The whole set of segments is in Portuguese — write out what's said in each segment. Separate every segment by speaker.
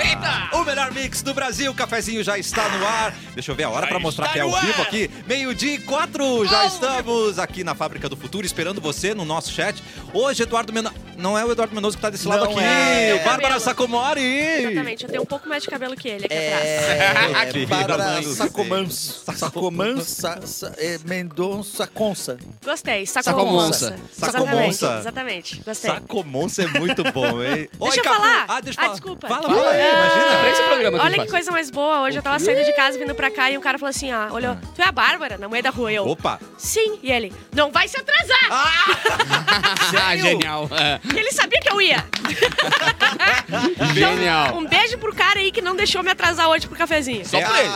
Speaker 1: Eita!
Speaker 2: O melhor mix do Brasil, o cafezinho já está no ar. Deixa eu ver a hora
Speaker 1: Já
Speaker 2: para mostrar
Speaker 1: está
Speaker 2: que é ao
Speaker 1: no ar.
Speaker 2: vivo aqui. Meio-dia e quatro, já
Speaker 3: Ao
Speaker 2: estamos aqui na Fábrica do Futuro, esperando você no nosso chat. Hoje, Eduardo Menoso. Não é o Eduardo Menoso que está desse lado
Speaker 4: Não
Speaker 2: aqui.
Speaker 4: é.
Speaker 2: Bárbara
Speaker 3: Cabelo.
Speaker 2: Sacomori.
Speaker 3: Exatamente, eu tenho um pouco mais de cabelo que ele aqui atrás.
Speaker 4: É,
Speaker 2: Aqui,
Speaker 4: para
Speaker 2: Fernando.
Speaker 4: Sacomans. Sacomans, sa, sa, é, Mendonça Consa.
Speaker 3: Gostei,
Speaker 4: Sacomonça.
Speaker 3: sacomonça. Exatamente,
Speaker 2: Sacomonça.
Speaker 3: exatamente. Gostei.
Speaker 2: Sacomonça é muito bom, hein?
Speaker 3: Deixa eu
Speaker 2: Capu.
Speaker 3: falar.
Speaker 2: Ah, deixa eu
Speaker 3: Ah,
Speaker 2: falar.
Speaker 3: desculpa.
Speaker 2: Fala, fala aí, imagina.
Speaker 5: pra esse programa que a gente
Speaker 3: Ah, Olha que
Speaker 5: faz.
Speaker 3: coisa mais boa. Hoje eu tava saindo de casa, vindo pra cá, e um cara falou assim, ó, olhou, tu é a Bárbara, na mulher da rua, eu.
Speaker 2: Ah. Opa.
Speaker 3: Sim, e ele, não vai se atrasar!
Speaker 5: Ah, genial. É.
Speaker 3: Porque ele sabia que eu ia.
Speaker 5: Então, Genial.
Speaker 3: Um beijo pro cara aí que não deixou me atrasar hoje pro cafezinho.
Speaker 5: Só por ele.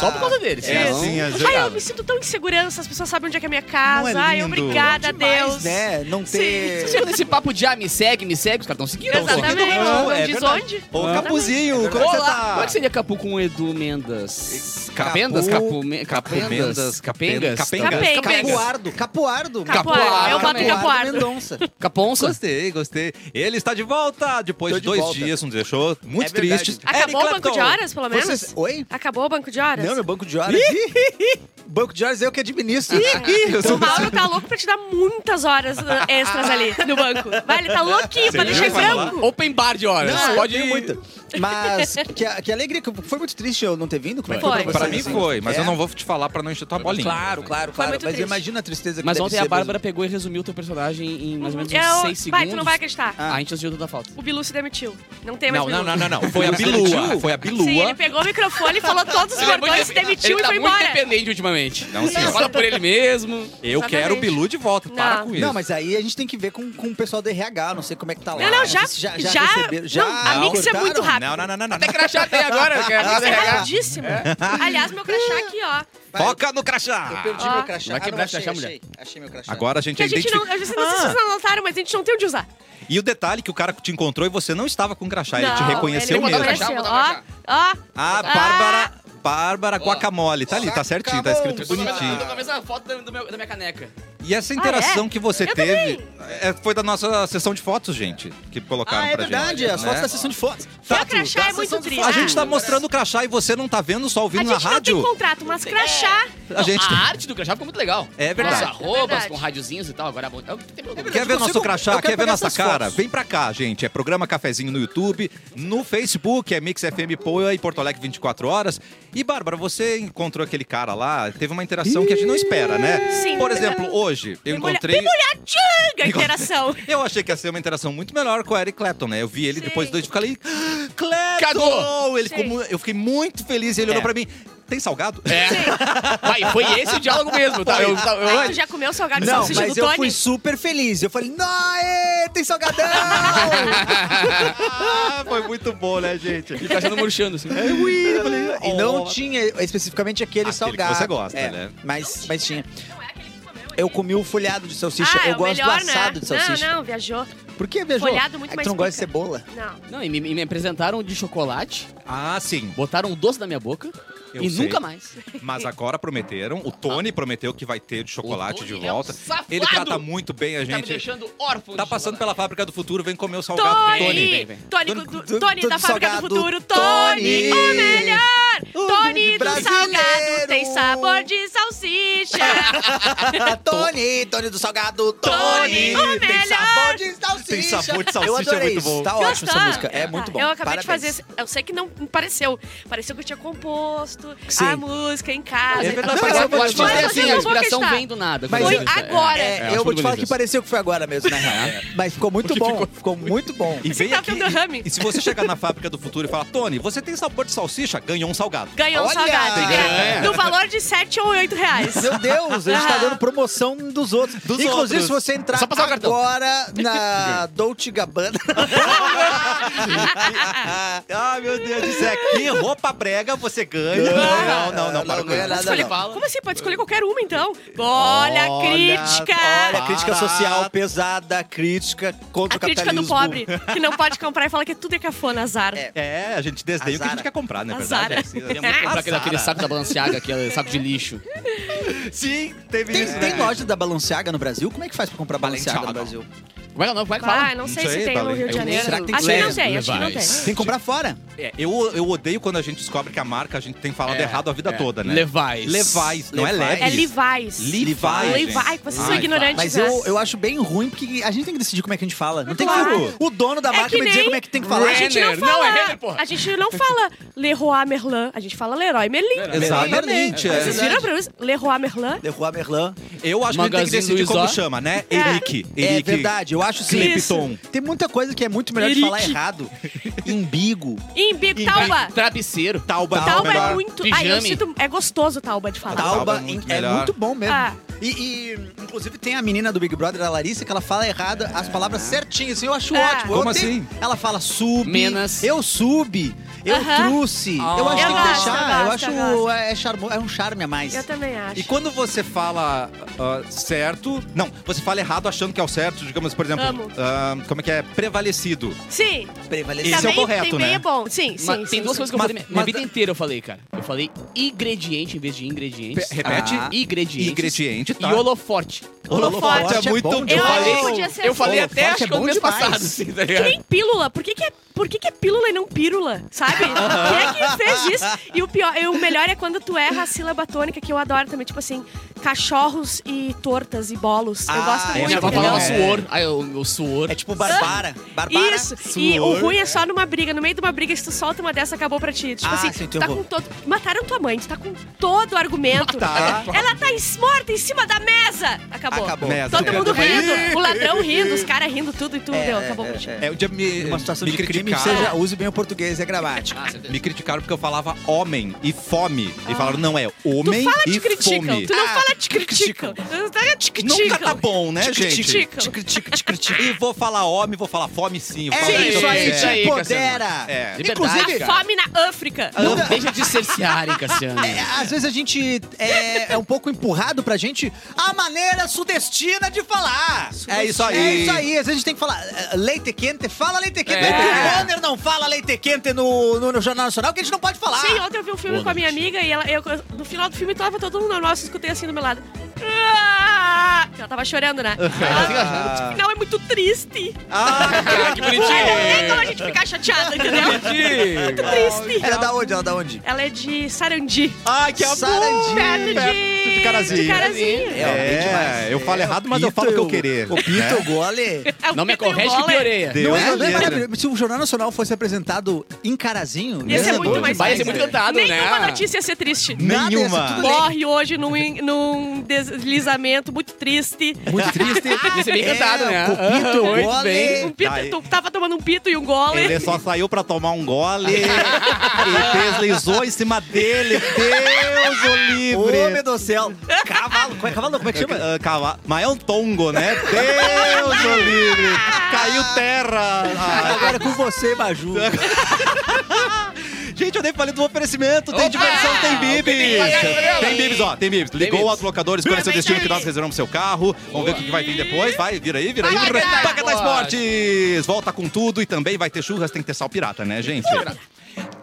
Speaker 5: Só por causa dele.
Speaker 2: É
Speaker 5: senão-
Speaker 2: assim, às
Speaker 3: Ai, eu me sinto tão insegurança, as pessoas sabem onde é que é a minha casa.
Speaker 2: Não é
Speaker 3: Ai,
Speaker 2: lindo.
Speaker 3: obrigada,
Speaker 4: Demais,
Speaker 3: Deus.
Speaker 4: né? Não
Speaker 3: Sim.
Speaker 4: ter...
Speaker 5: Vocês ficam nesse papo de ah, me segue, me segue, os caras estão seguindo.
Speaker 2: Tão
Speaker 5: tão seguindo.
Speaker 3: Exatamente.
Speaker 2: Não, é
Speaker 3: Diz
Speaker 2: verdade.
Speaker 3: onde?
Speaker 2: Ô,
Speaker 3: Exatamente.
Speaker 2: Capuzinho, como é que você
Speaker 5: Olá!
Speaker 2: tá?
Speaker 5: Como é que seria Capu com o Edu Mendas?
Speaker 2: Capu-
Speaker 5: Capendas? Capu, me,
Speaker 2: Capendas,
Speaker 5: capendas? Capengas?
Speaker 2: capengas.
Speaker 5: Capengas.
Speaker 3: Capengas.
Speaker 4: Capuardo, Capuardo.
Speaker 3: Capuardo,
Speaker 5: eu boto
Speaker 3: Capuardo.
Speaker 4: Mendonça.
Speaker 5: Caponça?
Speaker 2: Gostei, gostei. Ele está de volta depois
Speaker 4: Tô
Speaker 2: de
Speaker 4: de
Speaker 2: dois
Speaker 4: volta.
Speaker 2: dias, nos deixou muito
Speaker 4: É verdade.
Speaker 2: triste. Eric
Speaker 3: Acabou o banco de
Speaker 2: Clapton.
Speaker 3: horas, pelo menos?
Speaker 4: Vocês- Oi?
Speaker 3: Acabou o banco de horas?
Speaker 4: Não, meu banco de horas. banco de horas é eu que administro.
Speaker 2: Ih, eu
Speaker 3: O
Speaker 2: sou...
Speaker 3: Mauro tá louco pra te dar muitas horas uh, extras ali no banco. Vai, ele tá louquinho pra
Speaker 2: viu
Speaker 3: deixar em
Speaker 2: falar?
Speaker 3: branco.
Speaker 5: Open bar de horas.
Speaker 4: Não,
Speaker 5: Pode
Speaker 4: eu
Speaker 5: ir
Speaker 4: que-
Speaker 5: muito.
Speaker 4: Mas que, que alegria. que Foi muito triste eu não ter vindo. Como é que
Speaker 3: Foi.
Speaker 4: foi pra,
Speaker 2: Pra
Speaker 4: vocês,
Speaker 2: mim
Speaker 4: assim?
Speaker 2: foi, mas
Speaker 4: É.
Speaker 2: eu não vou te falar pra não encher tua bolinha.
Speaker 4: Claro, claro,
Speaker 3: Foi
Speaker 4: claro.
Speaker 3: muito
Speaker 4: Mas
Speaker 3: triste.
Speaker 4: imagina a tristeza que
Speaker 5: Mas
Speaker 4: deve
Speaker 5: ontem
Speaker 4: ser
Speaker 5: a
Speaker 4: mesmo.
Speaker 5: Bárbara pegou e resumiu o teu personagem em mais ou menos uns
Speaker 3: Eu-
Speaker 5: 6 segundos.
Speaker 3: Vai, tu não vai acreditar.
Speaker 5: Ah, a gente assistiu da falta.
Speaker 3: O Bilu se demitiu. Não tem mais
Speaker 2: Não, não,
Speaker 3: Bilu.
Speaker 2: não, não, não. Foi a Bilua. Foi a ah. Bilua.
Speaker 3: Sim, ele pegou o microfone, falou todos os
Speaker 5: Ele é muito
Speaker 3: bordões, se
Speaker 5: independente.
Speaker 3: demitiu
Speaker 5: ele
Speaker 3: e
Speaker 5: tá
Speaker 3: foi
Speaker 5: muito
Speaker 3: embora.
Speaker 5: independente ultimamente.
Speaker 2: Não, senhor.
Speaker 5: Ele fala por ele mesmo.
Speaker 2: Eu
Speaker 3: Exatamente.
Speaker 2: quero o Bilu de volta. Para
Speaker 3: Não.
Speaker 2: com isso.
Speaker 4: Não, mas aí a gente tem que ver com, com o pessoal do RH, não sei como é que tá lá.
Speaker 3: Não, não, já-
Speaker 4: Vocês já,
Speaker 3: já-
Speaker 4: receberam- já
Speaker 3: não, a Mix é
Speaker 4: cortaram?
Speaker 3: muito rápida.
Speaker 2: Não, não, não, não, não.
Speaker 5: Até crachá tem agora, cara.
Speaker 3: Isso é rapidíssimo. Aliás, meu crachá aqui, ó.
Speaker 4: Vai,
Speaker 2: Foca no
Speaker 4: Eu
Speaker 2: crachá.
Speaker 4: perdi
Speaker 3: Ah.
Speaker 4: meu crachá.
Speaker 5: Vai
Speaker 4: Ah,
Speaker 5: quebrar
Speaker 4: não, achei,
Speaker 5: crachá, mulher.
Speaker 4: Achei, achei meu crachá.
Speaker 2: Agora a gente, Ah.
Speaker 3: Que a gente não.
Speaker 2: identifica.
Speaker 3: Eu não sei se vocês não notaram, mas a gente não tem onde usar.
Speaker 2: E o detalhe que o cara te encontrou e você não estava com crachá, Tá, ele te
Speaker 3: Não,
Speaker 2: reconheceu
Speaker 3: ele me
Speaker 2: mesmo.
Speaker 3: reconheceu,
Speaker 5: Botar
Speaker 3: ó,
Speaker 5: crachá,
Speaker 3: ó.
Speaker 2: Ah, Bárbara, Bárbara Guacamole. Tá ali, tá certinho, tá escrito
Speaker 5: Eu tô na mesma-
Speaker 2: bonitinho.
Speaker 5: eu tô com a mesma foto da, do meu- da minha caneca.
Speaker 2: E essa interação
Speaker 3: Ah, é?
Speaker 2: que você
Speaker 3: Eu
Speaker 2: teve é, foi da nossa sessão de fotos, gente, que colocaram
Speaker 4: Ah, é
Speaker 2: pra
Speaker 4: verdade,
Speaker 2: gente.
Speaker 4: as fotos
Speaker 2: né?
Speaker 4: da sessão de fotos.
Speaker 3: Meu
Speaker 2: Tato,
Speaker 3: crachá
Speaker 4: tá
Speaker 3: é muito
Speaker 4: acessando
Speaker 3: triste.
Speaker 2: A gente
Speaker 3: Ah,
Speaker 2: tá mostrando o crachá e você não tá vendo, só
Speaker 3: A
Speaker 2: ouvindo na
Speaker 3: gente não tem
Speaker 2: rádio.
Speaker 3: contrato, mas
Speaker 5: É.
Speaker 3: crachá.
Speaker 2: A gente
Speaker 5: a
Speaker 2: tem-
Speaker 5: arte do crachá ficou muito legal.
Speaker 2: É verdade.
Speaker 5: Com as arrobas,
Speaker 3: verdade.
Speaker 5: com radiozinhos e tal. Agora é bom. Eu- tem
Speaker 2: Quer
Speaker 5: problema.
Speaker 2: ver
Speaker 4: eu consigo-
Speaker 2: nosso
Speaker 4: eu
Speaker 2: crachá?
Speaker 4: quero
Speaker 2: Quer ver
Speaker 4: pegar
Speaker 2: nossa
Speaker 4: essas
Speaker 2: cara?
Speaker 4: fotos.
Speaker 2: Vem pra cá, gente. É programa Cafezinho no YouTube, no Facebook, é Mix FM Poa e Porto Alegre 24 horas. E, Bárbara, você encontrou aquele cara lá, teve uma interação que a gente não espera, né?
Speaker 3: Sim.
Speaker 2: Por exemplo, hoje eu
Speaker 3: Bem molha-
Speaker 2: encontrei.
Speaker 3: Bem molhadinha a interação.
Speaker 2: Eu achei que ia ser uma interação muito melhor com o Eric Clapton, né? Eu vi ele
Speaker 3: Sim.
Speaker 2: depois de dois dias e falei, "Ah, Clapton!
Speaker 5: Cagou!
Speaker 2: Ele ficou
Speaker 3: Sim.
Speaker 2: mu- eu fiquei muito feliz e ele
Speaker 5: É.
Speaker 2: olhou pra mim, tem salgado?
Speaker 5: É. Vai, foi esse o diálogo mesmo, tá? Eu, tá- eu-
Speaker 3: Ai, tu já comeu salgado de
Speaker 4: Não,
Speaker 3: salsicha do
Speaker 4: mas eu
Speaker 3: Tony?
Speaker 4: fui super feliz. Eu falei, noê, tem salgadão!
Speaker 2: Ah, foi muito bom, né, gente?
Speaker 5: E o crachá não murchando, assim.
Speaker 4: e não tinha especificamente aquele,
Speaker 2: Aquele que
Speaker 4: salgado.
Speaker 2: você gosta,
Speaker 4: É,
Speaker 2: né?
Speaker 4: Mas, mas tinha.
Speaker 3: Não é aquele que tu comeu,
Speaker 4: Eu comi o folhado de salsicha.
Speaker 3: Ah, é
Speaker 4: eu
Speaker 3: o
Speaker 4: gosto
Speaker 3: melhor,
Speaker 4: do assado
Speaker 3: né?
Speaker 4: de salsicha.
Speaker 3: Não, não, viajou.
Speaker 4: Por que, Beijo?
Speaker 3: Folhado
Speaker 4: é
Speaker 3: muito
Speaker 4: que
Speaker 3: mais
Speaker 4: tu não gosta de
Speaker 3: pica.
Speaker 4: cebola?
Speaker 3: Não.
Speaker 5: Não, e me, e me apresentaram de chocolate,
Speaker 2: Ah, sim.
Speaker 5: botaram o doce na minha boca
Speaker 2: Eu
Speaker 5: e
Speaker 2: sei.
Speaker 5: nunca mais.
Speaker 2: Mas agora prometeram, o Tony prometeu que vai ter de chocolate
Speaker 5: O
Speaker 2: de
Speaker 5: Tony é um
Speaker 2: volta.
Speaker 5: safado!
Speaker 2: ele trata muito bem a
Speaker 5: Tá me
Speaker 2: gente.
Speaker 5: deixando órfão
Speaker 2: Tá
Speaker 5: de
Speaker 2: passando
Speaker 5: chocolate.
Speaker 2: pela fábrica do futuro, vem comer o salgado do Tony.
Speaker 3: Tony!
Speaker 5: vem, vem.
Speaker 3: Tony,
Speaker 2: Tony-
Speaker 3: do-
Speaker 4: tu-
Speaker 3: Tony tá
Speaker 4: tudo
Speaker 3: da Fábrica é
Speaker 4: salgado.
Speaker 3: do Futuro,
Speaker 4: Tony!
Speaker 3: Tony, o melhor!
Speaker 4: O
Speaker 3: Tony do
Speaker 4: brasileiro!
Speaker 3: salgado tem sabor de salsicha!
Speaker 4: Ah, Tony, Tony do salgado, Tony!
Speaker 3: Tony, o
Speaker 4: tem sabor
Speaker 3: melhor.
Speaker 4: de salsicha!
Speaker 2: Tem sabor de salsicha,
Speaker 4: Eu adorei
Speaker 2: é muito
Speaker 4: isso,
Speaker 2: bom.
Speaker 4: Tá ótimo essa
Speaker 3: Gostou? Tá,
Speaker 4: música, é muito bom.
Speaker 3: Eu acabei de fazer.
Speaker 4: Parabéns.
Speaker 3: esse- Eu sei que não pareceu. Pareceu que eu tinha composto
Speaker 4: Sim.
Speaker 3: a música em casa.
Speaker 2: É verdade,
Speaker 3: Não,
Speaker 2: mas
Speaker 3: eu
Speaker 2: eu vou te
Speaker 3: vou-
Speaker 2: dizer
Speaker 3: mas
Speaker 5: assim,
Speaker 3: eu
Speaker 5: a
Speaker 3: não vou
Speaker 5: inspiração
Speaker 3: acreditar.
Speaker 5: vem do nada.
Speaker 4: Mas
Speaker 3: Foi
Speaker 4: eu-
Speaker 3: agora.
Speaker 4: É,
Speaker 5: É,
Speaker 4: eu
Speaker 5: acho
Speaker 4: vou te
Speaker 5: muito
Speaker 4: falar
Speaker 5: bonito
Speaker 4: que
Speaker 5: isso.
Speaker 4: pareceu que foi agora mesmo, na real. Mas ficou muito
Speaker 5: Porque
Speaker 4: bom,
Speaker 5: ficou-
Speaker 4: ficou muito bom.
Speaker 2: E, vem
Speaker 3: tá
Speaker 2: aqui,
Speaker 3: tendo derrame.
Speaker 2: e se você chegar na fábrica do futuro e falar, Tony, você tem sabor de salsicha? Ganhou um salgado.
Speaker 3: Ganhou um
Speaker 4: Olha! é.
Speaker 3: salgado.
Speaker 5: Ganha.
Speaker 3: No valor de 7 ou 8 reais.
Speaker 4: Meu Deus, a gente tá
Speaker 3: Ah.
Speaker 4: dando promoção um dos outros.
Speaker 2: Dos
Speaker 4: Inclusive,
Speaker 2: outros.
Speaker 4: se você entrar
Speaker 5: Só passar o cartão.
Speaker 4: agora na Dolce Gabbana...
Speaker 2: Ah, meu Deus, isso é aqui, roupa brega, você ganha. Não, não, não, não, para
Speaker 4: não
Speaker 2: com
Speaker 4: ganha
Speaker 2: isso.
Speaker 4: nada,
Speaker 3: Escolher-
Speaker 4: não.
Speaker 5: fala.
Speaker 3: Como assim? Pode escolher qualquer uma, então? Olha a crítica!
Speaker 4: Olha, crítica
Speaker 2: Para.
Speaker 4: social pesada, crítica contra
Speaker 3: a
Speaker 4: o
Speaker 3: crítica
Speaker 4: capitalismo.
Speaker 3: do pobre, que não pode comprar e fala que tudo é cafona, azar.
Speaker 4: É.
Speaker 2: É, a gente desdenha o que a gente
Speaker 4: Azara.
Speaker 2: quer comprar, não é
Speaker 3: Azara.
Speaker 2: verdade? É assim,
Speaker 3: Queria
Speaker 2: é
Speaker 3: muito
Speaker 2: muito
Speaker 5: Sabe aquele,
Speaker 2: azara.
Speaker 5: aquele saco da Balenciaga, aquele saco de lixo.
Speaker 2: Sim, teve
Speaker 4: Tem,
Speaker 2: isso.
Speaker 4: tem
Speaker 2: né?
Speaker 4: loja da Balenciaga no Brasil? Como é que faz pra comprar Balenciaga no
Speaker 2: Balenciaga.
Speaker 4: Brasil?
Speaker 5: Como é que é o nome? Como é que
Speaker 3: Ah,
Speaker 5: fala?
Speaker 3: não
Speaker 2: Não
Speaker 3: sei se
Speaker 2: sei,
Speaker 3: tem
Speaker 2: tá
Speaker 3: no
Speaker 2: ali.
Speaker 3: Rio de
Speaker 5: Eu não sei.
Speaker 3: Janeiro.
Speaker 5: Será que tem
Speaker 3: Acho que não
Speaker 5: Leves
Speaker 3: tem, acho que não tem.
Speaker 5: Levi's?
Speaker 4: Tem que comprar fora.
Speaker 2: É, eu, eu odeio quando a gente descobre que a marca a gente tem falado
Speaker 5: É,
Speaker 2: errado a vida
Speaker 5: é.
Speaker 2: toda, né?
Speaker 5: Levi's.
Speaker 2: Levi's, não é
Speaker 4: Levi's.
Speaker 2: Levi's.
Speaker 3: É Levi's.
Speaker 2: Levi's, gente.
Speaker 3: Levi, que vocês são
Speaker 2: Levi's.
Speaker 3: ignorantes.
Speaker 4: Mas
Speaker 3: né?
Speaker 4: eu, eu acho bem ruim, porque a gente tem que decidir como é que a gente fala. Não tem
Speaker 2: Claro.
Speaker 4: que o dono da
Speaker 3: É
Speaker 4: marca
Speaker 3: que
Speaker 4: me dizer
Speaker 3: nem
Speaker 4: como é que tem que falar.
Speaker 3: A gente não
Speaker 5: Renner.
Speaker 3: fala.
Speaker 5: Não, é Renner, porra.
Speaker 3: A gente não fala Leroy Merlin. A gente fala Leroy Merlin.
Speaker 2: Exatamente.
Speaker 4: É
Speaker 2: é.
Speaker 3: Vocês viram pra mim? Leroy Merlin?
Speaker 4: Derrubou a Merlan.
Speaker 2: Eu acho que a gente tem que
Speaker 5: Magazine
Speaker 2: decidir
Speaker 5: Luiza.
Speaker 2: como chama, né?
Speaker 3: É.
Speaker 2: Eric.
Speaker 4: É
Speaker 2: Eric.
Speaker 4: verdade, eu acho sim.
Speaker 2: Clepton.
Speaker 4: Tem muita coisa que é muito melhor de
Speaker 3: Eric.
Speaker 4: falar errado. Embigo.
Speaker 3: Imbigo, Tauba.
Speaker 5: Travesseiro.
Speaker 2: Tauba,
Speaker 3: Tauba
Speaker 2: melhor.
Speaker 3: é muito... Ai, eu
Speaker 5: Pijame.
Speaker 3: sinto... É gostoso Tauba de falar.
Speaker 2: Tauba
Speaker 4: Tauba,
Speaker 2: é muito
Speaker 4: é,
Speaker 2: melhor.
Speaker 4: muito bom mesmo.
Speaker 3: Ah.
Speaker 4: E, e, inclusive, tem a menina do Big Brother, a Larissa, que ela fala errada as palavras certinhas. Assim, eu acho
Speaker 3: É.
Speaker 4: ótimo.
Speaker 2: Como
Speaker 4: Eu tenho-
Speaker 2: assim?
Speaker 4: Ela fala sub,
Speaker 5: Menas.
Speaker 4: eu sub, eu
Speaker 3: Aham.
Speaker 4: trouxe. Eu acho
Speaker 5: Eu
Speaker 4: que tem que
Speaker 5: gosto,
Speaker 4: deixar.
Speaker 3: eu
Speaker 4: Eu,
Speaker 3: gosto,
Speaker 4: acho
Speaker 3: eu gosto.
Speaker 4: É, é charmo- é um charme a mais.
Speaker 3: Eu também acho.
Speaker 2: E quando você fala ah, certo. Não, você fala errado achando que é o certo, digamos, por exemplo,
Speaker 3: Amo.
Speaker 2: ah, como é que é? Prevalecido.
Speaker 3: Sim.
Speaker 4: Prevalecer.
Speaker 2: Esse é o
Speaker 3: também
Speaker 2: correto,
Speaker 3: tem
Speaker 2: né?
Speaker 3: meia bom. Sim, sim.
Speaker 5: Mas tem
Speaker 3: sim,
Speaker 5: duas
Speaker 3: sim.
Speaker 5: coisas que eu
Speaker 2: Mas-
Speaker 5: falei minha, minha
Speaker 2: mas-
Speaker 5: vida inteira, eu falei, cara. Eu falei ingrediente em vez de ingredientes.
Speaker 2: Pe- repete?
Speaker 5: Ah. Ingredientes.
Speaker 2: Ingrediente, tá?
Speaker 5: E holoforte.
Speaker 3: Holofote
Speaker 2: é muito
Speaker 4: bom
Speaker 2: bom.
Speaker 3: Eu acho que
Speaker 5: falei-
Speaker 3: podia ser
Speaker 5: Eu falei
Speaker 4: Holofote
Speaker 5: até acho
Speaker 4: é
Speaker 5: que é o
Speaker 4: bom
Speaker 5: mês
Speaker 4: demais.
Speaker 5: passado, assim, tá
Speaker 3: Que
Speaker 5: ligado?
Speaker 3: nem pílula. Por que que é, por que que é pílula e não pírula, sabe? Quem é que fez isso? E o, pior, e o melhor é quando tu erra a sílaba tônica, que eu adoro também. Tipo assim, cachorros e tortas e bolos. eu
Speaker 4: Ah,
Speaker 3: gosto
Speaker 4: é,
Speaker 5: Minha
Speaker 3: muito.
Speaker 5: avó
Speaker 3: entendeu?
Speaker 5: falava
Speaker 4: É.
Speaker 5: suor. Aí o, o suor.
Speaker 4: É tipo Barbara. Barbara.
Speaker 3: Isso. E o
Speaker 4: suor.
Speaker 3: ruim é só numa briga. No meio de uma briga, se tu solta uma dessa, acabou pra ti. Tipo
Speaker 4: Ah,
Speaker 3: assim,
Speaker 4: sim,
Speaker 3: tu tá
Speaker 4: tu
Speaker 3: com todo... Mataram tua mãe, tu tá com todo o argumento. Ela tá em- morta em cima da mesa. Acabou.
Speaker 4: Acabou.
Speaker 2: Mesa. é.
Speaker 3: Todo mundo
Speaker 2: Acabou.
Speaker 3: rindo, o ladrão rindo, os caras rindo tudo e tudo. deu, acabou pra ti.
Speaker 2: É, um dia me,
Speaker 4: Uma situação
Speaker 2: me
Speaker 4: de crime,
Speaker 2: criticaram.
Speaker 4: seja, use bem o português é e a gramática.
Speaker 5: Ah, certeza.
Speaker 2: Me criticaram porque eu falava homem e fome. E falaram, não, é homem
Speaker 3: Fala,
Speaker 2: e
Speaker 3: te criticam.
Speaker 2: fome.
Speaker 3: Tu não
Speaker 4: Ah,
Speaker 3: fala, te criticam. Tu tá- Te criticam.
Speaker 2: Nunca tá bom, né,
Speaker 3: Te
Speaker 2: gente?
Speaker 3: criticam.
Speaker 2: E vou falar homem, vou falar fome sim.
Speaker 4: É
Speaker 2: fala o que
Speaker 4: isso
Speaker 2: eu
Speaker 4: aí,
Speaker 2: quiser.
Speaker 5: isso aí,
Speaker 4: te empodera.
Speaker 2: É, Cassiano. É.
Speaker 5: Liberdade,
Speaker 4: Inclusive,
Speaker 3: A fome na África.
Speaker 5: Não deixa de cercearem, Cassiano.
Speaker 4: É, às vezes a gente é, é um pouco empurrado pra gente a maneira sudestina de falar.
Speaker 2: É isso aí.
Speaker 4: É isso aí. Às vezes a gente tem que falar é, leite quente, fala leite quente.
Speaker 5: É.
Speaker 4: Porque O Bonner não fala leite quente no, no, no Jornal Nacional, que a gente não pode falar.
Speaker 3: Sim, ontem eu vi um filme
Speaker 5: Boa
Speaker 3: com a minha
Speaker 5: noite.
Speaker 3: amiga e ela, eu, no final do filme tava todo mundo na nossa, eu escutei assim do meu lado. Ah! Ela tava chorando, né? Ela, esse final é muito triste.
Speaker 5: Ah, que bonitinho.
Speaker 3: Ai, não tem como a gente ficar chateada, entendeu? muito triste.
Speaker 4: Ela é da onde? Ela é da onde?
Speaker 3: Ela é de Sarandi.
Speaker 2: Ai, que amor!
Speaker 4: Sarandi.
Speaker 3: Perto de,
Speaker 2: Perto de é, Carazinho.
Speaker 3: de Carazinho.
Speaker 4: É, bem demais.
Speaker 2: eu falo
Speaker 4: É,
Speaker 2: errado, mas eu
Speaker 4: Pito,
Speaker 2: falo o que eu querer,
Speaker 4: O Pito,
Speaker 2: né?
Speaker 4: o Gole.
Speaker 3: É o
Speaker 5: Não me
Speaker 3: Pedro
Speaker 5: corrige que
Speaker 3: Boller.
Speaker 5: piorei.
Speaker 2: Deus
Speaker 4: Não é,
Speaker 2: me
Speaker 4: não é
Speaker 2: livre.
Speaker 4: maravilhoso? Se o Jornal Nacional fosse apresentado em Carazinho,
Speaker 3: Ia ser
Speaker 4: né?
Speaker 3: muito mais
Speaker 5: Vai ser
Speaker 3: fácil.
Speaker 5: muito cantado, né?
Speaker 3: Nenhuma notícia ia ser triste.
Speaker 4: Nada, ia ser
Speaker 2: Nenhuma.
Speaker 4: tudo leite.
Speaker 3: Morre hoje num, num deslizamento muito triste.
Speaker 4: Muito triste.
Speaker 5: Ia ser bem cantado, né?
Speaker 4: o Pito,
Speaker 5: Ah,
Speaker 4: o
Speaker 5: muito
Speaker 4: Gole.
Speaker 5: bem.
Speaker 3: Um pito-
Speaker 2: Tá aí.
Speaker 3: tu tava tomando um pito e um gole.
Speaker 2: Ele só saiu pra tomar um gole e deslizou em cima dele. Deus o livre!
Speaker 4: Ô, meu do céu. Cavalo. Como é, cavalo? não, Como é que chama?
Speaker 2: Ah, cava- Mas é um tongo, né? Deus o livre! Caiu terra! Ah,
Speaker 4: Agora é com você, Baju.
Speaker 2: Gente, eu nem falei do oferecimento. Tem
Speaker 5: Opa!
Speaker 2: diversão, tem
Speaker 5: Tem
Speaker 2: bibis.
Speaker 5: bibis.
Speaker 2: Tem bibis, ó, tem bibis. Ligou
Speaker 5: bibis.
Speaker 2: o autolocador, escolha seu
Speaker 3: Tem
Speaker 2: destino que
Speaker 3: bibis.
Speaker 2: nós reservamos seu carro. Vamos ver o que que vai vir depois. Vai, vira aí, vira aí.
Speaker 5: Vai, Paquetá
Speaker 2: Paquetá
Speaker 5: Esporte.
Speaker 2: Esportes. Volta com tudo e também vai ter churras, tem que ter sal pirata, né, gente?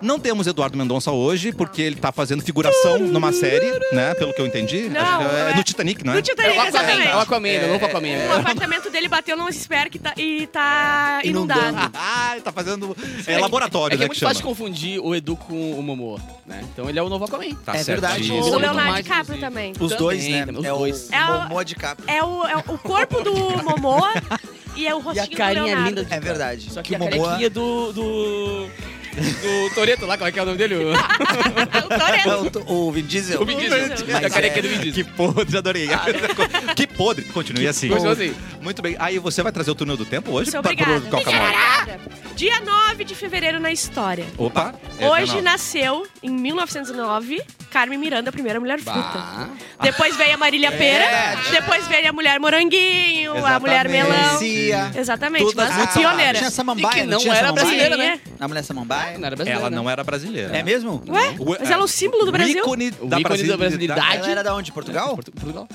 Speaker 2: Não temos Eduardo Mendonça hoje, porque ele tá fazendo figuração numa série, né? Pelo que eu entendi.
Speaker 3: Não,
Speaker 2: Acho que é-
Speaker 3: é-
Speaker 2: no Titanic, não é?
Speaker 3: No Titanic,
Speaker 5: É o Aquaman,
Speaker 3: exatamente.
Speaker 5: é o Aquaman, é o novo Aquaman.
Speaker 3: O apartamento dele bateu num iceberg e tá, e tá
Speaker 4: Inundando.
Speaker 3: inundado.
Speaker 2: Ah, ele tá fazendo é,
Speaker 5: que-
Speaker 2: laboratório,
Speaker 5: É que
Speaker 2: né?
Speaker 5: é
Speaker 2: Que
Speaker 5: muito
Speaker 2: chama.
Speaker 5: fácil confundir o Edu com o Momoa, né? Então ele é o novo Aquaman.
Speaker 2: Tá
Speaker 4: É verdade.
Speaker 2: certíssimo.
Speaker 3: O
Speaker 5: Isso.
Speaker 3: Leonardo
Speaker 5: Mais,
Speaker 3: DiCaprio
Speaker 5: inclusive.
Speaker 3: também.
Speaker 4: Os
Speaker 5: Também,
Speaker 4: dois, né?
Speaker 5: também, os
Speaker 4: é
Speaker 5: dois.
Speaker 4: o
Speaker 3: É o-
Speaker 4: Momó de capa.
Speaker 3: É o, é o corpo do Momoa e é o rostinho do Leonardo.
Speaker 5: de-
Speaker 4: É verdade.
Speaker 5: Só que,
Speaker 4: Que
Speaker 5: a
Speaker 4: o Momoa-
Speaker 5: carequinha do... do... Do Toreto lá, como é que é o nome dele? O,
Speaker 3: o Toretto.
Speaker 4: Não, o, o Vin Diesel.
Speaker 5: o Vin Diesel.
Speaker 4: Mas
Speaker 5: A carequinha
Speaker 4: é-
Speaker 5: do Vin Diesel.
Speaker 2: Que podre, adorei. que podre. Continue assim.
Speaker 5: Continua assim.
Speaker 2: Muito bem. Aí você vai trazer o túnel do tempo hoje?
Speaker 3: Muito
Speaker 2: pra-
Speaker 3: obrigada.
Speaker 2: pro Calcamore?
Speaker 3: Obrigada. Dia 9 de fevereiro na história.
Speaker 2: Opa. é,
Speaker 3: Hoje
Speaker 2: não, não.
Speaker 3: nasceu, em 1909, Carmen Miranda, a primeira mulher fruta.
Speaker 5: Bah.
Speaker 3: Depois veio a Marília Pera, depois veio a mulher Moranguinho, a mulher Melão.
Speaker 2: Sim.
Speaker 4: Merecia.
Speaker 3: Exatamente,
Speaker 2: Todas
Speaker 3: mas
Speaker 2: muito
Speaker 3: pioneira.
Speaker 4: Tinha samambaia,
Speaker 5: E que não
Speaker 4: tinha
Speaker 5: era
Speaker 4: samambaia?
Speaker 5: brasileira,
Speaker 3: né?
Speaker 4: A mulher samambaia?
Speaker 5: Não era brasileira.
Speaker 2: Ela
Speaker 5: né?
Speaker 2: não era brasileira.
Speaker 4: É mesmo?
Speaker 3: Ué? Mas ela é o símbolo do Brasil.
Speaker 2: ícone
Speaker 5: O
Speaker 2: da
Speaker 5: ícone da
Speaker 2: brasileidade.
Speaker 5: brasileidade.
Speaker 4: Ela era da onde? é Portugal?
Speaker 5: Portu- Portugal.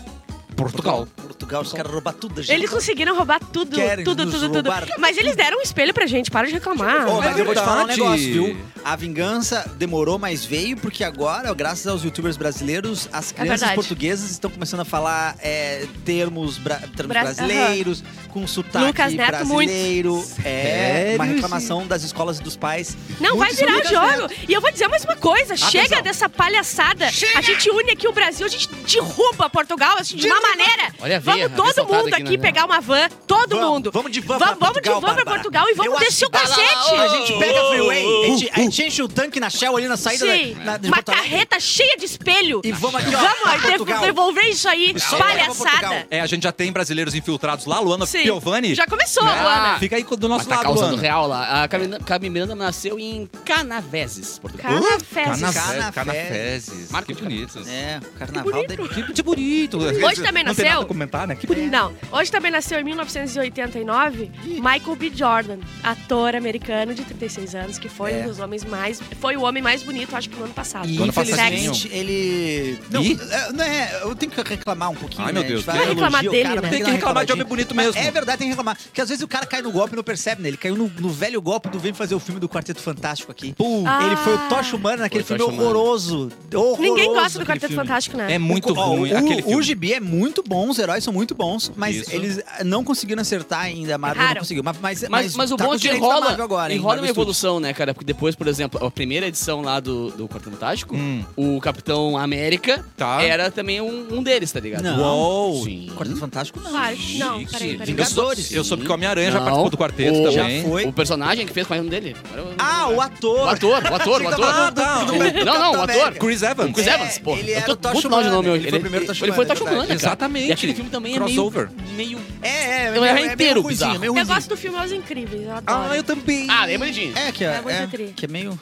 Speaker 5: Portugal.
Speaker 4: Portugal, os caras roubam tudo da gente.
Speaker 3: Eles conseguiram roubar tudo,
Speaker 4: Querem
Speaker 3: tudo,
Speaker 4: nos
Speaker 3: tudo, tudo.
Speaker 4: roubar
Speaker 3: Mas eles deram um espelho pra gente, para de reclamar.
Speaker 4: Ô, mas eu vou te falar um
Speaker 2: verdade.
Speaker 4: negócio, viu? A vingança demorou, mas veio, porque agora, graças aos youtubers brasileiros,
Speaker 5: É
Speaker 4: as crianças
Speaker 3: verdade.
Speaker 4: portuguesas estão começando a falar é, termos, bra- termos
Speaker 3: Bra-
Speaker 4: brasileiros, com sotaque
Speaker 3: Lucas Neto,
Speaker 4: brasileiro. É,
Speaker 2: Sério,
Speaker 4: uma reclamação das escolas e dos pais.
Speaker 3: Não, vai
Speaker 4: Muitos são
Speaker 3: virar
Speaker 4: Lucas
Speaker 3: jogo.
Speaker 4: Neto.
Speaker 3: E eu vou dizer mais uma coisa. Chega dessa palhaçada. A gente une aqui o Brasil, a gente derruba Portugal, assim, de uma maneira.
Speaker 5: Olha a veia, a
Speaker 3: vamos
Speaker 5: veia
Speaker 3: todo
Speaker 5: saltada
Speaker 3: mundo
Speaker 5: aqui né?
Speaker 3: aqui,
Speaker 5: na minha.
Speaker 3: pegar uma van, todo
Speaker 4: Vamos,
Speaker 3: mundo.
Speaker 4: vamos de van
Speaker 3: Va-
Speaker 4: pra Portugal,
Speaker 3: Vamos de van pra
Speaker 4: Bárbara.
Speaker 3: Portugal e vamos
Speaker 4: Eu acho
Speaker 3: descer o
Speaker 4: que- tá
Speaker 3: cacete.
Speaker 4: A gente pega a freeway, a gente, a gente enche o tanque na Shell ali na saída
Speaker 3: Sim,
Speaker 4: da, na, de
Speaker 3: uma
Speaker 4: Porto Alegre.
Speaker 3: carreta cheia de espelho.
Speaker 4: E vamos aqui, ó, pra
Speaker 3: Vamos
Speaker 4: Portugal.
Speaker 3: dev- devolver isso aí,
Speaker 4: Só pra Portugal.
Speaker 3: palhaçada.
Speaker 2: É, a gente já tem brasileiros infiltrados lá, Luana
Speaker 3: Sim.
Speaker 2: Piovani.
Speaker 3: Já começou,
Speaker 5: Ah,
Speaker 3: Luana.
Speaker 2: Fica aí do
Speaker 5: Mas
Speaker 2: nosso
Speaker 5: tá
Speaker 2: lado,
Speaker 5: causando
Speaker 2: Luana.
Speaker 5: real lá. A Carmen- Carmen Miranda nasceu em Canaveses, Portugal.
Speaker 3: Cara,
Speaker 4: Uh,
Speaker 3: fezes.
Speaker 2: Canafé-
Speaker 4: Canafezes.
Speaker 2: Canafezes.
Speaker 5: Marca
Speaker 2: Que bonito.
Speaker 4: É, o carnaval
Speaker 3: Que
Speaker 4: da
Speaker 2: Que tipo de bonito.
Speaker 3: Hoje também
Speaker 2: Não tem
Speaker 3: nasceu?
Speaker 2: nada a comentar, né? Que bonito.
Speaker 3: Não, hoje também nasceu em 1989 Michael B. Jordan, ator americano de 36 anos, que foi
Speaker 4: É.
Speaker 3: um dos homens mais. Foi o homem mais bonito, acho que no ano passado.
Speaker 4: E
Speaker 2: Do ano
Speaker 4: infelizmente
Speaker 3: assim,
Speaker 2: passadinho.
Speaker 4: ele. Não,
Speaker 2: Ih.
Speaker 4: é, não é, eu tenho que reclamar um pouquinho.
Speaker 2: Ai, meu
Speaker 4: né? A gente
Speaker 2: Deus,
Speaker 4: vai
Speaker 2: tem que
Speaker 4: elogiar
Speaker 3: reclamar
Speaker 4: o
Speaker 3: dele,
Speaker 4: cara,
Speaker 3: né?
Speaker 4: mas
Speaker 2: Tem que
Speaker 4: dá uma
Speaker 2: reclamar de
Speaker 4: reclamadinha.
Speaker 2: homem bonito
Speaker 4: Mas
Speaker 2: mesmo.
Speaker 4: É verdade, tem que reclamar. Porque às vezes o cara cai no golpe e não percebe, né? Ele caiu no, no velho golpe do Vem Fazer o Filme do Quarteto Fantástico aqui.
Speaker 2: Pum.
Speaker 3: Ah.
Speaker 4: Ele foi o Tocha Humana naquele
Speaker 5: Foi o
Speaker 4: filme
Speaker 5: Tocha Humana.
Speaker 4: horroroso, horroroso.
Speaker 3: Ninguém gosta do
Speaker 4: aquele
Speaker 3: Quarteto
Speaker 4: filme.
Speaker 3: Fantástico, né?
Speaker 2: É muito
Speaker 4: O- ó,
Speaker 2: ruim
Speaker 4: o,
Speaker 2: aquele
Speaker 4: o
Speaker 2: filme.
Speaker 4: gibi é muito bom, os heróis são muito bons, mas
Speaker 2: Isso.
Speaker 4: eles ah, não conseguiram acertar ainda, a Marvel não
Speaker 3: Erraram.
Speaker 4: conseguiu. Mas, mas,
Speaker 5: Mas, mas o
Speaker 4: tá com
Speaker 5: bom é que
Speaker 4: direito da
Speaker 5: rola,
Speaker 4: Marvel agora, hein?
Speaker 5: enrola uma
Speaker 4: Marvel Studios.
Speaker 5: evolução, né, cara? Porque depois, por exemplo, a primeira edição lá do, do Quarteto Fantástico,
Speaker 2: Hum.
Speaker 5: o Capitão América
Speaker 2: Tá.
Speaker 5: era também um, um deles, tá ligado?
Speaker 4: Não.
Speaker 2: Uou.
Speaker 5: Sim.
Speaker 4: Quarteto Fantástico não.
Speaker 3: Claro, não,
Speaker 2: Chique.
Speaker 3: peraí, peraí.
Speaker 2: Eu, sou,
Speaker 4: Vingadores.
Speaker 2: eu soube que o Homem-Aranha já
Speaker 5: Não.
Speaker 2: participou do quarteto
Speaker 5: O-
Speaker 2: também.
Speaker 4: Já foi.
Speaker 5: O personagem que fez, qual é o nome dele? Agora eu não
Speaker 4: Ah,
Speaker 5: lembro.
Speaker 4: o ator.
Speaker 5: O ator, o ator, o
Speaker 4: Achei que
Speaker 5: ator.
Speaker 4: tava falando
Speaker 2: Ah,
Speaker 4: do-
Speaker 2: tá.
Speaker 4: do-
Speaker 5: O- não, não, o ator.
Speaker 4: Capitão América.
Speaker 2: Chris Evans.
Speaker 5: O Chris
Speaker 4: É,
Speaker 5: Evans, pô.
Speaker 4: ele era
Speaker 5: eu tô
Speaker 4: o Tocha
Speaker 5: muito longe do nome
Speaker 4: Humana.
Speaker 5: hoje.
Speaker 4: Ele foi o primeiro Tocha
Speaker 5: Ele foi Tocha
Speaker 4: Humana, é verdade.
Speaker 5: Humana, cara.
Speaker 2: Exatamente.
Speaker 5: E aquele filme também é
Speaker 2: Crossover.
Speaker 5: meio... meio...
Speaker 4: É, é, é,
Speaker 5: Eu errei inteiro,
Speaker 4: ruinzinho,
Speaker 5: bizarro.
Speaker 4: meio
Speaker 3: Eu
Speaker 4: ruinzinho.
Speaker 3: gosto do filme Os Incríveis, eu adoro.
Speaker 2: Ah, eu também.
Speaker 5: Ah, é bonitinho.
Speaker 4: É, que é,
Speaker 3: É muito
Speaker 4: é,
Speaker 3: tri.
Speaker 4: que é meio,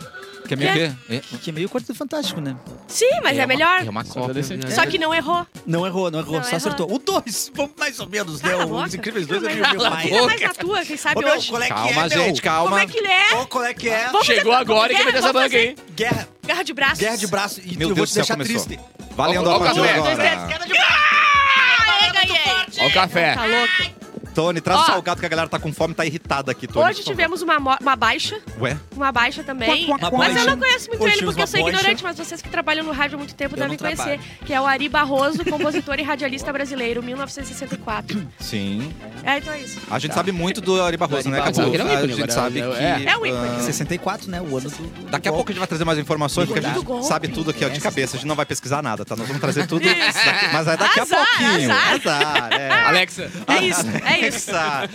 Speaker 2: Que é meio o quê? É.
Speaker 4: que é meio Quarteto Fantástico, né?
Speaker 3: Sim, mas é,
Speaker 5: uma-
Speaker 3: melhor.
Speaker 5: É uma cópia.
Speaker 2: desse-
Speaker 5: né?
Speaker 3: Só que não errou.
Speaker 4: Não errou, não errou,
Speaker 3: Não,
Speaker 4: só
Speaker 3: errou.
Speaker 4: acertou. O dois, vamos mais ou menos,
Speaker 3: Cala
Speaker 4: né?
Speaker 3: a boca.
Speaker 4: Os Incríveis
Speaker 3: Fica
Speaker 4: dois é
Speaker 3: mais-
Speaker 4: meio
Speaker 5: Cala a
Speaker 4: mais.
Speaker 3: Fica mais na tua, quem sabe
Speaker 4: Ô, meu,
Speaker 3: hoje.
Speaker 4: qual é que
Speaker 2: Calma,
Speaker 4: é, meu?
Speaker 2: gente, calma.
Speaker 3: Como é que ele é?
Speaker 4: Ô, qual é que é?
Speaker 3: Vamos
Speaker 5: Chegou
Speaker 3: fazer-
Speaker 5: agora que
Speaker 3: guerra,
Speaker 5: vai ter essa
Speaker 3: vamos
Speaker 5: banca,
Speaker 3: fazer
Speaker 5: hein?
Speaker 4: Guerra,
Speaker 3: Guerra de braços.
Speaker 4: guerra de braço. E
Speaker 2: Meu
Speaker 4: eu vou
Speaker 2: Deus
Speaker 4: te
Speaker 2: do céu,
Speaker 4: deixar
Speaker 2: começou.
Speaker 4: triste.
Speaker 2: Valendo
Speaker 5: Ó,
Speaker 2: a
Speaker 5: ó,
Speaker 2: partir
Speaker 5: café.
Speaker 2: agora.
Speaker 3: Ah, ganhei.
Speaker 5: Ó o café.
Speaker 3: Tá louco.
Speaker 2: Tony, traz o
Speaker 3: Ó.
Speaker 2: salgado que a galera tá com fome, tá irritada aqui, Tony.
Speaker 3: Hoje
Speaker 2: por favor.
Speaker 3: tivemos uma, mo- uma baixa,
Speaker 2: Ué?
Speaker 3: uma baixa também.
Speaker 4: Uma
Speaker 3: Mas eu
Speaker 4: baixa.
Speaker 3: não conheço muito
Speaker 4: Hoje
Speaker 3: ele porque
Speaker 4: uma
Speaker 3: eu sou
Speaker 4: bocha.
Speaker 3: ignorante, mas vocês que trabalham no rádio há muito tempo
Speaker 4: Eu
Speaker 3: devem
Speaker 4: não
Speaker 3: conhecer,
Speaker 4: trabalho.
Speaker 3: que é o Ari Barroso, compositor e radialista brasileiro, 1964.
Speaker 2: Sim.
Speaker 3: É, então é isso.
Speaker 2: A gente sabe muito do Ari Barroso,
Speaker 4: Do Ari
Speaker 2: né,
Speaker 4: Barroso.
Speaker 2: Capu?
Speaker 5: Ele é um
Speaker 2: A
Speaker 5: ícone
Speaker 2: gente
Speaker 5: agora,
Speaker 2: sabe
Speaker 5: né?
Speaker 2: que...
Speaker 5: É.
Speaker 3: É um ícone.
Speaker 2: ah,
Speaker 4: 64, né? O ano do- do
Speaker 2: Daqui a pouco a
Speaker 4: golpe.
Speaker 2: gente vai trazer mais informações, porque a
Speaker 4: Golpe.
Speaker 2: gente sabe tudo aqui ó, de cabeça. A gente não vai pesquisar nada, tá? Nós vamos trazer tudo, daqui- mas é daqui a
Speaker 3: Azar,
Speaker 2: pouquinho.
Speaker 3: azar.
Speaker 2: Azar, é.
Speaker 5: Alexa.
Speaker 3: É isso,
Speaker 2: ah,
Speaker 3: é isso.
Speaker 2: Essa.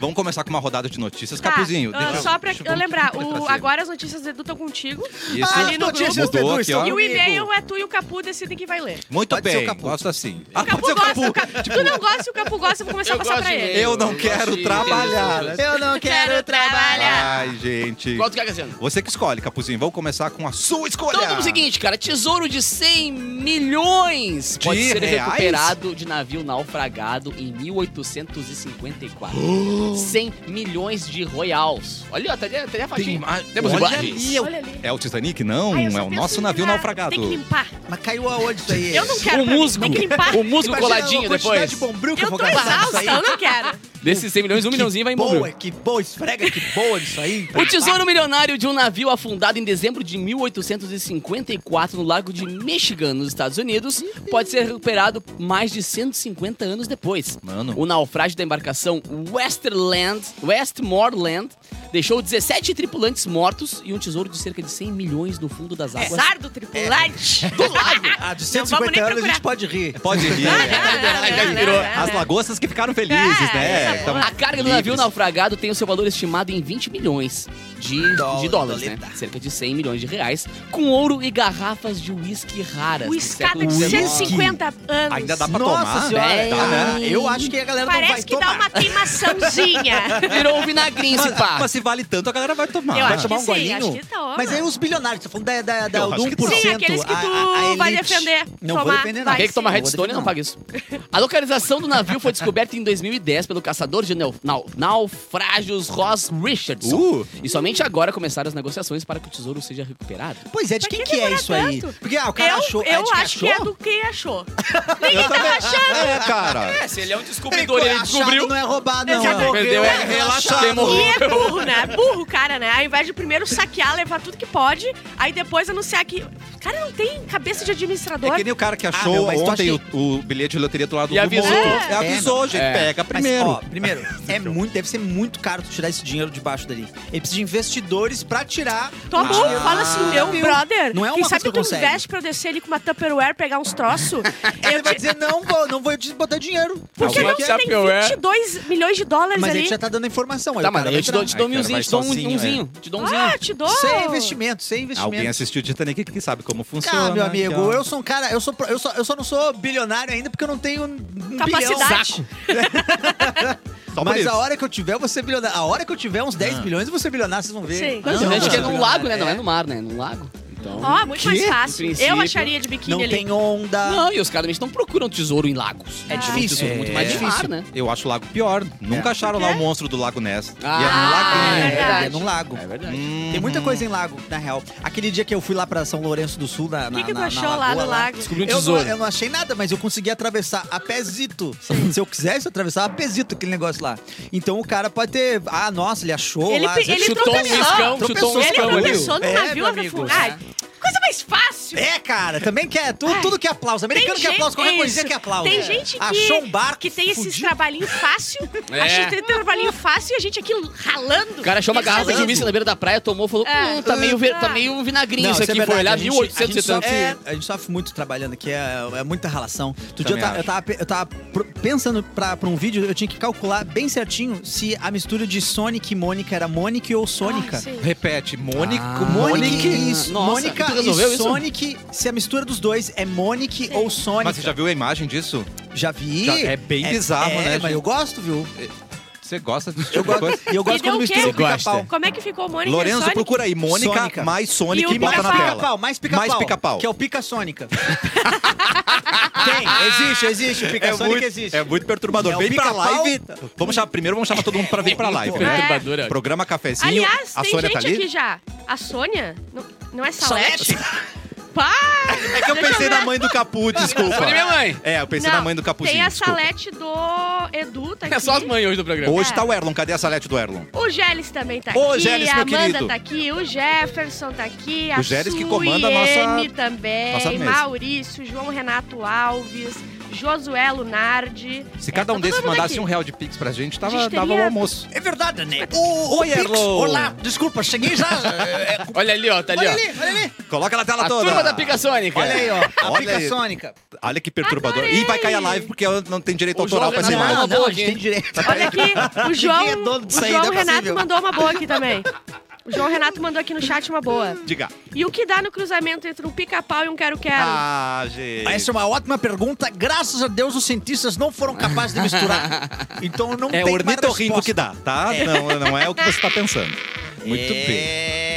Speaker 2: Vamos começar com uma rodada de notícias,
Speaker 3: Tá,
Speaker 2: Capuzinho.
Speaker 3: ah,
Speaker 2: deixa
Speaker 3: só pra
Speaker 2: deixa
Speaker 3: eu lembrar,
Speaker 2: vou
Speaker 3: o-
Speaker 2: trazer.
Speaker 3: agora as notícias do Edu estão contigo. Tá
Speaker 2: Isso.
Speaker 4: Ah,
Speaker 3: ali no
Speaker 4: notícias
Speaker 3: grupo.
Speaker 4: do Edu,
Speaker 2: Mudou aqui, ó.
Speaker 3: E o
Speaker 4: comigo.
Speaker 3: e-mail é tu e o Capu decidem quem vai ler.
Speaker 2: Muito
Speaker 4: Pode ser
Speaker 2: bem,
Speaker 4: o Capu.
Speaker 2: gosto assim.
Speaker 3: O Capu gosta, o Capu- tu não gosta e o Capu gosta, eu vou começar a
Speaker 5: Eu
Speaker 3: passar
Speaker 5: gosto
Speaker 3: pra
Speaker 5: de
Speaker 3: ele.
Speaker 5: e-mail.
Speaker 2: Eu não
Speaker 5: Eu
Speaker 2: quero
Speaker 5: gosto de-
Speaker 2: trabalhar.
Speaker 5: Eu
Speaker 4: Eu não quero trabalhar.
Speaker 2: Ai, gente.
Speaker 5: Qual tu quer, Cassiano?
Speaker 2: Você que escolhe, Capuzinho. Vamos começar com a sua escolha.
Speaker 5: Então vamos o seguinte, cara. Tesouro de 100 milhões pode
Speaker 2: De
Speaker 5: ser
Speaker 2: reais?
Speaker 5: recuperado de navio naufragado em 1854. 100 milhões de royals. Olha, tá ali, tá ali a
Speaker 2: Tem
Speaker 5: faixinha.
Speaker 2: mais.
Speaker 5: Temos
Speaker 2: Olha
Speaker 5: imagens.
Speaker 2: ali, é o-
Speaker 3: Olha ali.
Speaker 2: É o Titanic? Não,
Speaker 3: Ai, Ah, eu só
Speaker 2: é o
Speaker 3: penso
Speaker 2: nosso
Speaker 3: em
Speaker 2: navio
Speaker 3: limpar.
Speaker 2: naufragado.
Speaker 3: Tem que limpar.
Speaker 4: Mas caiu aonde isso aí?
Speaker 3: Eu não quero.
Speaker 5: O
Speaker 3: pra mim,
Speaker 5: musgo.
Speaker 3: Tem que limpar.
Speaker 5: O musgo
Speaker 4: Imagina
Speaker 5: coladinho
Speaker 4: a quantidade
Speaker 5: depois.
Speaker 4: de bombril que
Speaker 3: Eu
Speaker 4: vou
Speaker 3: tô
Speaker 4: gastar nisso
Speaker 3: exausta,
Speaker 4: aí.
Speaker 3: eu não quero.
Speaker 5: Desses 100 milhões, um milhãozinho vai embora.
Speaker 4: Boa, que boa, esfrega, que boa isso aí.
Speaker 5: O tesouro milionário de um navio afundado em dezembro de 1854 no lago de Michigan, nos Estados Unidos, pode ser recuperado mais de 150 anos depois.
Speaker 2: Mano.
Speaker 5: O naufrágio da embarcação Westland, Westmoreland deixou 17 tripulantes mortos e um tesouro de cerca de 100 milhões no fundo das águas.
Speaker 3: É Sardo tripulante.
Speaker 4: Ah, de
Speaker 3: Não vamos
Speaker 4: 150
Speaker 3: nem
Speaker 4: anos a gente
Speaker 3: procurar.
Speaker 4: pode rir.
Speaker 2: É, Pode rir. As lagoças que ficaram felizes,
Speaker 3: É,
Speaker 2: né?
Speaker 3: essa
Speaker 2: Tão
Speaker 5: A carga do
Speaker 2: livres.
Speaker 5: navio naufragado tem o seu valor estimado em 20 milhões de,
Speaker 4: Dólar,
Speaker 5: de dólares, né?
Speaker 4: doleta.
Speaker 5: Cerca de 100 milhões de reais, com ouro e garrafas de uísque raras.
Speaker 3: O
Speaker 5: do
Speaker 3: escada
Speaker 5: século
Speaker 3: de
Speaker 5: XIX.
Speaker 3: 150 anos.
Speaker 2: Ainda dá pra
Speaker 4: Nossa
Speaker 2: tomar?
Speaker 4: senhora, tá,
Speaker 5: Dá, né?
Speaker 4: eu acho que a galera não vai
Speaker 3: Parece que
Speaker 4: tomar.
Speaker 3: dá uma queimaçãozinha.
Speaker 5: Virou um vinagrinho, esse pá.
Speaker 2: Ah, Mas se se vale tanto, a galera vai tomar.
Speaker 3: Eu
Speaker 4: Vai
Speaker 3: acho
Speaker 4: tomar
Speaker 3: que
Speaker 4: um
Speaker 3: sim,
Speaker 4: golinho?
Speaker 3: acho que toma.
Speaker 4: Mas aí os bilionários, você tá falando é, da, da, da,
Speaker 2: Eu
Speaker 4: do
Speaker 2: acho que
Speaker 4: 1%.
Speaker 2: toma.
Speaker 3: Sim, aqueles que
Speaker 4: a-
Speaker 3: tu
Speaker 4: um a- a
Speaker 3: vai
Speaker 4: elite.
Speaker 3: defender.
Speaker 4: Não vou
Speaker 3: Tomar,
Speaker 4: defender, não.
Speaker 3: vai.
Speaker 5: Quem é que toma
Speaker 4: sim.
Speaker 5: redstone não paga isso. A localização do navio foi descoberta em 2010 pelo caçador de nau- nau- naufrágios Ross Richardson.
Speaker 2: Uh!
Speaker 5: E somente agora começaram as negociações para que o tesouro seja recuperado.
Speaker 4: Pois é, de
Speaker 3: Pra
Speaker 4: quem
Speaker 3: que
Speaker 4: que é
Speaker 3: demorar
Speaker 4: isso aí?
Speaker 3: tanto?
Speaker 4: Porque ah, o cara
Speaker 3: eu
Speaker 4: achou. é
Speaker 3: eu
Speaker 4: de quem
Speaker 3: acho que é
Speaker 4: achou?
Speaker 3: do quem achou.
Speaker 2: Ninguém tava achando. É, cara.
Speaker 5: se ele é um
Speaker 4: Ele
Speaker 5: descobridor, ele
Speaker 4: achado
Speaker 5: descobriu.
Speaker 4: Não é roubado, não.
Speaker 3: Quem
Speaker 4: é.
Speaker 5: perdeu é
Speaker 4: relaxado.
Speaker 5: quem morreu.
Speaker 3: E é burro, né? Burro, cara, né? Ao invés de primeiro saquear, levar tudo que pode, aí depois anunciar que. Cara, não tem cabeça de administrador.
Speaker 2: É que nem o cara que
Speaker 4: Ah, meu,
Speaker 2: achou
Speaker 4: mas tu
Speaker 2: ontem
Speaker 4: acha-
Speaker 2: o, o bilhete de loteria do lado
Speaker 5: E
Speaker 2: do
Speaker 5: avisou.
Speaker 2: morto.
Speaker 3: É.
Speaker 2: avisou, gente.
Speaker 5: É.
Speaker 2: Pega
Speaker 4: Mas,
Speaker 2: primeiro.
Speaker 4: ó, primeiro, é muito, deve ser muito caro tu tirar esse dinheiro debaixo dali. Ele precisa de investidores pra tirar.
Speaker 3: Tá
Speaker 4: o
Speaker 3: bom,
Speaker 4: dinheiro. Ah,
Speaker 3: fala assim, meu
Speaker 4: Viu?
Speaker 3: brother.
Speaker 4: Não é uma
Speaker 3: quem
Speaker 4: coisa
Speaker 3: sabe
Speaker 4: que eu
Speaker 3: tu
Speaker 4: consegue.
Speaker 3: investe pra eu descer ali com uma Tupperware pegar uns troços?
Speaker 4: Aí Ele vai dizer, não vou, não vou te botar dinheiro.
Speaker 3: Porque
Speaker 5: Alguma
Speaker 3: não,
Speaker 5: que
Speaker 3: você tem
Speaker 5: Tupperware.
Speaker 3: 22 milhões de dólares
Speaker 4: Mas
Speaker 3: ali.
Speaker 4: ele já tá dando a informação. aí
Speaker 5: Tá,
Speaker 4: o cara
Speaker 5: mano,
Speaker 4: vai
Speaker 5: eu te dou,
Speaker 4: tirar.
Speaker 5: te dou
Speaker 2: Ai, cara,
Speaker 5: milzinho,
Speaker 2: vai
Speaker 5: te dou um-
Speaker 2: sozinho,
Speaker 5: umzinho, te dou umzinho.
Speaker 3: Ah, te dou.
Speaker 4: Sem investimento, sem investimento.
Speaker 2: Alguém assistiu Titanic que sabe como
Speaker 5: é
Speaker 2: funciona. então.
Speaker 4: Ah, meu amigo,
Speaker 2: aqui, ó.
Speaker 4: eu sou um cara, eu sou pro- eu só, eu só não sou bilionário ainda porque eu não tenho um bilhão.
Speaker 3: Capacidade.
Speaker 2: Só por
Speaker 4: Mas
Speaker 2: isso. Ah.
Speaker 4: a hora que eu tiver, eu vou ser bilionário. A hora que eu tiver uns 10 bilhões, eu vou ser bilionário, é vocês vão ver.
Speaker 3: Sim.
Speaker 5: Não, a gente
Speaker 4: eu
Speaker 5: quer
Speaker 4: sou
Speaker 5: num
Speaker 4: bilionário,
Speaker 5: lago, né? Não é no mar, né? Num lago. Então.
Speaker 3: Ó, muito mais
Speaker 4: Que?
Speaker 5: No
Speaker 3: fácil. Eu
Speaker 5: princípio,
Speaker 3: acharia de biquíni
Speaker 4: Não
Speaker 3: ali.
Speaker 4: tem onda.
Speaker 5: Não, e os caras não procuram tesouro em lagos.
Speaker 4: É
Speaker 5: Procuram
Speaker 4: difícil.
Speaker 5: tesouro muito
Speaker 4: É.
Speaker 5: mais de mar,
Speaker 2: Difícil.
Speaker 5: né?
Speaker 2: Eu acho o lago pior. Nunca acharam lá o monstro do lago Ness. e é um
Speaker 5: Ah,
Speaker 3: é
Speaker 2: laguinho.
Speaker 3: verdade.
Speaker 4: É num lago.
Speaker 5: É verdade.
Speaker 2: Hum.
Speaker 4: Tem muita coisa em lago, na real. Aquele dia que eu fui lá pra São Lourenço do Sul, na, na,
Speaker 3: O que, que tu
Speaker 4: na- na
Speaker 3: achou lá
Speaker 4: lagoa
Speaker 3: no lago?
Speaker 5: Descobriu um
Speaker 4: Eu não,
Speaker 5: tesouro.
Speaker 4: eu não achei nada, mas eu consegui atravessar a pézito. Se eu quisesse, eu atravessava a pézito aquele negócio lá. Então o cara pode ter. Ah, nossa, ele achou
Speaker 3: Ele
Speaker 4: lá.
Speaker 3: pe- ele
Speaker 5: chutou um
Speaker 3: tropeçou.
Speaker 5: iscão, chutou um
Speaker 4: Tropeçou.
Speaker 3: Ele
Speaker 5: iscão. ali.
Speaker 3: tropeçou no
Speaker 4: É,
Speaker 3: navio
Speaker 4: meu
Speaker 3: é,
Speaker 4: amigo.
Speaker 3: afundado. Coisa mais fácil.
Speaker 4: É, cara, também quer. Tu,
Speaker 3: Ai,
Speaker 4: tudo que aplauso. Americano
Speaker 3: Tem
Speaker 4: que aplausa,
Speaker 3: gente-
Speaker 4: qualquer
Speaker 3: é
Speaker 4: coisinha
Speaker 3: isso.
Speaker 4: que aplausa.
Speaker 3: Tem gente que,
Speaker 4: Achou um barco.
Speaker 3: que tem esses
Speaker 4: fudido.
Speaker 3: trabalhinhos fácil.
Speaker 5: É.
Speaker 3: A gente tem trabalhinho fácil e a gente aqui ralando.
Speaker 5: O cara achou uma garrafa de
Speaker 4: Falando.
Speaker 5: uísque na beira da praia, tomou, falou,
Speaker 3: É.
Speaker 5: hum, tá meio, ver- tá
Speaker 3: Ah.
Speaker 5: meio vinagrinho
Speaker 4: Não,
Speaker 5: isso aqui,
Speaker 4: é
Speaker 5: foi
Speaker 4: verdade.
Speaker 5: olhar,
Speaker 4: A gente-
Speaker 5: 1800 e um.
Speaker 4: a gente
Speaker 5: tanto.
Speaker 4: sofre- é, a gente sofre muito trabalhando aqui, é, é muita ralação. Outro dia
Speaker 2: Também
Speaker 4: eu, tava, eu
Speaker 2: acho.
Speaker 4: tava pe- eu tava pro- pensando pra, pra um vídeo, eu tinha que calcular bem certinho se a mistura de Sonic e Mônica era Mônica ou Sônica.
Speaker 3: Ai, sim.
Speaker 2: Repete, Mônica.
Speaker 5: Ah.
Speaker 4: Mônica e,
Speaker 5: Nossa,
Speaker 4: Mônica
Speaker 5: tu
Speaker 4: e
Speaker 5: resolveu isso?
Speaker 4: Sonic, se a mistura dos dois é Mônica ou Sonic.
Speaker 2: Mas você já viu a imagem disso?
Speaker 4: Já vi.
Speaker 2: Já- é bem bizarro,
Speaker 4: é,
Speaker 2: né,
Speaker 4: Mas
Speaker 2: gente?
Speaker 4: eu gosto, viu?
Speaker 2: Você gosta desse tipo
Speaker 4: Eu
Speaker 2: de
Speaker 4: gosto.
Speaker 2: coisa?
Speaker 4: E eu gosto
Speaker 3: deu
Speaker 4: quando
Speaker 3: o
Speaker 4: mistura
Speaker 3: quê?
Speaker 4: o pica-pau.
Speaker 3: Como é que ficou o Mônica e
Speaker 2: Lorenzo,
Speaker 3: Sonic?
Speaker 2: procura aí. Mônica
Speaker 4: Sônica.
Speaker 2: mais
Speaker 3: E
Speaker 2: Sonic
Speaker 3: o
Speaker 2: e, bota na
Speaker 3: pica-pau.
Speaker 2: tela.
Speaker 4: Pica-pau, mais pica-pau.
Speaker 2: Mais pica-pau.
Speaker 4: Que é o pica Sônica. Tem, existe, existe. O pica
Speaker 2: É
Speaker 4: Sônica
Speaker 2: muito,
Speaker 4: existe.
Speaker 2: é muito perturbador.
Speaker 4: É o
Speaker 2: Vem pra
Speaker 4: pica-pau.
Speaker 2: live. Vamos chamar, primeiro vamos chamar todo mundo pra vir pra live,
Speaker 5: Muito
Speaker 2: né?
Speaker 5: perturbador, olha.
Speaker 2: Programa Cafezinho.
Speaker 3: Aliás,
Speaker 2: a
Speaker 3: tem
Speaker 2: Sônia
Speaker 3: gente
Speaker 2: tá ali.
Speaker 3: aqui já. A Sônia? Não, não é Salete? Pá!
Speaker 2: É que eu pensei na mãe do Capu, desculpa.
Speaker 5: Sônia é minha mãe.
Speaker 2: É, eu pensei na mãe do Capuzinho.
Speaker 3: Tem a
Speaker 2: desculpa.
Speaker 3: Salete do Edu, tá aqui.
Speaker 5: É só as mães hoje do programa.
Speaker 2: Hoje
Speaker 3: É.
Speaker 2: tá o Erlon. Cadê a Salete do Erlon?
Speaker 3: O Gélis também tá
Speaker 2: Ô,
Speaker 3: aqui,
Speaker 2: Gélis,
Speaker 3: a
Speaker 2: meu
Speaker 3: Amanda
Speaker 2: querido.
Speaker 3: tá aqui, o Jefferson tá aqui, a
Speaker 2: O Gélis que comanda a nossa-
Speaker 3: Suiene também,
Speaker 2: nossa mesa.
Speaker 3: Maurício, João Renato Alves, Josué Lunardi.
Speaker 2: Se
Speaker 3: É,
Speaker 2: cada
Speaker 3: tá
Speaker 2: um desses
Speaker 3: todo mundo
Speaker 2: mandasse
Speaker 3: aqui.
Speaker 2: um real de Pix pra gente, tava,
Speaker 3: gente
Speaker 2: dava o
Speaker 3: teria-
Speaker 2: almoço.
Speaker 4: É verdade, né? O,
Speaker 2: Oi,
Speaker 4: Pix-
Speaker 2: Erlon.
Speaker 4: Olá, desculpa, cheguei já. É, é,
Speaker 5: Olha ali, ó, tá ali,
Speaker 4: olha
Speaker 5: ó.
Speaker 4: ali, olha ali.
Speaker 2: Coloca na tela
Speaker 5: A
Speaker 2: toda.
Speaker 5: turma da Pica Sônica.
Speaker 4: Olha aí, ó. A
Speaker 2: Olha
Speaker 4: pica
Speaker 2: aí.
Speaker 4: Sônica.
Speaker 2: Olha que perturbador.
Speaker 3: Adorei.
Speaker 2: Ih, vai cair a live porque eu não tenho direito
Speaker 5: O
Speaker 2: autoral pra
Speaker 4: Tá
Speaker 5: João tá
Speaker 2: essa imagem.
Speaker 5: Renato- uma boa
Speaker 4: a gente
Speaker 5: aqui.
Speaker 4: tem direito.
Speaker 3: Olha aqui, o João,
Speaker 4: é dono disso
Speaker 3: o
Speaker 4: aí,
Speaker 3: João
Speaker 4: não é possível.
Speaker 3: Renato mandou uma boa aqui também. O João Renato mandou aqui no chat uma boa.
Speaker 2: Diga.
Speaker 3: E o que dá no cruzamento entre um pica-pau e um
Speaker 5: É.
Speaker 3: quero-quero?
Speaker 2: Ah, gente.
Speaker 4: Essa é uma ótima pergunta. Graças a Deus, os cientistas não foram capazes de misturar. Então não
Speaker 2: É
Speaker 4: tem
Speaker 2: o
Speaker 4: mais
Speaker 2: ornitorrinco
Speaker 4: resposta.
Speaker 2: que dá, tá? Não, não é o que você tá pensando. Muito bem.
Speaker 4: É.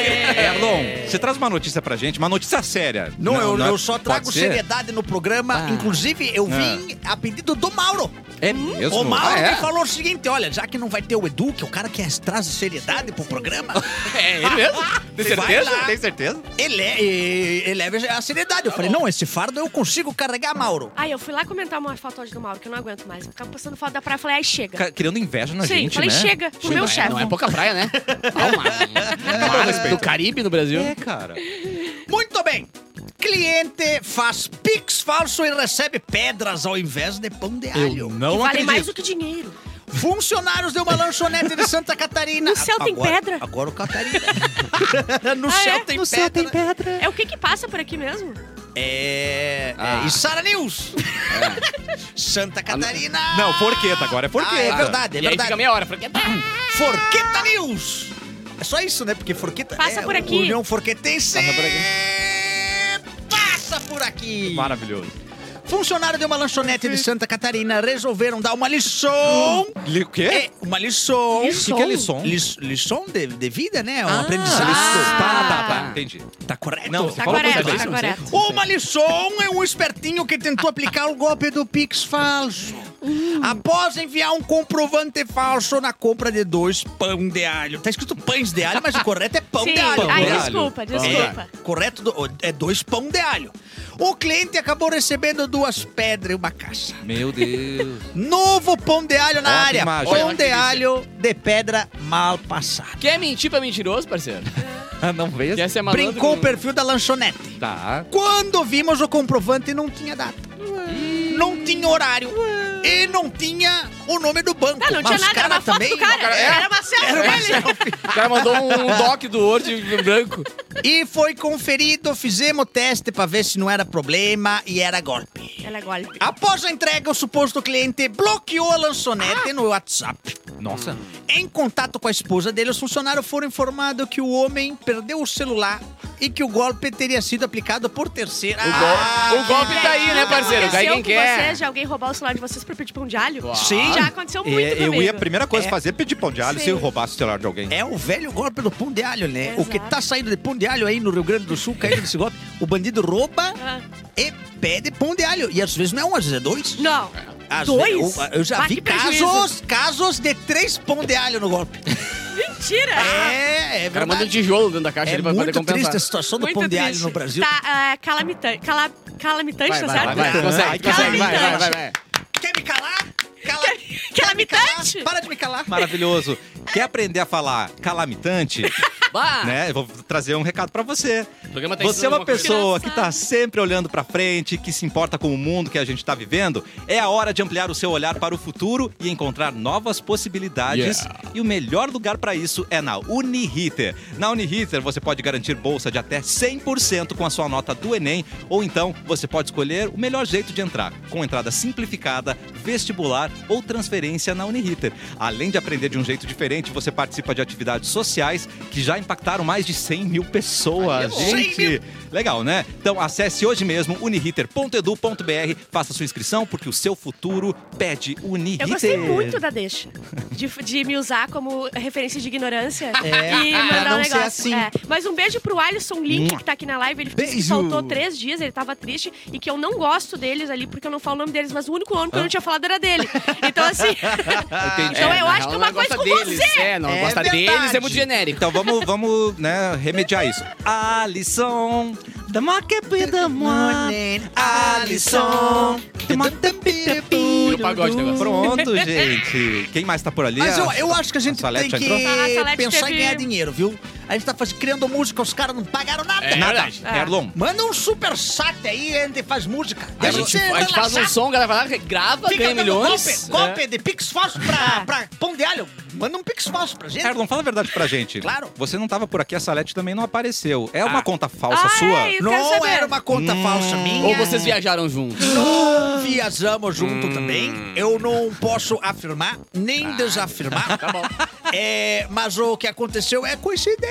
Speaker 2: Erlon, você traz uma notícia pra gente, uma notícia séria.
Speaker 4: Não, eu,
Speaker 2: é-
Speaker 4: eu só
Speaker 2: pode
Speaker 4: trago
Speaker 2: ser? Ah.
Speaker 4: seriedade no programa.
Speaker 5: Ah.
Speaker 4: Inclusive, eu vim a pedido do Mauro.
Speaker 2: É mesmo?
Speaker 4: O Mauro
Speaker 2: Ah,
Speaker 4: me
Speaker 2: é?
Speaker 4: falou o seguinte: olha, já que não vai ter o Edu, que é o cara que as- traz seriedade pro programa,
Speaker 5: É ele mesmo? Tem
Speaker 4: Vai
Speaker 5: certeza?
Speaker 4: lá.
Speaker 2: Tem certeza?
Speaker 4: ele, é, e- ele é a seriedade. Eu
Speaker 2: Tá
Speaker 4: falei: não, esse fardo eu consigo carregar, Mauro.
Speaker 3: Ai, eu fui lá comentar uma foto hoje do Mauro, que eu não aguento mais. Eu ficava postando foto da praia e falei, ai, chega.
Speaker 2: Ca- Criando inveja na
Speaker 3: Sim,
Speaker 2: gente,
Speaker 3: falei,
Speaker 2: né?
Speaker 3: chega, pro
Speaker 5: Não
Speaker 3: meu
Speaker 5: é-
Speaker 3: chefe.
Speaker 5: Não é pouca praia, né? Calma.
Speaker 2: Acabou o
Speaker 5: Mar do
Speaker 2: respeito.
Speaker 5: Caribe no Brasil.
Speaker 2: É, cara.
Speaker 4: Muito bem. Cliente faz pix falso e recebe pedras ao invés de pão de alho.
Speaker 2: Não
Speaker 3: que vale
Speaker 2: acredito.
Speaker 3: mais do que dinheiro.
Speaker 4: Funcionários de uma lanchonete de Santa Catarina.
Speaker 3: No céu tem
Speaker 4: Agora-
Speaker 3: pedra?
Speaker 4: Agora o Catarina. no
Speaker 3: Ah,
Speaker 4: céu
Speaker 3: é?
Speaker 4: tem
Speaker 3: No
Speaker 4: pedra. né?
Speaker 3: É o que que passa por aqui mesmo?
Speaker 4: É.
Speaker 5: Ah.
Speaker 4: é e Sara News. Santa Catarina.
Speaker 2: É. Não, forqueta, agora é forqueta.
Speaker 4: Ah, é verdade, é
Speaker 5: E aí fica
Speaker 4: verdade.
Speaker 5: meia hora. porque-
Speaker 4: Forqueta News. É só isso, né? Porque Forqueta.
Speaker 3: Passa
Speaker 4: é,
Speaker 3: por aqui.
Speaker 4: União Forquetense.
Speaker 5: Passa por
Speaker 4: Passa por aqui.
Speaker 2: Maravilhoso.
Speaker 4: Funcionário de uma lanchonete de Santa Catarina resolveram dar uma lição.
Speaker 2: Li- O quê?
Speaker 4: É, uma lição.
Speaker 2: O que, que é lição?
Speaker 4: Lis- lição de, de vida, né? Um
Speaker 5: Ah,
Speaker 4: aprendizado.
Speaker 5: lição.
Speaker 2: Tá, tá, tá. Entendi.
Speaker 4: Tá correto?
Speaker 2: Não,
Speaker 3: Tá
Speaker 2: Fala
Speaker 3: correto,
Speaker 2: português,
Speaker 3: tá
Speaker 5: não sei.
Speaker 3: correto.
Speaker 4: Uma lição é um espertinho que tentou aplicar o golpe do Pix falso. Após enviar um comprovante falso na compra de dois pão de alho. Tá escrito pães de alho, mas o correto é pão
Speaker 3: Sim,
Speaker 4: de alho.
Speaker 3: ai,
Speaker 2: de alho.
Speaker 3: desculpa, desculpa.
Speaker 4: É, correto, do- é dois pão de alho. O cliente acabou recebendo duas pedras e uma caixa.
Speaker 2: Meu Deus.
Speaker 4: Novo pão de alho na
Speaker 2: Ó, que
Speaker 4: área.
Speaker 2: imagem.
Speaker 4: Pão
Speaker 5: Olha que
Speaker 4: de
Speaker 5: delícia.
Speaker 4: alho de pedra mal passada.
Speaker 5: Quer mentir pra mentiroso, parceiro?
Speaker 2: Ah, não veio?
Speaker 5: Quer ser malandro?
Speaker 4: Brincou o
Speaker 5: com-
Speaker 4: perfil da lanchonete.
Speaker 2: Tá.
Speaker 4: Quando vimos o comprovante, não tinha data. Não tinha horário. E não tinha o nome do banco.
Speaker 3: Não, não tinha
Speaker 4: Mas
Speaker 3: nada, era
Speaker 4: cara é.
Speaker 3: uma foto
Speaker 4: também-
Speaker 3: do cara. Era uma selfie dele.
Speaker 5: O cara mandou um doc do Word branco.
Speaker 4: E foi conferido, fizemos o teste pra ver se não era problema e era golpe.
Speaker 3: Ela é golpe.
Speaker 4: Após a entrega, o suposto cliente bloqueou a
Speaker 3: Ah.
Speaker 4: lanchonete no WhatsApp. Hum.
Speaker 2: Nossa.
Speaker 4: Em contato com a esposa dele, os funcionários foram informados que o homem perdeu o celular e que o golpe teria sido aplicado por terceiro.
Speaker 5: O,
Speaker 4: Ah,
Speaker 5: gol- o golpe tá aí, né, parceiro? Cai
Speaker 3: Aconteceu
Speaker 5: quem
Speaker 3: com
Speaker 5: quer.
Speaker 3: vocês de alguém roubar o celular de vocês pra pedir pão de alho?
Speaker 5: Claro.
Speaker 4: Sim.
Speaker 3: Já aconteceu muito
Speaker 2: É, eu
Speaker 3: comigo.
Speaker 2: ia, a primeira coisa
Speaker 4: É.
Speaker 2: a fazer é pedir pão de alho se
Speaker 3: Sim.
Speaker 2: eu roubasse o celular de alguém.
Speaker 4: É o velho golpe do pão de alho, né?
Speaker 3: Exato.
Speaker 4: O que tá saindo de pão de alho aí no Rio Grande do Sul, caindo nesse golpe. O bandido rouba
Speaker 3: Ah.
Speaker 4: e pede pão de alho. E às vezes não é um, às vezes é dois.
Speaker 3: Não.
Speaker 4: Às
Speaker 3: Dois?
Speaker 4: vezes- eu, eu já
Speaker 3: Mas
Speaker 4: vi
Speaker 3: que prejuízo.
Speaker 4: casos, casos de três pão de alho no golpe.
Speaker 3: Mentira! Ah,
Speaker 4: É, é
Speaker 5: O cara manda um
Speaker 4: verdade.
Speaker 5: tijolo dentro da caixa,
Speaker 4: É
Speaker 5: ele vai poder
Speaker 4: muito
Speaker 5: compensar.
Speaker 4: triste a situação do
Speaker 3: Muito
Speaker 4: pão de alho
Speaker 3: triste.
Speaker 4: no Brasil.
Speaker 3: Tá, ah, calamita- cala- calamitante,
Speaker 4: Vai,
Speaker 3: tá
Speaker 4: vai,
Speaker 5: Vai,
Speaker 3: certo?
Speaker 5: vai, consegue, consegue, vai, vai, vai, vai.
Speaker 4: Quer me calar? Cala.
Speaker 3: Quer-
Speaker 4: Quer me calar?
Speaker 3: calamitante?
Speaker 4: Para de me calar.
Speaker 2: Maravilhoso. Quer aprender a falar calamitante?
Speaker 5: Bah,
Speaker 2: né? Eu vou trazer um recado pra você.
Speaker 5: O programa tá
Speaker 2: Você é
Speaker 5: ensinando
Speaker 2: uma
Speaker 5: alguma coisa.
Speaker 2: pessoa que tá
Speaker 3: Engraçado.
Speaker 2: sempre olhando pra frente, que se importa com o mundo que a gente tá vivendo. É a hora de ampliar o seu olhar para o futuro e encontrar novas possibilidades.
Speaker 5: Yeah.
Speaker 2: E o melhor lugar pra isso é na Uniriter. Na Uniriter você pode garantir bolsa de até 100% com a sua nota do Enem, ou então você pode escolher o melhor jeito de entrar, com entrada simplificada, vestibular ou transferência na Uniriter. Além de aprender de um jeito diferente, você participa de atividades sociais que já impactaram mais de 100 mil pessoas.
Speaker 5: Aí é
Speaker 4: bom. 100
Speaker 2: Gente, legal, né? Então acesse hoje mesmo uniriter.edu.br, faça sua inscrição porque o seu futuro pede Uniriter.
Speaker 3: Eu gostei muito da deixa. De, de me usar como referência de ignorância
Speaker 4: É,
Speaker 3: e
Speaker 4: pra
Speaker 3: mandar um
Speaker 4: não ser
Speaker 3: negócio.
Speaker 4: assim.
Speaker 3: É. Mas um beijo pro Alisson Link, que tá aqui na live. Ele disse que
Speaker 4: Beijo.
Speaker 3: faltou três dias, ele tava triste e que eu não gosto deles ali, porque eu não falo o nome deles, mas o único nome que eu não tinha falado era dele. Então, assim. então eu
Speaker 5: na real,
Speaker 3: acho que é uma
Speaker 5: não
Speaker 3: coisa
Speaker 5: gosta
Speaker 3: com
Speaker 5: deles,
Speaker 3: você.
Speaker 5: É, não
Speaker 4: É
Speaker 5: gosta
Speaker 4: verdade.
Speaker 5: deles, é muito genérico.
Speaker 2: Então vamos, vamos né, remediar isso. Alisson, da Alisson.
Speaker 5: E o pagode né, do negócio.
Speaker 2: Pronto, gente. Quem mais tá por ali?
Speaker 4: Mas eu,
Speaker 5: Ah,
Speaker 4: eu
Speaker 2: A-
Speaker 4: acho que a gente
Speaker 2: a Salete
Speaker 4: tem
Speaker 2: já
Speaker 4: que
Speaker 2: entrou?
Speaker 3: Ah, a Salete
Speaker 4: pensar em
Speaker 3: teve-
Speaker 4: ganhar dinheiro, viu? A gente tá faz- criando música, os caras não pagaram nada.
Speaker 5: É verdade.
Speaker 3: Ah.
Speaker 2: Erlon.
Speaker 4: Manda um super chat aí, a gente faz música.
Speaker 5: A gente,
Speaker 4: você
Speaker 5: a gente faz
Speaker 4: relaxar.
Speaker 5: um som, grava, grava
Speaker 4: Fica
Speaker 5: ganha
Speaker 4: dando
Speaker 5: milhões.
Speaker 4: um
Speaker 5: né? É.
Speaker 4: Golpe, golpe de pix falso pra, pra pão de alho. Manda um pix falso pra gente.
Speaker 5: Tá
Speaker 2: Erlon, fala a verdade pra gente.
Speaker 4: Claro.
Speaker 2: Você não tava por aqui, a Salete também não apareceu. É uma
Speaker 5: Ah.
Speaker 2: conta falsa
Speaker 3: Ah,
Speaker 2: sua?
Speaker 3: é isso. Eu quero
Speaker 4: Não
Speaker 3: saber.
Speaker 4: era uma conta falsa minha.
Speaker 5: Ou vocês viajaram juntos.
Speaker 4: Não viajamos junto também. Eu não posso afirmar, nem desafirmar.
Speaker 5: Tá bom.
Speaker 4: É, mas o que aconteceu é coincidência.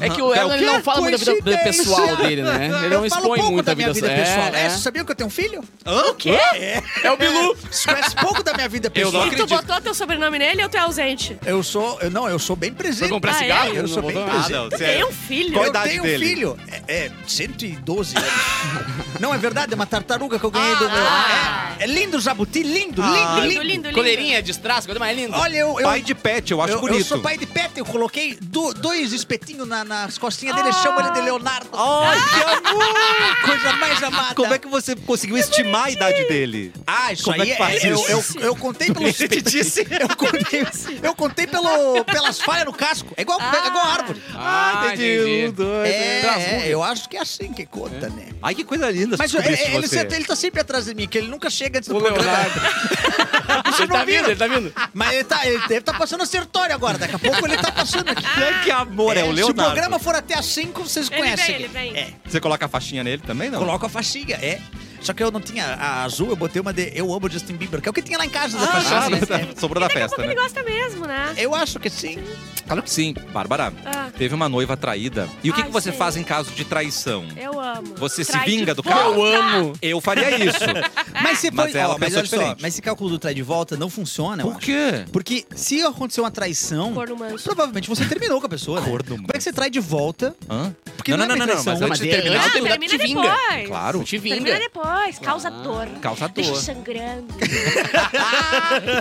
Speaker 5: É que o
Speaker 2: É o
Speaker 5: Elon ele não
Speaker 4: quê?
Speaker 5: fala muito da vida
Speaker 4: Coincidência.
Speaker 5: pessoal dele, né? Ele não
Speaker 4: eu falo
Speaker 5: expõe
Speaker 4: pouco
Speaker 5: muito
Speaker 4: da
Speaker 5: a
Speaker 4: minha
Speaker 5: vida
Speaker 4: vida
Speaker 5: pessoal.
Speaker 4: pessoal. É,
Speaker 5: É,
Speaker 4: Você sabia que eu tenho um filho?
Speaker 2: O quê?
Speaker 5: é. É o Bilu.
Speaker 4: Você conhece pouco da minha vida
Speaker 2: Eu não
Speaker 4: pessoal.
Speaker 3: E tu botou teu sobrenome nele ou tu é ausente?
Speaker 4: Eu sou, eu não, eu sou bem presente.
Speaker 5: Foi comprar
Speaker 3: Ah, é?
Speaker 5: cigarro?
Speaker 4: Eu sou
Speaker 5: Não
Speaker 4: bem
Speaker 5: botou
Speaker 4: presente.
Speaker 5: nada.
Speaker 2: não,
Speaker 3: Tem
Speaker 2: sério.
Speaker 3: um filho.
Speaker 2: é Qual
Speaker 4: eu
Speaker 2: idade
Speaker 4: tenho
Speaker 2: dele?
Speaker 4: um filho, é, é 112 anos. não, é verdade, é uma tartaruga que eu ganhei do meu.
Speaker 5: Ah.
Speaker 4: É, é lindo jabuti, lindo,
Speaker 2: Ah.
Speaker 4: lindo,
Speaker 3: Lindo,
Speaker 4: lindo.
Speaker 3: lindo, lindo.
Speaker 5: Coleirinha de strass, coisa mais linda.
Speaker 4: Olha, eu, eu,
Speaker 2: Pai de pet, eu acho
Speaker 4: eu,
Speaker 2: bonito.
Speaker 4: eu sou pai de pet, eu coloquei do- dois espetinhos na- nas costinhas dele, eu chamo ele de Leonardo. Ah,
Speaker 2: Ai, que amor!
Speaker 4: Coisa mais amada.
Speaker 2: Como é que você conseguiu estimar a idade dele?
Speaker 4: Ah, isso
Speaker 2: Como é
Speaker 4: aí
Speaker 2: que faz
Speaker 4: eu,
Speaker 2: isso?
Speaker 4: eu, eu contei pelo
Speaker 2: Ele te disse.
Speaker 4: Eu contei, eu contei pelo, pelas falhas no casco. É igual, é igual a árvore.
Speaker 5: Ah, entendi.
Speaker 2: Um, dois. né?
Speaker 4: É, é, eu acho que é assim que conta, né?
Speaker 2: Ai, que coisa linda
Speaker 4: Mas
Speaker 2: descobrir
Speaker 4: ele,
Speaker 2: isso de
Speaker 4: ele,
Speaker 2: você.
Speaker 4: sempre- ele tá sempre atrás de mim, que ele nunca chega antes do
Speaker 5: O
Speaker 4: programa.
Speaker 5: Leonardo.
Speaker 4: Vocês
Speaker 5: Ele
Speaker 4: não
Speaker 5: tá vindo,
Speaker 4: viram?
Speaker 5: ele tá vindo.
Speaker 4: Mas ele tá, ele deve tá passando a sertório agora. Daqui a pouco ele tá passando aqui.
Speaker 2: Ai, que amor, é, o
Speaker 4: Se o
Speaker 2: Leonardo.
Speaker 4: Ah, tipo, programa for até as 5, vocês
Speaker 3: Ele
Speaker 4: conhecem.
Speaker 3: vem, ele vem.
Speaker 4: É,
Speaker 2: Você coloca a faixinha nele também, não?
Speaker 4: coloca a faixinha, é.
Speaker 6: Só que eu não tinha a azul, eu botei uma de Eu Amo Justin Bieber, que é o que tinha lá em casa da
Speaker 5: Ah,
Speaker 2: Ah,
Speaker 6: fachada.
Speaker 2: tá. Sobrou
Speaker 4: é.
Speaker 2: da
Speaker 3: Daqui a pouco
Speaker 2: festa, né?
Speaker 3: ele gosta mesmo, né?
Speaker 6: Eu acho que sim.
Speaker 2: Claro que sim. Bárbara,
Speaker 3: Ah.
Speaker 2: teve uma noiva traída. E o que,
Speaker 3: Ai,
Speaker 2: que você
Speaker 3: sei.
Speaker 2: faz em caso de traição?
Speaker 3: Eu amo.
Speaker 2: Você se
Speaker 3: Trai
Speaker 2: vinga
Speaker 3: de
Speaker 2: do cara?
Speaker 3: volta.
Speaker 5: Eu amo.
Speaker 2: Eu faria isso.
Speaker 3: É.
Speaker 4: Mas se
Speaker 2: Mas
Speaker 4: foi.
Speaker 2: ela
Speaker 4: ó, mas
Speaker 2: pensou
Speaker 4: olha só,
Speaker 2: diferente.
Speaker 4: mas esse cálculo do trai de volta não funciona, eu
Speaker 2: Por
Speaker 4: acho.
Speaker 2: quê?
Speaker 4: Porque se aconteceu uma traição,
Speaker 3: Corno manso.
Speaker 4: provavelmente você terminou com a pessoa. Né?
Speaker 2: Corno
Speaker 4: Como é que você trai de volta?
Speaker 2: Hã?
Speaker 4: Porque
Speaker 2: não,
Speaker 4: não
Speaker 2: não,
Speaker 4: é
Speaker 2: não, não,
Speaker 4: bem
Speaker 2: não,
Speaker 4: traição,
Speaker 2: mas
Speaker 4: né?
Speaker 2: antes de
Speaker 5: Mas
Speaker 2: terminar,
Speaker 5: antes
Speaker 3: Ah,
Speaker 5: de terminar,
Speaker 3: termina
Speaker 5: tu te vinga.
Speaker 3: depois.
Speaker 2: Claro. Ah,
Speaker 5: Te
Speaker 3: Termina
Speaker 5: vinga.
Speaker 3: depois, causa dor.
Speaker 2: causa
Speaker 3: Deixa
Speaker 2: dor.
Speaker 3: sangrando.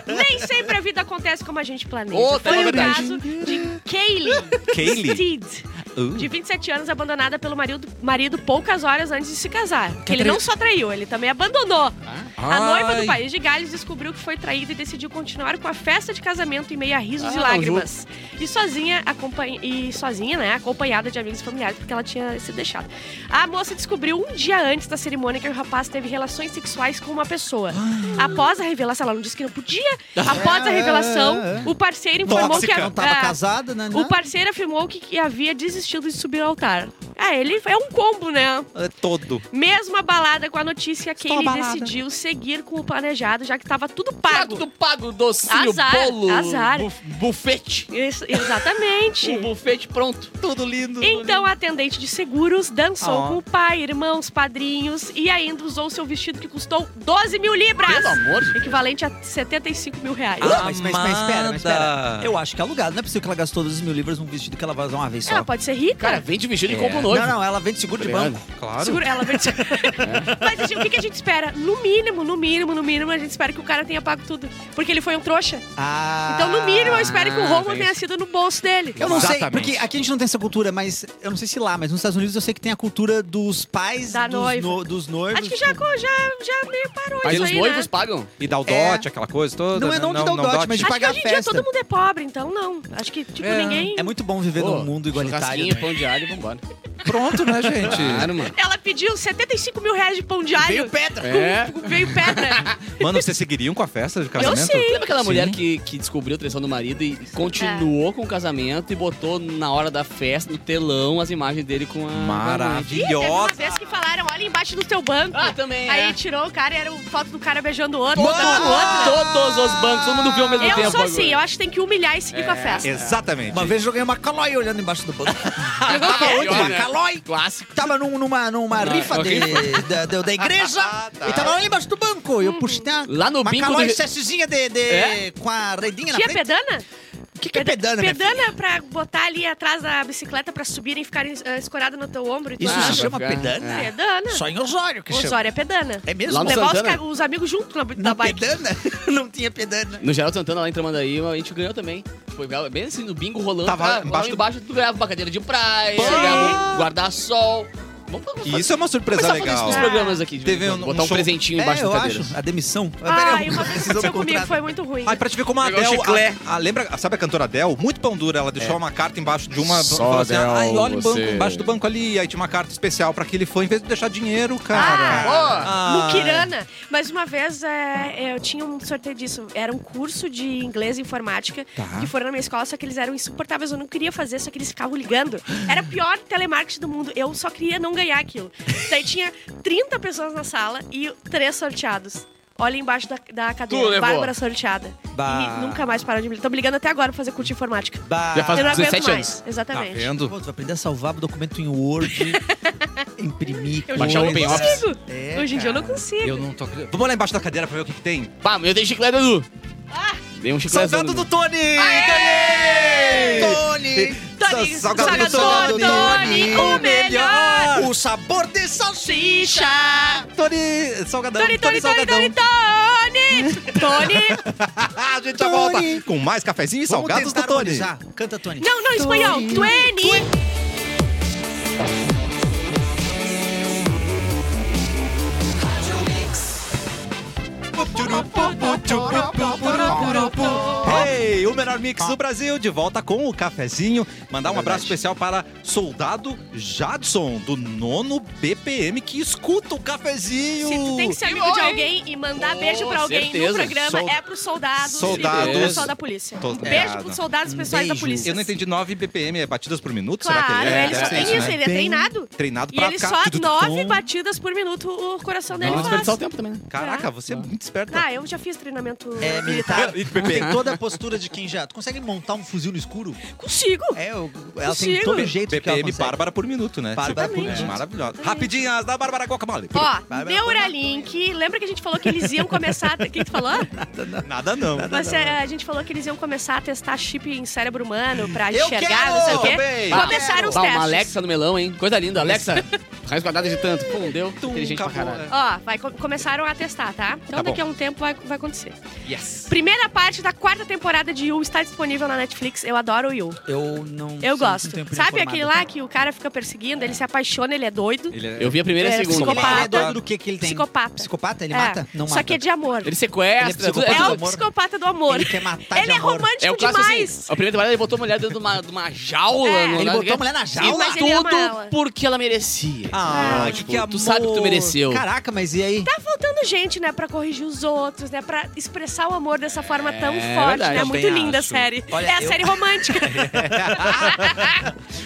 Speaker 3: Nem sempre a vida acontece como a gente planeja.
Speaker 5: Ô, tá
Speaker 3: Foi o
Speaker 5: verdade.
Speaker 3: caso de Kaylee
Speaker 2: Kaylee?
Speaker 3: Steed,
Speaker 2: Uh.
Speaker 3: de 27 anos, abandonada pelo marido, marido poucas horas antes de se casar. Que ele não só traiu, ele também abandonou. A noiva
Speaker 2: Ai.
Speaker 3: do país de Gales descobriu que foi traída e decidiu continuar com a festa de casamento em meio a risos
Speaker 5: Ah,
Speaker 3: e
Speaker 5: não,
Speaker 3: lágrimas. E sozinha, acompanha, e sozinha, né, acompanhada de amigos e familiares, porque ela tinha se deixado. A moça descobriu um dia antes da cerimônia que o rapaz teve relações sexuais com uma pessoa.
Speaker 5: Ah.
Speaker 3: Após a revelação, ela não disse que não podia. Após a revelação,
Speaker 4: Ah, é.
Speaker 3: o parceiro informou
Speaker 2: Tóxica.
Speaker 3: que a,
Speaker 4: Não tava
Speaker 3: é,
Speaker 4: casada, né?
Speaker 3: o parceiro afirmou que, que havia desistido de subir ao altar. Ah, ele é um combo, né?
Speaker 2: É todo.
Speaker 3: Mesmo abalada com a notícia, Kaylee decidiu seguir com o planejado, já que estava tudo pago.
Speaker 5: Pago, tu pago, docinho,
Speaker 3: Azar,
Speaker 5: bolo,
Speaker 3: azar.
Speaker 5: buf- bufete.
Speaker 3: Isso,
Speaker 5: O
Speaker 3: exatamente.
Speaker 5: bufete pronto.
Speaker 4: Tudo lindo.
Speaker 3: Então a atendente de seguros dançou
Speaker 4: Ó.
Speaker 3: com o pai, irmãos, padrinhos e ainda usou seu vestido que custou 12 mil libras.
Speaker 5: Pelo amor de Deus.
Speaker 3: Equivalente a 75 mil reais.
Speaker 4: Ah, mas, mas, mas espera, mas espera.
Speaker 2: Amada.
Speaker 4: Eu acho que é alugado. Não é possível que ela gastou 12 mil livros num vestido que ela vai usar uma vez só.
Speaker 3: Ela pode ser rica.
Speaker 5: Cara, vende vestido e
Speaker 2: É.
Speaker 5: compra um noivo.
Speaker 4: não, não, ela vende seguro de
Speaker 5: Tá
Speaker 4: banco.
Speaker 2: Claro.
Speaker 3: Segura ela, vende. Mas assim, o que que a gente espera? No mínimo, no mínimo, no mínimo, a gente espera que o cara tenha pago tudo. Porque ele foi um trouxa.
Speaker 4: Ah, é
Speaker 3: Então, no mínimo, eu espero que o Romulo
Speaker 2: tem
Speaker 3: tenha sido no bolso dele.
Speaker 4: Eu não sei,
Speaker 2: Exatamente.
Speaker 4: porque aqui a gente não tem essa cultura, mas eu não sei se lá, mas nos Estados Unidos eu sei que tem a cultura dos pais
Speaker 3: Da
Speaker 4: dos,
Speaker 3: noiva.
Speaker 4: no- dos noivos.
Speaker 3: Acho que já, co- já, já meio parou
Speaker 5: Mas
Speaker 3: isso
Speaker 5: os
Speaker 3: aí,
Speaker 5: noivos
Speaker 3: né?
Speaker 5: pagam.
Speaker 2: E dá o
Speaker 4: É.
Speaker 2: dote, aquela coisa toda.
Speaker 4: Não é
Speaker 2: né?
Speaker 4: não que dá o dote, mas de
Speaker 3: Acho que
Speaker 4: pagar
Speaker 3: hoje em
Speaker 4: a
Speaker 3: dia
Speaker 4: festa.
Speaker 3: todo mundo é pobre, então não. Acho que, tipo,
Speaker 2: É.
Speaker 3: ninguém...
Speaker 4: É muito bom viver
Speaker 5: Pô,
Speaker 4: num mundo igualitário. né?
Speaker 5: churrasquinho, pão de alho, vambora.
Speaker 2: Pronto, né, gente?
Speaker 5: Claro, mano.
Speaker 3: Ela pediu 75 mil reais de pão de alho.
Speaker 6: Veio pedra.
Speaker 5: É.
Speaker 3: Com- Veio pedra.
Speaker 2: Ah, Mano, vocês seguiriam com a festa de casamento?
Speaker 3: sei.
Speaker 5: Lembra aquela
Speaker 2: Sim.
Speaker 5: mulher que, que descobriu a traição do marido e continuou com o casamento e botou na hora da festa, no telão, as imagens dele com a.
Speaker 3: Ih, teve uma
Speaker 2: Maravilhosa.
Speaker 3: vez que falaram, olha embaixo do teu banco.
Speaker 5: Ah, também.
Speaker 3: Aí
Speaker 5: é.
Speaker 3: tirou o cara e era o- foto do cara beijando o outro.
Speaker 5: Toda-
Speaker 3: outra com o outro.
Speaker 5: Todos os bancos, todo mundo viu ao mesmo tempo.
Speaker 4: um
Speaker 3: Eu sou
Speaker 5: agora.
Speaker 3: assim, eu acho que tem que humilhar e seguir com a
Speaker 4: É,
Speaker 3: festa.
Speaker 2: Exatamente.
Speaker 4: Uma vez eu joguei uma calói olhando embaixo do banco.
Speaker 5: Tava
Speaker 4: Tava
Speaker 5: onde?
Speaker 4: onde? Uma
Speaker 5: Né?
Speaker 4: calói.
Speaker 5: Clássico.
Speaker 4: Tava num- numa, numa
Speaker 5: Não,
Speaker 4: rifa
Speaker 5: Ah, ok. Ah, tá.
Speaker 4: de- da, da- da igreja e tava lá embaixo do banco. E eu puxei a,
Speaker 5: Lá no
Speaker 4: uma
Speaker 5: bico
Speaker 4: calói
Speaker 5: do-
Speaker 4: cestezinha de, de-
Speaker 5: É?
Speaker 4: com a redinha na
Speaker 3: Tinha
Speaker 4: frente.
Speaker 3: pedana?
Speaker 4: O que, que é pedana, minha filha?
Speaker 3: Pedana pra botar ali atrás da bicicleta pra subirem e ficarem eh, escorada no teu ombro e
Speaker 4: Isso
Speaker 3: tudo.
Speaker 5: Ah,
Speaker 4: se chama
Speaker 5: pra ficar-
Speaker 4: pedana?
Speaker 3: É. Pedana.
Speaker 4: Só em Osório que chama.
Speaker 3: Osório é pedana.
Speaker 4: É mesmo?
Speaker 5: Lá no
Speaker 3: Levar os,
Speaker 5: Santana?
Speaker 3: ca- os amigos junto na, na
Speaker 4: Na
Speaker 3: bike.
Speaker 4: pedana? Não tinha pedana.
Speaker 5: No Geraldo Santana, lá em Tramandaí, a gente ganhou também. Foi bem assim, no bingo rolando.
Speaker 2: Tava
Speaker 5: cara,
Speaker 2: embaixo
Speaker 5: embaixo,
Speaker 2: do-
Speaker 5: embaixo tu ganhava uma cadeira de praia,
Speaker 2: Pô!
Speaker 5: ganhava um guarda-sol. Vamos vamos
Speaker 2: E Isso é uma surpresa
Speaker 5: começar a fazer isso
Speaker 2: legal.
Speaker 5: nos programas aqui. De vez em
Speaker 2: Teve
Speaker 5: quando,
Speaker 2: um- um
Speaker 5: botar um,
Speaker 2: show-
Speaker 5: presentinho embaixo
Speaker 4: é, eu
Speaker 5: da cadeira.
Speaker 4: acho. A demissão.
Speaker 3: Ah, e
Speaker 4: Precisou
Speaker 3: uma vez aconteceu
Speaker 4: do
Speaker 3: comigo,
Speaker 4: contrato.
Speaker 3: foi muito ruim.
Speaker 5: Ah, tá.
Speaker 2: Ai, pra te ver como a
Speaker 5: Pegar o
Speaker 2: Adele.
Speaker 5: chiclete.
Speaker 2: A, a- lembra, sabe a cantora Adele? Muito pão dura, ela
Speaker 4: É.
Speaker 2: deixou uma carta embaixo de uma. falou assim, ai, olha o banco, embaixo do banco ali. Aí tinha uma carta especial pra aquele fã, em vez de deixar dinheiro, cara.
Speaker 5: Ah,
Speaker 2: Ah,
Speaker 3: Mukirana. Mas uma vez é, eu tinha um sorteio disso. Era um curso de inglês e informática
Speaker 2: Tá.
Speaker 3: que foram na minha escola, só que eles eram insuportáveis. Eu não queria fazer, só que eles ficavam ligando. Era o pior telemarketing do mundo. Eu só queria não ganhar aquilo. Daí tinha 30 pessoas na sala e três sorteados. Olha embaixo da, da
Speaker 5: Tu
Speaker 3: cadeira.
Speaker 5: levou.
Speaker 3: Bárbara sorteada.
Speaker 4: Bah.
Speaker 3: E nunca mais pararam de me ligar. Tô me ligando até agora pra fazer curso de informática.
Speaker 4: Bah.
Speaker 5: Já faz-
Speaker 3: eu não aguento
Speaker 5: 17
Speaker 3: mais.
Speaker 5: anos.
Speaker 2: Tá
Speaker 3: Exatamente.
Speaker 2: vendo?
Speaker 4: Pô, tu vai aprender a salvar documento em Word, imprimir.
Speaker 3: Eu
Speaker 5: Baixar
Speaker 3: já
Speaker 5: o
Speaker 3: não
Speaker 5: open
Speaker 4: coisas.
Speaker 5: office.
Speaker 3: consigo.
Speaker 4: É,
Speaker 3: Hoje em dia eu não
Speaker 4: cara.
Speaker 3: consigo.
Speaker 2: Eu não tô. acreditando. Vamos lá embaixo da cadeira pra ver o que, que tem.
Speaker 5: Pá, mas eu tenho chiclete, Edu.
Speaker 3: Ah.
Speaker 5: Dei um chiclete.
Speaker 2: Salgado do Tony!
Speaker 4: Tony!
Speaker 3: Tony,
Speaker 2: Salgado
Speaker 3: salgado
Speaker 2: Tony,
Speaker 3: Tony, o melhor.
Speaker 4: O sabor de salsicha!
Speaker 2: Tony! Salgadão!
Speaker 3: Tony, Tony, Tony,
Speaker 2: salgadão!
Speaker 3: Tony, Tony! Tony!
Speaker 2: Ah, a gente já
Speaker 4: Tony.
Speaker 2: volta com mais cafezinho e salgados
Speaker 4: Vamos
Speaker 2: do
Speaker 4: tentar
Speaker 2: Tony.
Speaker 4: harmonizar. Canta, Tony.
Speaker 3: Não, não, em espanhol. Twenty!
Speaker 2: Ei, o melhor
Speaker 4: Ah.
Speaker 2: mix do Brasil, de volta com o cafezinho. Mandar um
Speaker 7: É
Speaker 2: abraço
Speaker 7: verdade.
Speaker 2: especial para Soldado Jadson, do nono BPM, que escuta o cafezinho.
Speaker 3: Se tu tem que ser amigo de alguém e mandar
Speaker 5: Com
Speaker 3: beijo pra alguém
Speaker 5: certeza.
Speaker 3: no programa,
Speaker 2: Sol-
Speaker 3: é pros soldados, e
Speaker 2: Soldados.
Speaker 3: pro pessoal da polícia.
Speaker 2: Tô-
Speaker 3: Um
Speaker 2: é,
Speaker 3: beijo
Speaker 2: não.
Speaker 3: pros soldados pessoais da
Speaker 4: Beijo.
Speaker 3: polícia.
Speaker 2: Eu não entendi 9 BPM, é batidas por minuto? Será
Speaker 3: Claro,
Speaker 2: que é?
Speaker 3: ele só
Speaker 2: Deve ser
Speaker 3: tem isso,
Speaker 2: né?
Speaker 3: ele é
Speaker 4: Bem-
Speaker 3: treinado.
Speaker 2: Treinado
Speaker 3: E
Speaker 2: pra
Speaker 3: ele
Speaker 2: cá.
Speaker 3: só
Speaker 2: Tudo-
Speaker 3: nove batidas por minuto o coração dele
Speaker 5: Não
Speaker 3: faz.
Speaker 5: desperdiçar o tempo também, né?
Speaker 2: Caraca, você é muito esperto.
Speaker 3: Ah, eu já fiz treinamento.
Speaker 4: É militar.
Speaker 2: E de PP.
Speaker 4: Tem toda a postura de quem já. Tu consegue montar um fuzil no escuro?
Speaker 3: Consigo!
Speaker 4: É, eu- ela
Speaker 3: Consigo.
Speaker 4: tem todo o jeito que ela
Speaker 2: BPM
Speaker 4: consegue.
Speaker 2: Bárbara por minuto, né?
Speaker 4: Bárbara
Speaker 2: Tipo,
Speaker 4: por
Speaker 2: é,
Speaker 4: minuto.
Speaker 2: Maravilhosa. Rapidinhas da Bárbara Guacamole.
Speaker 3: Ó, um Neuralink, lembra que a gente falou que eles iam começar. O que tu falou?
Speaker 2: Nada não.
Speaker 3: Você, a gente falou que eles iam começar a testar chip em cérebro humano pra
Speaker 4: Eu
Speaker 3: enxergar,
Speaker 4: quero
Speaker 3: não sei o quê.
Speaker 2: também.
Speaker 3: Começaram os
Speaker 5: Dá
Speaker 3: testes.
Speaker 5: uma Alexa no melão, hein? Coisa linda, Alexa. Raiz quadrada de tanto. Pum, deu. Inteligente pra
Speaker 2: acabou,
Speaker 5: caralho.
Speaker 2: é.
Speaker 3: Ó, vai, co- começaram a testar, tá? Então
Speaker 2: Tá
Speaker 3: daqui a
Speaker 2: bom.
Speaker 3: um tempo vai, vai acontecer.
Speaker 5: Yes.
Speaker 3: Primeira parte da quarta temporada de You está disponível na Netflix. Eu adoro o You.
Speaker 4: Eu não.
Speaker 3: Eu
Speaker 4: sou
Speaker 3: gosto.
Speaker 4: muito tempo tá? então. de
Speaker 3: Sabe
Speaker 4: informada.
Speaker 3: aquele lá que o cara fica perseguindo, ele se apaixona, ele é doido.
Speaker 2: Ele é-
Speaker 5: Eu vi a primeira e a
Speaker 3: É,
Speaker 5: segunda.
Speaker 4: Ele é
Speaker 3: psicopata.
Speaker 4: doido do que que ele tem?
Speaker 3: Psicopata.
Speaker 4: Psicopata? Ele
Speaker 3: É,
Speaker 4: mata? Não mata.
Speaker 3: Só que é de amor.
Speaker 5: Ele
Speaker 4: Ele é
Speaker 5: sequestra. tudo-
Speaker 4: psicopata
Speaker 5: é
Speaker 3: é
Speaker 4: do
Speaker 3: o
Speaker 5: tudo-
Speaker 4: amor.
Speaker 3: psicopata do amor.
Speaker 4: Ele quer matar
Speaker 3: Ele
Speaker 4: de
Speaker 3: é
Speaker 4: amor.
Speaker 3: romântico
Speaker 5: É o clássico
Speaker 3: demais.
Speaker 5: assim. A primeira temporada ele botou a mulher dentro de uma, de uma jaula.
Speaker 3: É.
Speaker 5: no-
Speaker 4: Ele
Speaker 5: na-
Speaker 4: botou a mulher na
Speaker 5: E
Speaker 4: jaula?
Speaker 3: Mas ele ama
Speaker 5: tudo
Speaker 3: ela.
Speaker 5: porque ela merecia.
Speaker 4: Ah,
Speaker 2: Ah,
Speaker 5: tipo,
Speaker 2: que que
Speaker 5: tu sabe que tu
Speaker 2: amor.
Speaker 5: mereceu.
Speaker 4: Caraca, mas e aí?
Speaker 3: Tá faltando gente, né, pra corrigir os outros, né, pra expressar o amor dessa forma tão
Speaker 5: É
Speaker 3: forte,
Speaker 5: verdade,
Speaker 3: né?
Speaker 5: eu
Speaker 3: Muito
Speaker 2: também
Speaker 3: linda
Speaker 2: acho.
Speaker 3: a série.
Speaker 4: Olha,
Speaker 3: é a
Speaker 4: eu-
Speaker 3: série romântica.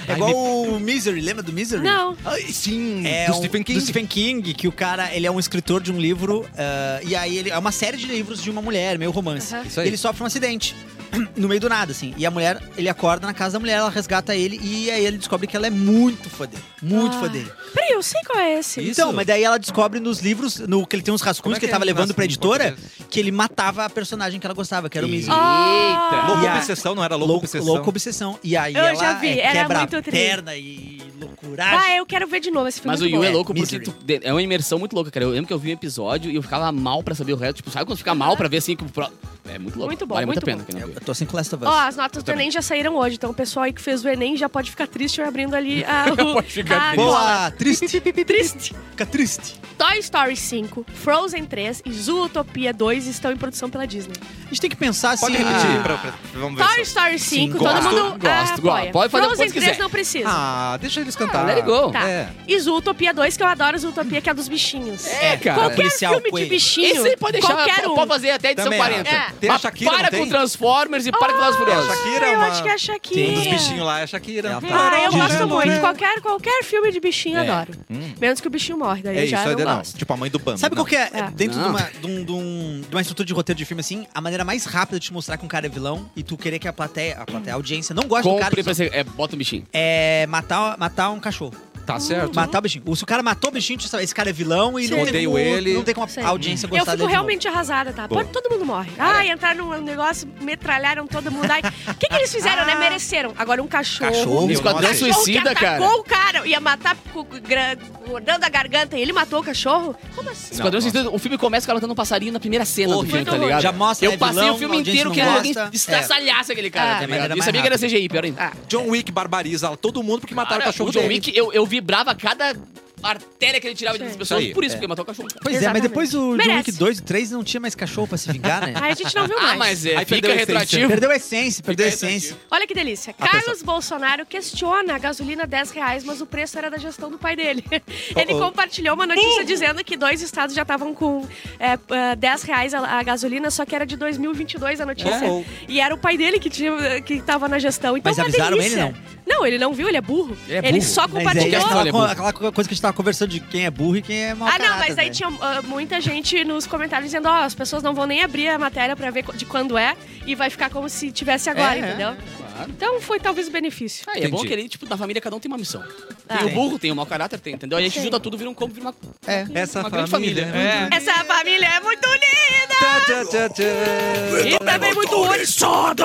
Speaker 4: É igual o Misery, lembra do Misery?
Speaker 3: Não.
Speaker 2: Ai, sim,
Speaker 4: É
Speaker 2: Hum, do
Speaker 4: um-
Speaker 2: Stephen King.
Speaker 4: do Stephen King, que o cara, ele é um escritor de um livro, ah, e aí ele é uma série de livros de uma mulher, meio romance.
Speaker 3: Aham.
Speaker 2: Isso aí.
Speaker 4: Ele sofre um acidente, no meio do nada, assim. E a mulher, ele acorda na casa da mulher, ela resgata ele, e aí ele descobre que ela é muito fã dele. Muito
Speaker 3: Ah.
Speaker 4: fã dele.
Speaker 3: Peraí, eu sei qual é esse.
Speaker 2: Isso.
Speaker 4: Então, mas daí ela descobre nos livros, no que ele tem uns
Speaker 2: Como é
Speaker 4: rascunhos que,
Speaker 2: que
Speaker 4: ele tava
Speaker 2: é
Speaker 4: levando
Speaker 2: rascunho
Speaker 4: pra
Speaker 2: em
Speaker 4: editora,
Speaker 2: português?
Speaker 4: que ele matava a personagem que ela gostava, que era o Mizzy.
Speaker 3: Ah.
Speaker 2: Louco
Speaker 4: E a-
Speaker 2: Obsessão, não era Louco
Speaker 4: Louco,
Speaker 2: Obsessão?
Speaker 4: louco obsessão. E aí
Speaker 3: Eu
Speaker 4: ela
Speaker 3: já vi,
Speaker 4: é,
Speaker 3: era
Speaker 4: quebra
Speaker 3: muito
Speaker 4: a
Speaker 3: triste.
Speaker 4: perna e loucuragem.
Speaker 3: Ah, eu quero ver de novo esse filme.
Speaker 5: Mas o
Speaker 3: muito
Speaker 5: Yu
Speaker 3: bom.
Speaker 5: é louco porque
Speaker 4: Misery.
Speaker 5: tu- de- é uma imersão muito louca, cara. Eu lembro que eu vi um episódio e eu ficava mal pra saber o resto. Tipo, sabe quando fica mal pra ver assim que o pro... É muito louco.
Speaker 3: Muito bom,
Speaker 5: vale muito a
Speaker 3: muito
Speaker 5: pena.
Speaker 3: bom.
Speaker 5: quem não
Speaker 4: Eu
Speaker 5: viu.
Speaker 4: tô sem Last of Us.
Speaker 3: Ó, as notas do Enem já saíram hoje, então o pessoal aí que fez o Enem já pode ficar triste abrindo ali a. o-
Speaker 5: Pode ficar
Speaker 3: a
Speaker 5: triste.
Speaker 3: cola.
Speaker 4: Boa, triste.
Speaker 3: Triste.
Speaker 4: Fica triste.
Speaker 3: Toy Story 5, Frozen 3 e Zootopia 2 estão em produção pela Disney.
Speaker 4: A gente tem que pensar assim.
Speaker 2: Pode repetir, pra, pra- vamos ver.
Speaker 3: Toy
Speaker 2: só.
Speaker 3: Story 5,
Speaker 4: Sim,
Speaker 3: todo
Speaker 4: gosto,
Speaker 3: mundo
Speaker 5: gosto,
Speaker 3: apoia.
Speaker 5: gosto. Pode fazer o
Speaker 3: Frozen
Speaker 5: quanto
Speaker 3: 3
Speaker 5: quiser.
Speaker 3: não precisa.
Speaker 2: Ah, deixa eles cantar.
Speaker 5: let it go.
Speaker 3: Tá.
Speaker 2: É.
Speaker 3: E Zootopia 2, que eu adoro Zootopia, que é a dos bichinhos.
Speaker 5: É, cara.
Speaker 3: Qualquer
Speaker 4: Policial
Speaker 3: filme de
Speaker 4: Coelho.
Speaker 3: bichinho,
Speaker 5: Esse aí pode deixar.
Speaker 3: qualquer
Speaker 5: po-
Speaker 3: um.
Speaker 5: Pode fazer até a edição
Speaker 2: Também
Speaker 5: 40.
Speaker 2: acho.
Speaker 3: É.
Speaker 2: Tem a
Speaker 5: Mas
Speaker 2: Shakira,
Speaker 5: para
Speaker 2: não
Speaker 5: com
Speaker 2: tem?
Speaker 5: Transformers e para com
Speaker 2: A
Speaker 5: Velozes e Furiosos.
Speaker 2: Shakira,
Speaker 3: ah, eu
Speaker 2: uma-
Speaker 3: acho que é a Shakira.
Speaker 2: Um dos bichinhos lá é a Shakira. É
Speaker 4: Ela tá-
Speaker 3: Ah, eu
Speaker 4: Tirando,
Speaker 3: gosto muito.
Speaker 4: né?
Speaker 3: Qualquer, qualquer filme de bichinho, eu
Speaker 5: É.
Speaker 3: adoro. Menos que o bichinho morre, daí
Speaker 2: É
Speaker 3: eu
Speaker 2: isso,
Speaker 3: já
Speaker 2: é
Speaker 3: não
Speaker 2: de- não.
Speaker 3: gosto.
Speaker 2: Tipo a mãe do Bambi.
Speaker 4: Sabe
Speaker 2: não.
Speaker 4: qual que é?
Speaker 3: É.
Speaker 4: Dentro
Speaker 5: Não.
Speaker 4: De, uma, de, um- de um- de uma estrutura de roteiro de filme assim, a maneira mais rápida de te mostrar que um cara é vilão e tu querer que a plateia, a, plateia, a audiência não goste do
Speaker 5: Compre
Speaker 4: cara
Speaker 5: pra você. É, bota um bichinho.
Speaker 4: é matar, matar um cachorro.
Speaker 2: Tá certo.
Speaker 4: Matar o bichinho. Se o cara matou o bichinho, tu sabe, esse cara é vilão e
Speaker 3: Sim.
Speaker 4: não tem,
Speaker 2: Odeio
Speaker 4: como,
Speaker 2: ele.
Speaker 4: não tem como
Speaker 3: Sim.
Speaker 4: a audiência
Speaker 3: Eu
Speaker 4: gostar
Speaker 3: fico
Speaker 4: dele de novo.
Speaker 3: realmente arrasada, tá?
Speaker 2: Boa.
Speaker 3: Pode, todo mundo morre. Ah, entraram num negócio, metralharam todo mundo. Ai, O que, que eles fizeram, né? Mereceram. Agora um cachorro.
Speaker 4: Cachorro.
Speaker 5: Um
Speaker 4: Eu
Speaker 5: esquadrão
Speaker 2: não achei.
Speaker 5: suicida,
Speaker 3: que
Speaker 5: cara.
Speaker 3: atacou o cara. Ia matar cu- cu- gra- guardando a garganta e ele matou o cachorro? Como assim?
Speaker 2: Não,
Speaker 5: Esquadrão Suicida, o filme começa o cara matando um passarinho na primeira cena do
Speaker 4: Horrível.
Speaker 5: filme, tá
Speaker 3: Muito
Speaker 5: ligado?
Speaker 4: Já mostra,
Speaker 5: Eu
Speaker 4: é
Speaker 5: passei
Speaker 4: vilão,
Speaker 5: o filme
Speaker 4: a audiência
Speaker 5: inteiro
Speaker 4: não
Speaker 5: querendo alguém
Speaker 4: gosta.
Speaker 5: estraçalhasse aquele cara,
Speaker 3: Ah,
Speaker 5: tá
Speaker 4: de
Speaker 5: ligado?
Speaker 4: maneira
Speaker 5: Eu sabia que era
Speaker 4: mais
Speaker 5: CGI, pior ainda.
Speaker 3: Ah,
Speaker 2: John Wick barbariza todo mundo porque mataram
Speaker 5: Cara,
Speaker 2: o cachorro
Speaker 5: John
Speaker 2: dele.
Speaker 5: Wick, eu, eu vibrava cada artéria que ele tirava das
Speaker 3: Sim.
Speaker 5: pessoas
Speaker 2: Isso aí,
Speaker 5: por isso,
Speaker 2: é.
Speaker 5: porque matou o cachorro.
Speaker 4: Pois
Speaker 3: Exatamente.
Speaker 4: é, mas depois o John
Speaker 3: Merece.
Speaker 4: Wick 2 e 3 não tinha mais cachorro pra se vingar, né?
Speaker 3: aí a gente não viu mais.
Speaker 5: Ah, mas é,
Speaker 2: Aí
Speaker 5: fica
Speaker 2: perdeu a essência.
Speaker 5: retroativo.
Speaker 4: Perdeu a essência, perdeu a
Speaker 5: Fica aí,
Speaker 4: essência.
Speaker 3: Olha que delícia.
Speaker 2: Atenção.
Speaker 3: Carlos Bolsonaro questiona a gasolina 10 reais, mas o preço era da gestão do pai dele. Ele
Speaker 2: Uh-oh.
Speaker 3: compartilhou uma
Speaker 5: Uh!
Speaker 3: notícia dizendo que dois estados já estavam com é, ah, 10 reais a, a gasolina, só que era de 2022 a notícia.
Speaker 2: Uh-oh.
Speaker 3: E era o pai dele que, tinha, que tava na gestão. Então,
Speaker 4: Mas
Speaker 3: uma
Speaker 4: avisaram
Speaker 3: delícia.
Speaker 4: ele,
Speaker 3: não? ele não viu, ele é burro.
Speaker 5: Ele é burro.
Speaker 3: só
Speaker 4: Mas aí
Speaker 3: compartilhou.
Speaker 5: Qualquer
Speaker 4: aquela,
Speaker 5: história, burro.
Speaker 4: aquela coisa que a gente tava conversando de quem é burro e quem é mal
Speaker 3: Ah, não,
Speaker 5: né?
Speaker 3: mas aí tinha ah, muita gente nos comentários dizendo, ó, as pessoas não vão nem abrir a matéria pra ver co- de quando é e vai ficar como se tivesse agora,
Speaker 5: É,
Speaker 3: entendeu?
Speaker 5: Claro.
Speaker 3: Então foi talvez o benefício.
Speaker 5: Ah, e é bom
Speaker 2: Entendi.
Speaker 5: que ele, tipo, da família cada um tem uma missão.
Speaker 3: Ah.
Speaker 5: Tem o burro, tem o mau caráter, tem, entendeu? Aí a gente
Speaker 3: Sim.
Speaker 5: junta tudo, vira um combo, vira uma,
Speaker 4: É.
Speaker 2: Essa
Speaker 5: uma grande família. É.
Speaker 3: Essa família é muito linda!
Speaker 2: Tchá, tchá, tchá, tchá.
Speaker 3: E
Speaker 5: é
Speaker 3: também muito oriçado!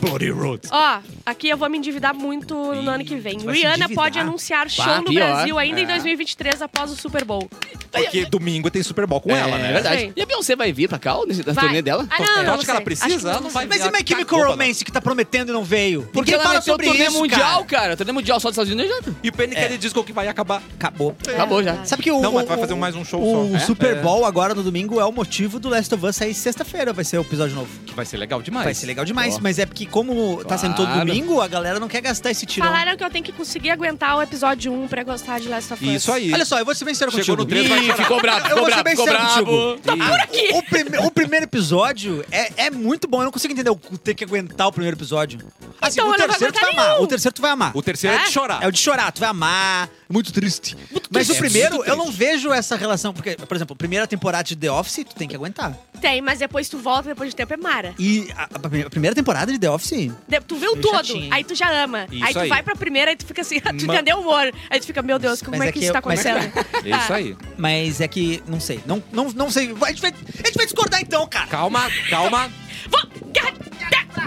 Speaker 7: Bloody Roads.
Speaker 3: Ó, aqui eu vou me endividar muito no ano que vem.
Speaker 2: vai se
Speaker 3: Rihanna
Speaker 2: endividar?
Speaker 3: pode anunciar show
Speaker 5: Bah,
Speaker 3: no
Speaker 5: pior.
Speaker 3: Brasil ainda
Speaker 5: É.
Speaker 3: em 2023 após o Super Bowl.
Speaker 2: Porque domingo tem Super Bowl com ela,
Speaker 5: É
Speaker 2: né?
Speaker 5: verdade.
Speaker 3: Sim.
Speaker 5: E a Beyoncé vai vir pra cá, nesse- na
Speaker 3: Vai.
Speaker 5: turnê dela?
Speaker 3: Ah, não, não,
Speaker 2: Eu acho
Speaker 3: não
Speaker 2: que ela
Speaker 3: sei.
Speaker 2: precisa,
Speaker 3: Acho que
Speaker 2: ela não vai
Speaker 4: Mas e
Speaker 2: viajar.
Speaker 4: My Chemical
Speaker 2: Cagou,
Speaker 4: Romance, que tá prometendo e não veio?
Speaker 5: Porque
Speaker 4: Ninguém
Speaker 5: ela
Speaker 4: fala
Speaker 5: meteu o
Speaker 4: sobre
Speaker 5: turnê
Speaker 4: isso,
Speaker 5: mundial,
Speaker 4: cara.
Speaker 5: cara. O turnê mundial só dos Estados Unidos já... tá.
Speaker 2: E o Penny Kelly diz que vai acabar.
Speaker 4: Acabou.
Speaker 3: É.
Speaker 5: Acabou já.
Speaker 4: Sabe que o...
Speaker 2: Não, mas
Speaker 4: o-
Speaker 2: vai fazer mais um show
Speaker 4: o
Speaker 2: só.
Speaker 4: é Super Bowl agora no domingo é o motivo do Last of Us sair sexta-feira, vai ser o episódio novo.
Speaker 5: Que
Speaker 2: Vai ser legal demais.
Speaker 4: Vai ser legal demais, mas é porque como tá sendo todo
Speaker 5: Claro.
Speaker 4: domingo, a galera não quer gastar esse tirão.
Speaker 3: Falaram que eu tenho que conseguir aguentar o episódio 1 pra gostar de Last of Us.
Speaker 2: Isso aí.
Speaker 4: Olha só, eu vou ser bem sincero
Speaker 2: Chegou no
Speaker 4: contigo.
Speaker 2: três, vai
Speaker 5: Ih, ficou bravo,
Speaker 4: Eu
Speaker 5: ficou
Speaker 4: vou ser
Speaker 5: bravo,
Speaker 4: bem
Speaker 5: ficou
Speaker 4: sério
Speaker 5: bravo.
Speaker 2: Tá
Speaker 4: O, prime- o primeiro episódio é, é muito bom. Eu não consigo entender o ter que aguentar o primeiro episódio. Assim,
Speaker 3: Então,
Speaker 4: o
Speaker 3: eu não vou
Speaker 4: terceiro tu vai
Speaker 3: aguentar
Speaker 4: amar.
Speaker 3: nenhum.
Speaker 4: O terceiro tu vai amar.
Speaker 2: O terceiro é, de chorar.
Speaker 4: É o de chorar, tu vai amar. Muito triste. Mas
Speaker 2: triste.
Speaker 4: o
Speaker 2: É
Speaker 4: primeiro,
Speaker 2: Muito
Speaker 4: eu não vejo essa relação. Porque, por exemplo, a primeira temporada de The Office, tu tem que aguentar.
Speaker 3: Tem, mas depois tu volta, depois de tempo é Mara.
Speaker 4: E a, a prime- a primeira temporada de The Office.
Speaker 3: De- tu viu
Speaker 4: Meio
Speaker 3: todo,
Speaker 4: chatinho.
Speaker 3: aí tu já ama.
Speaker 2: Isso
Speaker 3: aí tu
Speaker 2: aí.
Speaker 3: vai pra primeira, aí tu fica assim, tu
Speaker 2: Ma-
Speaker 3: entendeu o humor. Aí tu fica, meu Deus, como
Speaker 4: Mas
Speaker 3: é
Speaker 4: é
Speaker 3: que
Speaker 4: que
Speaker 3: isso tá
Speaker 4: eu- mas-
Speaker 3: acontecendo?
Speaker 2: É isso aí.
Speaker 4: Mas é que, não sei. Não, não, não sei. A gente, vai, a gente vai discordar então, cara.
Speaker 2: Calma, calma.
Speaker 3: Vou-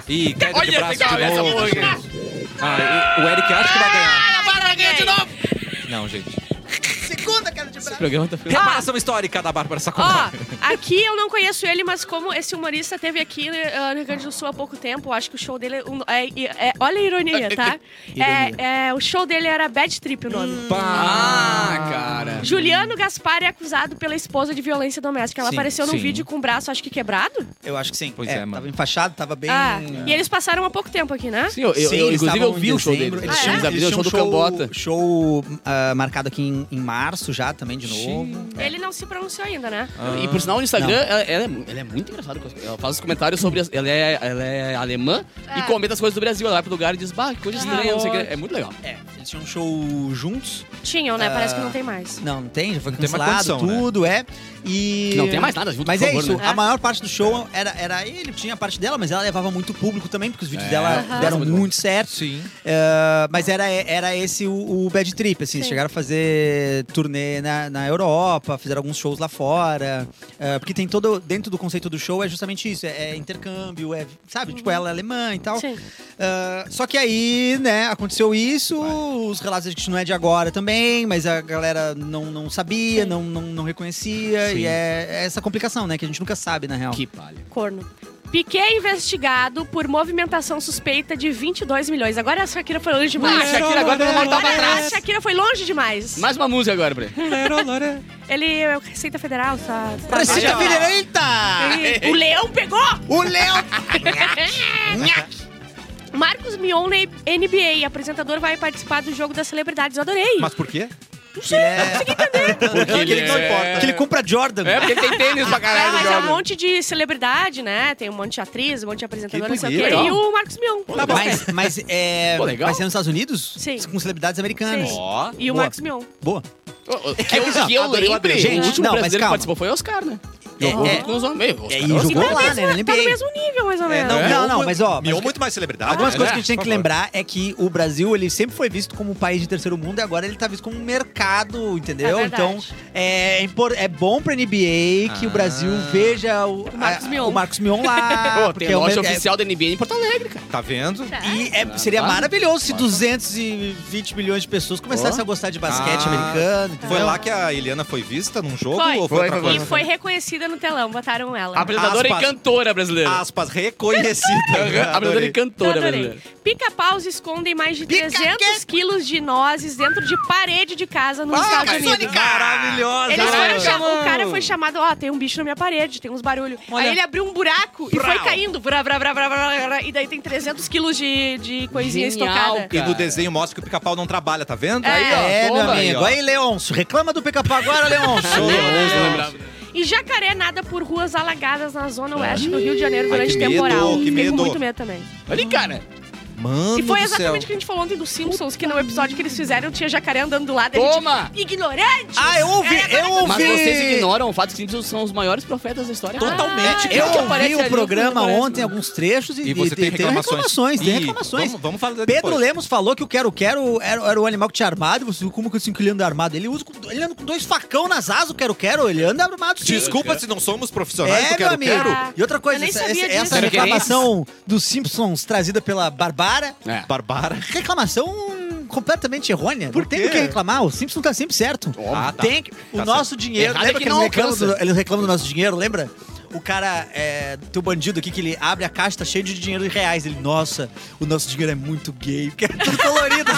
Speaker 2: Ih, queda de
Speaker 5: Olha,
Speaker 2: braço
Speaker 5: legal
Speaker 2: de
Speaker 5: essa
Speaker 2: novo.
Speaker 5: música.
Speaker 2: gente. Ah, e- o Eric acha que vai ganhar.
Speaker 5: Ah, para ganhar de novo.
Speaker 2: Não, gente.
Speaker 4: Segunda, cara, Ah! de braço.
Speaker 5: programa tá ficando...
Speaker 2: Reparação histórica da Bárbara
Speaker 3: Ó,
Speaker 2: Sacola.
Speaker 3: aqui eu não conheço ele, mas como esse humorista teve aqui eh, no Rio Grande do Sul há pouco tempo, eu acho que o show dele. é um- é- é- é- olha a ironia, tá? É, é, o show dele era Bad Trip o nome.
Speaker 5: Ah, cara.
Speaker 3: Juliano Gaspar é acusado pela esposa de violência doméstica. Ela
Speaker 2: Sim,
Speaker 3: apareceu num
Speaker 2: sim.
Speaker 3: vídeo com o braço, acho que quebrado.
Speaker 4: Eu acho que sim.
Speaker 2: Pois é,
Speaker 4: é,
Speaker 2: mano.
Speaker 4: Tava enfaixado, tava bem.
Speaker 3: Ah, e eles passaram há pouco tempo aqui, né?
Speaker 5: Sim, eu, eu-
Speaker 4: Sim,
Speaker 5: eu,
Speaker 4: eles
Speaker 5: inclusive eu
Speaker 4: estavam em
Speaker 5: vi o show
Speaker 4: dezembro.
Speaker 5: deles.
Speaker 4: Eles
Speaker 3: Ah,
Speaker 5: Eles
Speaker 3: é?
Speaker 4: tinham-
Speaker 5: abriram né?
Speaker 4: eles
Speaker 5: o show do
Speaker 4: tinham um
Speaker 5: Cambota.
Speaker 4: Show ah, marcado aqui em, em março já, também de novo.
Speaker 3: Ele não se pronunciou ainda, né?
Speaker 5: E por sinal, no Instagram, ela, ela é, mu- ela é muito engraçada. com as- Ela faz os comentários sobre. as- ela, é, ela é alemã e
Speaker 3: Ah.
Speaker 5: comenta as coisas do Brasil. Ela vai pro lugar e diz, bah, que coisa estranha, não sei o que. É muito legal.
Speaker 4: É, eles tinham um show juntos.
Speaker 3: Tinham, né?
Speaker 4: Ah.
Speaker 3: Parece que não tem mais.
Speaker 4: Não, não tem, já foi
Speaker 2: tem mais
Speaker 4: cancelado,
Speaker 2: condição, né?
Speaker 4: tudo, é. E...
Speaker 5: Não tem mais nada junto,
Speaker 4: Mas
Speaker 5: por
Speaker 4: é
Speaker 5: favor,
Speaker 4: isso,
Speaker 5: né?
Speaker 4: a maior parte do show era, era ele, tinha a parte dela, mas ela levava muito público também, porque os vídeos dela
Speaker 3: Aham.
Speaker 4: deram
Speaker 5: É. Muito bom.
Speaker 4: muito certo.
Speaker 2: Sim.
Speaker 4: É, mas era, era esse o, o Bad Trip, assim,
Speaker 3: Sim.
Speaker 4: chegaram a fazer turnê na, na Europa, fizeram alguns shows lá fora. é, porque tem todo, dentro do conceito do show é justamente isso, é, é intercâmbio, é, sabe? Tipo, ela é alemã e tal.
Speaker 3: Uhum. Sim.
Speaker 4: Ah, só que aí, né, aconteceu isso, os relatos que não é de agora também, mas a galera não, não sabia,
Speaker 3: Sim.
Speaker 4: não, não, não reconhecia,
Speaker 2: Sim.
Speaker 4: e é, é essa complicação, né, que a gente nunca sabe, na real.
Speaker 5: Que palha.
Speaker 3: Corno. Piquet é investigado por movimentação suspeita de 22 milhões. Agora a Shakira foi longe
Speaker 5: Ah,
Speaker 3: demais.
Speaker 5: Shakira agora não voltar pra
Speaker 3: Agora a
Speaker 5: trás.
Speaker 3: Shakira foi longe demais.
Speaker 5: Mais uma música agora, Breno.
Speaker 3: Ele é o Receita Federal, tá? tá-
Speaker 5: ó.
Speaker 4: Receita Federal, eita!
Speaker 3: Ele- o leão pegou!
Speaker 4: Ah, é. O Léo
Speaker 3: Marcos Mion na NBA, apresentador, vai participar do jogo das celebridades. Eu adorei.
Speaker 2: Mas por quê?
Speaker 4: que é...
Speaker 5: Porque
Speaker 4: Que ele, não
Speaker 5: é-
Speaker 4: importa. Que ele compra Jordan.
Speaker 5: É, porque ele tem tênis pra
Speaker 3: Ah,
Speaker 5: caralho no
Speaker 3: mas é um
Speaker 5: jogo.
Speaker 3: monte de celebridade, né? Tem um monte de atriz, um monte de apresentadora,
Speaker 2: Que
Speaker 3: não sei o quê.
Speaker 5: legal.
Speaker 3: E o Marcos Mion.
Speaker 5: bom.
Speaker 4: Tá Mas, mas é.
Speaker 5: Pô, legal.
Speaker 4: Vai ser nos Estados Unidos?
Speaker 3: Sim.
Speaker 4: Com celebridades americanas.
Speaker 3: Sim.
Speaker 2: Ó.
Speaker 3: E o
Speaker 4: tá Boa.
Speaker 3: Marcos Mion.
Speaker 4: Boa.
Speaker 5: Oh, oh, Que eu,
Speaker 4: Não,
Speaker 5: que eu
Speaker 4: adorei o
Speaker 5: lembre,
Speaker 4: Adriano.
Speaker 5: o
Speaker 4: Gente,
Speaker 5: último
Speaker 4: não, mas
Speaker 5: brasileiro que
Speaker 4: calma.
Speaker 5: participou foi o Oscar, né?
Speaker 4: É,
Speaker 5: Jogou
Speaker 4: é.
Speaker 5: com os homens. Meio,
Speaker 4: É,
Speaker 5: Oscar,
Speaker 4: e
Speaker 5: Oscar.
Speaker 4: jogou lá, né? Na
Speaker 3: Tá no
Speaker 4: NBA.
Speaker 3: mesmo nível, mais ou
Speaker 4: É,
Speaker 3: menos.
Speaker 4: não,
Speaker 2: É.
Speaker 4: não, não, mas ó. mas
Speaker 2: Miou muito mais celebridade.
Speaker 4: Algumas
Speaker 2: né?
Speaker 4: coisas que a gente tem
Speaker 2: Por
Speaker 4: que
Speaker 2: favor.
Speaker 4: lembrar é que o Brasil, ele sempre foi visto como um país de terceiro mundo e agora ele tá visto como um mercado, entendeu?
Speaker 3: É verdade.
Speaker 4: então, é, impor- é bom pra NBA que
Speaker 2: Ah.
Speaker 4: o Brasil veja o,
Speaker 3: Marcos
Speaker 4: a-
Speaker 3: Mion.
Speaker 4: o Marcos Mion lá.
Speaker 5: Pô, tem
Speaker 4: é o
Speaker 5: loja
Speaker 4: mer- é-
Speaker 5: oficial da NBA em Porto Alegre, cara.
Speaker 2: Tá vendo?
Speaker 4: E é- seria
Speaker 5: Claro.
Speaker 4: maravilhoso se
Speaker 5: Claro.
Speaker 4: 220 milhões de pessoas começassem
Speaker 5: Pô.
Speaker 4: a gostar de basquete
Speaker 2: Ah.
Speaker 4: americano.
Speaker 2: Foi
Speaker 4: entendeu?
Speaker 2: lá que a Eliana foi vista num jogo
Speaker 3: Foi.
Speaker 2: ou foi,
Speaker 5: Foi,
Speaker 2: outra
Speaker 5: foi,
Speaker 2: coisa?
Speaker 3: E foi reconhecida no telão, botaram
Speaker 4: Ah,
Speaker 3: ela.
Speaker 5: Apresentadora
Speaker 2: Aspas.
Speaker 5: e cantora brasileira.
Speaker 2: Aspas, reconhecida.
Speaker 5: Apresentadora e
Speaker 2: Adorei.
Speaker 3: Eu
Speaker 5: cantora
Speaker 3: adorei.
Speaker 5: brasileira.
Speaker 3: Pica-paus escondem mais de
Speaker 4: Pica
Speaker 3: 300 quilos de nozes dentro de parede de casa
Speaker 4: Ah,
Speaker 3: nos Estados Unidos.
Speaker 2: Maravilhosa.
Speaker 4: né?
Speaker 3: Eles foram
Speaker 5: Caralho.
Speaker 3: cham... O cara foi chamado, ó, tem um bicho na minha parede, tem uns barulhos. Aí ele abriu um buraco e foi caindo. Brá, brá, brá, brá, brá, brá, e daí tem 300 quilos de, de coisinha
Speaker 5: Genial,
Speaker 3: estocada.
Speaker 2: E no
Speaker 5: Cara.
Speaker 2: desenho mostra que o pica-pau não trabalha, tá vendo?
Speaker 3: É.
Speaker 2: Aí, ó.
Speaker 4: É,
Speaker 5: Toma.
Speaker 4: meu amigo.
Speaker 2: Aí,
Speaker 4: Aí, Leôncio, reclama do pica-pau agora, Leôncio.
Speaker 5: Ah.
Speaker 3: E jacaré nada por ruas alagadas na zona oeste do Rio de Janeiro
Speaker 2: Ah. Ai,
Speaker 3: durante
Speaker 2: que medo,
Speaker 3: temporal.
Speaker 2: que
Speaker 3: Fiquei com
Speaker 2: medo.
Speaker 3: muito medo também.
Speaker 5: Olha, cara.
Speaker 2: Mano
Speaker 3: E foi
Speaker 2: do céu.
Speaker 3: exatamente o que a gente falou ontem dos Simpsons, que no episódio que eles fizeram tinha jacaré andando do lado. e A gente,
Speaker 5: Toma!
Speaker 3: ignorante! É,
Speaker 4: Ah, eu ouvi, eu ouvi.
Speaker 5: É, Mas vocês ignoram o fato que os Simpsons são os maiores profetas da história. cara.
Speaker 4: Totalmente.
Speaker 3: Ah,
Speaker 4: eu
Speaker 5: o que aparece
Speaker 4: ouvi
Speaker 5: ali,
Speaker 4: o
Speaker 5: o que
Speaker 4: programa
Speaker 5: aparece,
Speaker 4: ontem,
Speaker 5: né?
Speaker 4: alguns trechos, e,
Speaker 2: E você
Speaker 4: e-
Speaker 2: tem reclamações.
Speaker 4: reclamações. Tem
Speaker 2: Ih,
Speaker 4: reclamações.
Speaker 2: Vamos, vamos falar
Speaker 4: Pedro
Speaker 2: depois.
Speaker 4: Lemos falou que o Quero Quero era, era o animal que te armado. Você, como que assim que ele anda armado? Ele, usa, com- ele anda com dois facão nas asas, o Quero Quero. Ele anda armado, sim.
Speaker 2: Desculpa se não somos profissionais
Speaker 4: É,
Speaker 2: do
Speaker 4: meu
Speaker 2: Quero
Speaker 4: amigo.
Speaker 2: Quero. é
Speaker 3: Quero.
Speaker 4: E outra
Speaker 3: Eu
Speaker 4: coisa,
Speaker 3: nem
Speaker 4: essa, essa-
Speaker 3: sabia
Speaker 4: essa
Speaker 3: disso.
Speaker 5: Quero Querenses.
Speaker 4: reclamação dos Simpsons trazida pela Barbara,
Speaker 5: É.
Speaker 2: Barbara.
Speaker 4: reclamação completamente errônea.
Speaker 2: Por
Speaker 4: não tem
Speaker 2: quê?
Speaker 4: do que reclamar, o Simpson tá sempre certo.
Speaker 2: Ah, tá.
Speaker 4: Tem que- o
Speaker 2: Tá
Speaker 4: nosso dinheiro,
Speaker 5: Errado é
Speaker 4: lembra
Speaker 5: que
Speaker 4: que, eles,
Speaker 5: não
Speaker 4: reclamam
Speaker 5: alcança.
Speaker 4: do, eles reclamam do nosso dinheiro, lembra? O cara, é, teu bandido aqui, que ele abre a caixa, tá cheio de dinheiro em reais. Ele, nossa, o nosso dinheiro é muito gay, porque é tudo colorido.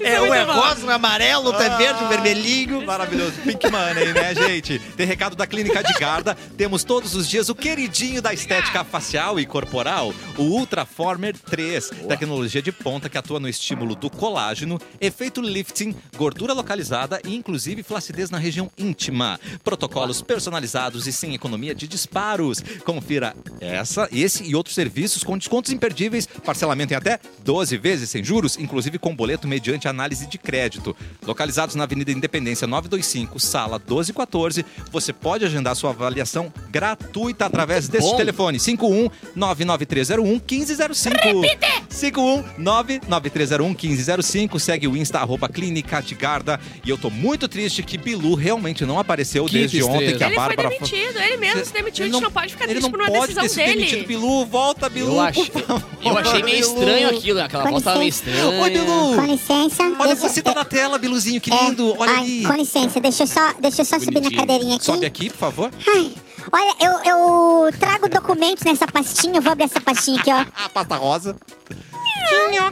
Speaker 4: É, um é rosa, um é amarelo, outro é verde, um vermelhinho.
Speaker 2: Maravilhoso. Pink Money, né, gente? Tem recado da Clínica de Garda. Temos todos os dias o queridinho da estética facial e corporal, o Ultraformer 3. Tecnologia de ponta que atua no estímulo do colágeno, efeito lifting, gordura localizada e, inclusive, flacidez na região íntima. Protocolos personalizados e sem economia de disparos. Confira essa, esse e outros serviços com descontos imperdíveis, parcelamento em até 12 vezes sem juros, inclusive com boleto mediante análise de crédito. Localizados na Avenida Independência 925, sala 1214, você pode agendar sua avaliação gratuita através deste
Speaker 5: bom.
Speaker 2: telefone: 51 99301 1505. Repite! 51 99301 1505. Segue o Insta, arroba Clínica de Garda. E eu tô muito triste que Bilu realmente não apareceu
Speaker 5: Que
Speaker 2: Tipo, desde ontem,
Speaker 5: tristeza.
Speaker 2: que a
Speaker 3: Ele foi
Speaker 2: Bárbara.
Speaker 3: demitido, ele mesmo se demitiu, a
Speaker 2: Ele
Speaker 3: gente não pode ficar
Speaker 2: ele
Speaker 3: triste
Speaker 2: não
Speaker 3: por uma
Speaker 2: pode
Speaker 3: decisão
Speaker 2: ter se
Speaker 3: dele.
Speaker 2: demitido, Bilu. Volta, Bilu.
Speaker 5: Eu achei,
Speaker 2: por favor.
Speaker 5: eu achei meio
Speaker 2: Bilu.
Speaker 5: estranho aquilo, né? aquela
Speaker 8: Com
Speaker 5: voz tava meio
Speaker 8: licença.
Speaker 5: estranha.
Speaker 2: Oi, Bilu.
Speaker 8: Com licença.
Speaker 2: Hum. Olha,
Speaker 8: deixa-
Speaker 2: você tá na tela, Biluzinho, que
Speaker 8: é,
Speaker 2: lindo. Olha
Speaker 8: ai,
Speaker 2: aí.
Speaker 8: Com licença, deixa eu só, deixa eu só subir na
Speaker 5: Bonitinho.
Speaker 8: cadeirinha aqui.
Speaker 2: Sobe aqui, por favor.
Speaker 8: Ai, olha, eu, eu trago documentos nessa pastinha. Eu vou abrir essa pastinha aqui, ó.
Speaker 2: A Ah, pasta rosa.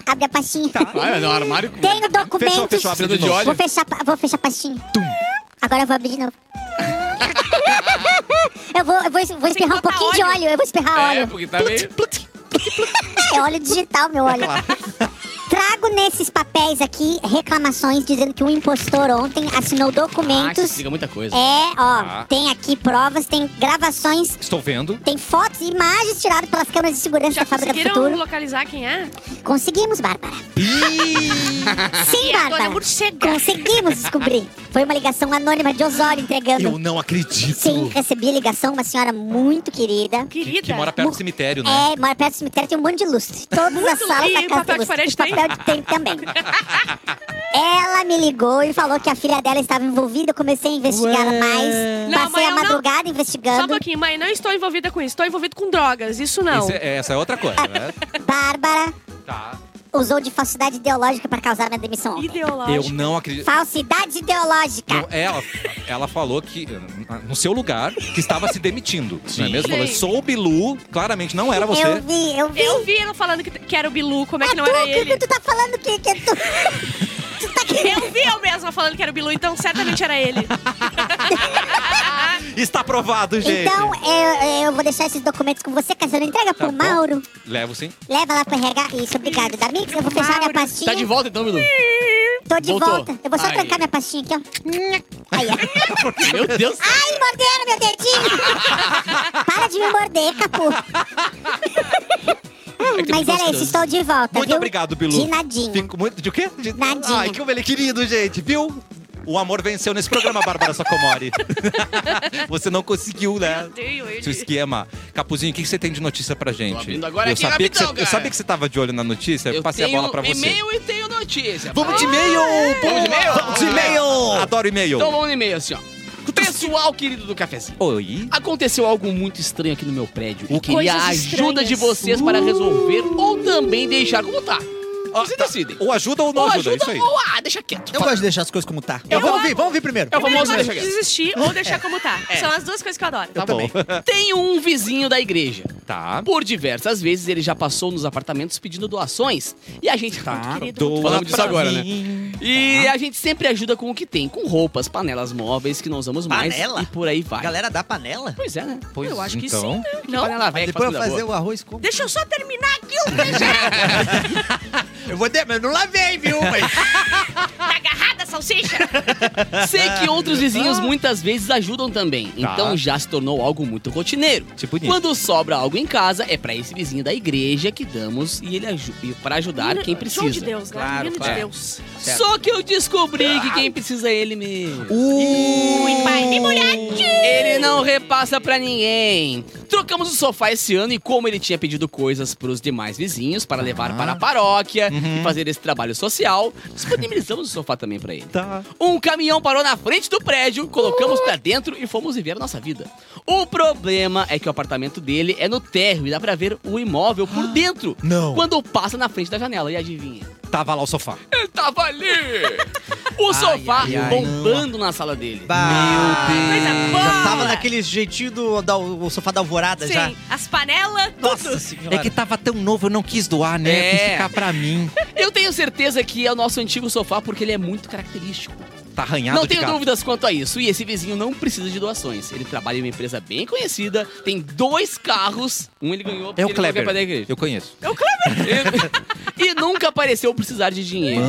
Speaker 8: Abre a pastinha.
Speaker 2: Tá.
Speaker 5: Ah, é um armário com...
Speaker 8: Tenho documentos.
Speaker 2: Fechou, fechou, abre de
Speaker 5: Precisando de
Speaker 2: novo.
Speaker 5: óleo.
Speaker 8: Vou fechar, pa- vou fechar a pastinha. Agora eu vou abrir de novo. eu vou, eu vou, vou espirrar um
Speaker 3: botar
Speaker 8: pouquinho de
Speaker 3: óleo.
Speaker 8: óleo. Eu vou espirrar
Speaker 5: É,
Speaker 8: óleo.
Speaker 5: porque tá meio...
Speaker 8: É óleo digital, meu óleo. Trago nesses papéis aqui reclamações dizendo que um impostor ontem
Speaker 5: Ah,
Speaker 8: assinou
Speaker 5: isso
Speaker 8: documentos.
Speaker 5: explica muita coisa.
Speaker 8: É, ó,
Speaker 2: Ah.
Speaker 8: tem aqui provas, tem gravações,
Speaker 2: Estou vendo.
Speaker 8: tem fotos e imagens tiradas pelas câmeras de segurança
Speaker 3: Já
Speaker 8: da Fábrica do
Speaker 3: conseguiram
Speaker 8: Futuro.
Speaker 3: localizar quem é?
Speaker 8: Conseguimos, Bárbara. Sim, Bárbara. Conseguimos descobrir. Foi uma ligação anônima de Osório entregando.
Speaker 2: Eu não acredito.
Speaker 8: Sim, recebi a ligação, uma senhora muito querida.
Speaker 2: Que,
Speaker 3: Querida.
Speaker 2: que mora perto do cemitério, né?
Speaker 8: É, mora perto do cemitério, tem um monte de lustre. Todas as
Speaker 3: Muito
Speaker 8: salas
Speaker 3: lustre. E
Speaker 8: da
Speaker 3: o
Speaker 8: casa
Speaker 3: papel
Speaker 8: tem
Speaker 3: de parede
Speaker 8: lustre. O papel de tem também. Ela me ligou e falou que a filha dela estava envolvida. Eu comecei a investigar
Speaker 1: Ué.
Speaker 8: mais.
Speaker 3: Não,
Speaker 8: Passei
Speaker 3: mas
Speaker 8: a
Speaker 3: eu não-
Speaker 8: madrugada
Speaker 3: Só um
Speaker 8: investigando.
Speaker 3: pouquinho, mãe, não estou envolvida com isso. Estou envolvido com drogas, isso não.
Speaker 2: Isso é- essa é outra coisa, né?
Speaker 8: Bárbara
Speaker 2: tá.
Speaker 8: usou de falsidade ideológica para causar minha demissão. ontem.
Speaker 2: Eu
Speaker 3: Ideológico.
Speaker 2: não acredito.
Speaker 8: Falsidade ideológica.
Speaker 2: Não, é, ela, ela falou que, eh, no seu lugar, que estava se demitindo. Não é mesmo? Falou,
Speaker 3: Sim.
Speaker 2: sou o Bilu, claramente não era você.
Speaker 8: Eu vi, eu vi.
Speaker 3: Eu vi ela falando que, que era o Bilu, como é
Speaker 8: é
Speaker 3: que não
Speaker 8: tu,
Speaker 3: era
Speaker 8: que-
Speaker 3: ele?
Speaker 8: que tu tá falando que, que é tu. tu tá querendo.
Speaker 3: Eu vi eu mesma falando que era o Bilu, então certamente era ele.
Speaker 2: Está aprovado, gente.
Speaker 8: Então, eu, eu vou deixar esses documentos com você, Cassiano. Entrega
Speaker 2: Tá
Speaker 8: pro
Speaker 2: bom.
Speaker 8: Mauro.
Speaker 2: Levo sim.
Speaker 8: Leva lá pro RH. Isso, obrigado. Da Mix, eu vou fechar minha pastinha.
Speaker 5: Tá de volta então, Bilu?
Speaker 8: Tô de
Speaker 5: Voltou.
Speaker 8: volta. Eu vou só
Speaker 5: Ai.
Speaker 8: trancar minha pastinha aqui, ó. Aí, ó.
Speaker 5: Meu Deus.
Speaker 8: Ai, morderam meu dedinho! Para de me morder, Capu.
Speaker 5: É que tem
Speaker 8: Mas
Speaker 5: muito
Speaker 8: era isso,
Speaker 5: gostoso.
Speaker 8: estou de volta,
Speaker 2: Muito
Speaker 8: viu?
Speaker 2: obrigado, Bilu.
Speaker 8: De nadinha.
Speaker 2: Fico muito. De quê? De...
Speaker 8: Nadinha.
Speaker 2: Ai, que ovelha querido, gente, viu? O amor venceu nesse programa, Bárbara Sacomori. você não conseguiu, né?
Speaker 3: Odeio ele.
Speaker 2: Seu esquema. Capuzinho, o que que você tem de notícia pra
Speaker 5: Tô
Speaker 2: gente?
Speaker 5: abrindo agora
Speaker 2: eu,
Speaker 5: aqui
Speaker 2: sabia que
Speaker 5: rapidão,
Speaker 2: você, eu
Speaker 5: cara.
Speaker 2: sabia que você tava de olho na notícia, eu,
Speaker 5: Eu
Speaker 2: passei a
Speaker 5: tenho
Speaker 2: bola pra você.
Speaker 5: e-mail e tenho notícia. Ah,
Speaker 2: Vamos de e-mail!
Speaker 5: Vamos de e-mail?
Speaker 2: Vamos de e-mail! Adoro e-mail!
Speaker 5: Então vamos no e-mail assim, ó. Pessoal querido do cafezinho.
Speaker 2: Oi?
Speaker 5: Aconteceu algo muito estranho aqui no meu prédio. E queria a
Speaker 3: Coisas
Speaker 5: ajuda
Speaker 3: estranhas.
Speaker 5: de vocês para resolver ou também deixar como tá. Vocês decidem.
Speaker 2: Ou ajuda ou não
Speaker 5: Ou
Speaker 2: ajuda,
Speaker 5: ajuda,
Speaker 2: é isso aí.
Speaker 5: ou ah, deixa quieto.
Speaker 1: Eu gosto de deixar as coisas como tá.
Speaker 4: Então,
Speaker 5: Eu
Speaker 1: Eu vou
Speaker 5: amo.
Speaker 1: ouvir, vamos ouvir primeiro.
Speaker 5: É o famoso
Speaker 3: eu
Speaker 5: deixa
Speaker 3: gosto de
Speaker 5: quieto.
Speaker 3: desistir ou
Speaker 2: É.
Speaker 3: deixar como tá. São as duas coisas que eu adoro.
Speaker 2: Tá bom.
Speaker 5: Tem um vizinho da igreja.
Speaker 2: Tá.
Speaker 5: Por diversas vezes ele já passou nos apartamentos pedindo doações. E a gente. Tá.
Speaker 3: Querido,
Speaker 2: Doa
Speaker 5: falando disso
Speaker 2: pra
Speaker 5: agora, né?
Speaker 2: mim.
Speaker 5: E a gente sempre ajuda com o que tem, com roupas, panelas móveis que não usamos
Speaker 1: Panela?
Speaker 5: mais. E por aí vai.
Speaker 1: Galera da panela?
Speaker 5: Pois é, né?
Speaker 2: Pois
Speaker 3: Eu acho que
Speaker 2: então,
Speaker 3: sim,
Speaker 5: Que
Speaker 3: não.
Speaker 5: panela velha que
Speaker 1: Depois eu
Speaker 5: faz
Speaker 1: vou
Speaker 5: comida
Speaker 1: fazer
Speaker 5: é boa.
Speaker 1: o arroz como?
Speaker 3: Deixa eu só terminar aqui um o
Speaker 1: Eu vou ter, mas não lavei, viu? Mas...
Speaker 3: Tá agarrada, salsicha?
Speaker 5: Sei que outros vizinhos muitas vezes ajudam também.
Speaker 3: Tá.
Speaker 5: Então já se tornou algo muito rotineiro.
Speaker 2: Tipo nisso.
Speaker 5: Quando sobra algo em casa, é pra esse vizinho da igreja que damos e ele aju e para ajudar quem
Speaker 3: João de
Speaker 5: precisa.
Speaker 3: Deus, né?
Speaker 1: Claro,
Speaker 3: Menino
Speaker 1: claro.
Speaker 3: de Deus.
Speaker 2: É.
Speaker 5: Só que eu descobri que quem precisa é ele mesmo.
Speaker 3: Ui, pai, me molhadinho.
Speaker 5: Ele não repassa pra ninguém. Trocamos o sofá esse ano e como ele tinha pedido coisas pros demais vizinhos para
Speaker 4: Ah.
Speaker 5: levar para a paróquia
Speaker 4: Uhum.
Speaker 5: e fazer esse trabalho social, disponibilizamos o sofá também pra ele.
Speaker 2: Tá.
Speaker 5: Um caminhão parou na frente do prédio, colocamos pra dentro e fomos viver a nossa vida. O problema é que o apartamento dele é no térreo e dá pra ver o imóvel
Speaker 4: Ah,
Speaker 5: por dentro.
Speaker 2: Não.
Speaker 5: Quando passa na frente da janela, e adivinha?
Speaker 2: Tava lá o sofá.
Speaker 5: Ele tava ali! O sofá
Speaker 4: ai, ai,
Speaker 5: bombando na sala dele.
Speaker 4: Bah,
Speaker 2: Meu Deus.
Speaker 3: Coisa boa!
Speaker 4: Já tava naquele jeitinho do da- o sofá da alvorada
Speaker 3: Sim,
Speaker 4: já.
Speaker 3: as panelas, tudo.
Speaker 4: Nossa senhora.
Speaker 2: É que tava tão novo, eu não quis doar, né? Eu
Speaker 5: É.
Speaker 2: quis ficar pra mim.
Speaker 5: Eu tenho certeza que é o nosso antigo sofá porque ele é muito característico.
Speaker 2: Tá arranhado
Speaker 5: Não
Speaker 2: de
Speaker 5: tenho
Speaker 2: gato.
Speaker 5: dúvidas quanto a isso. E esse vizinho não precisa de doações. Ele trabalha em uma empresa bem conhecida, tem dois carros. Um ele ganhou porque
Speaker 2: É o
Speaker 5: ele não quer
Speaker 2: Kleber.
Speaker 5: pagar a igreja.
Speaker 2: Eu conheço.
Speaker 5: e nunca pareceu precisar de dinheiro.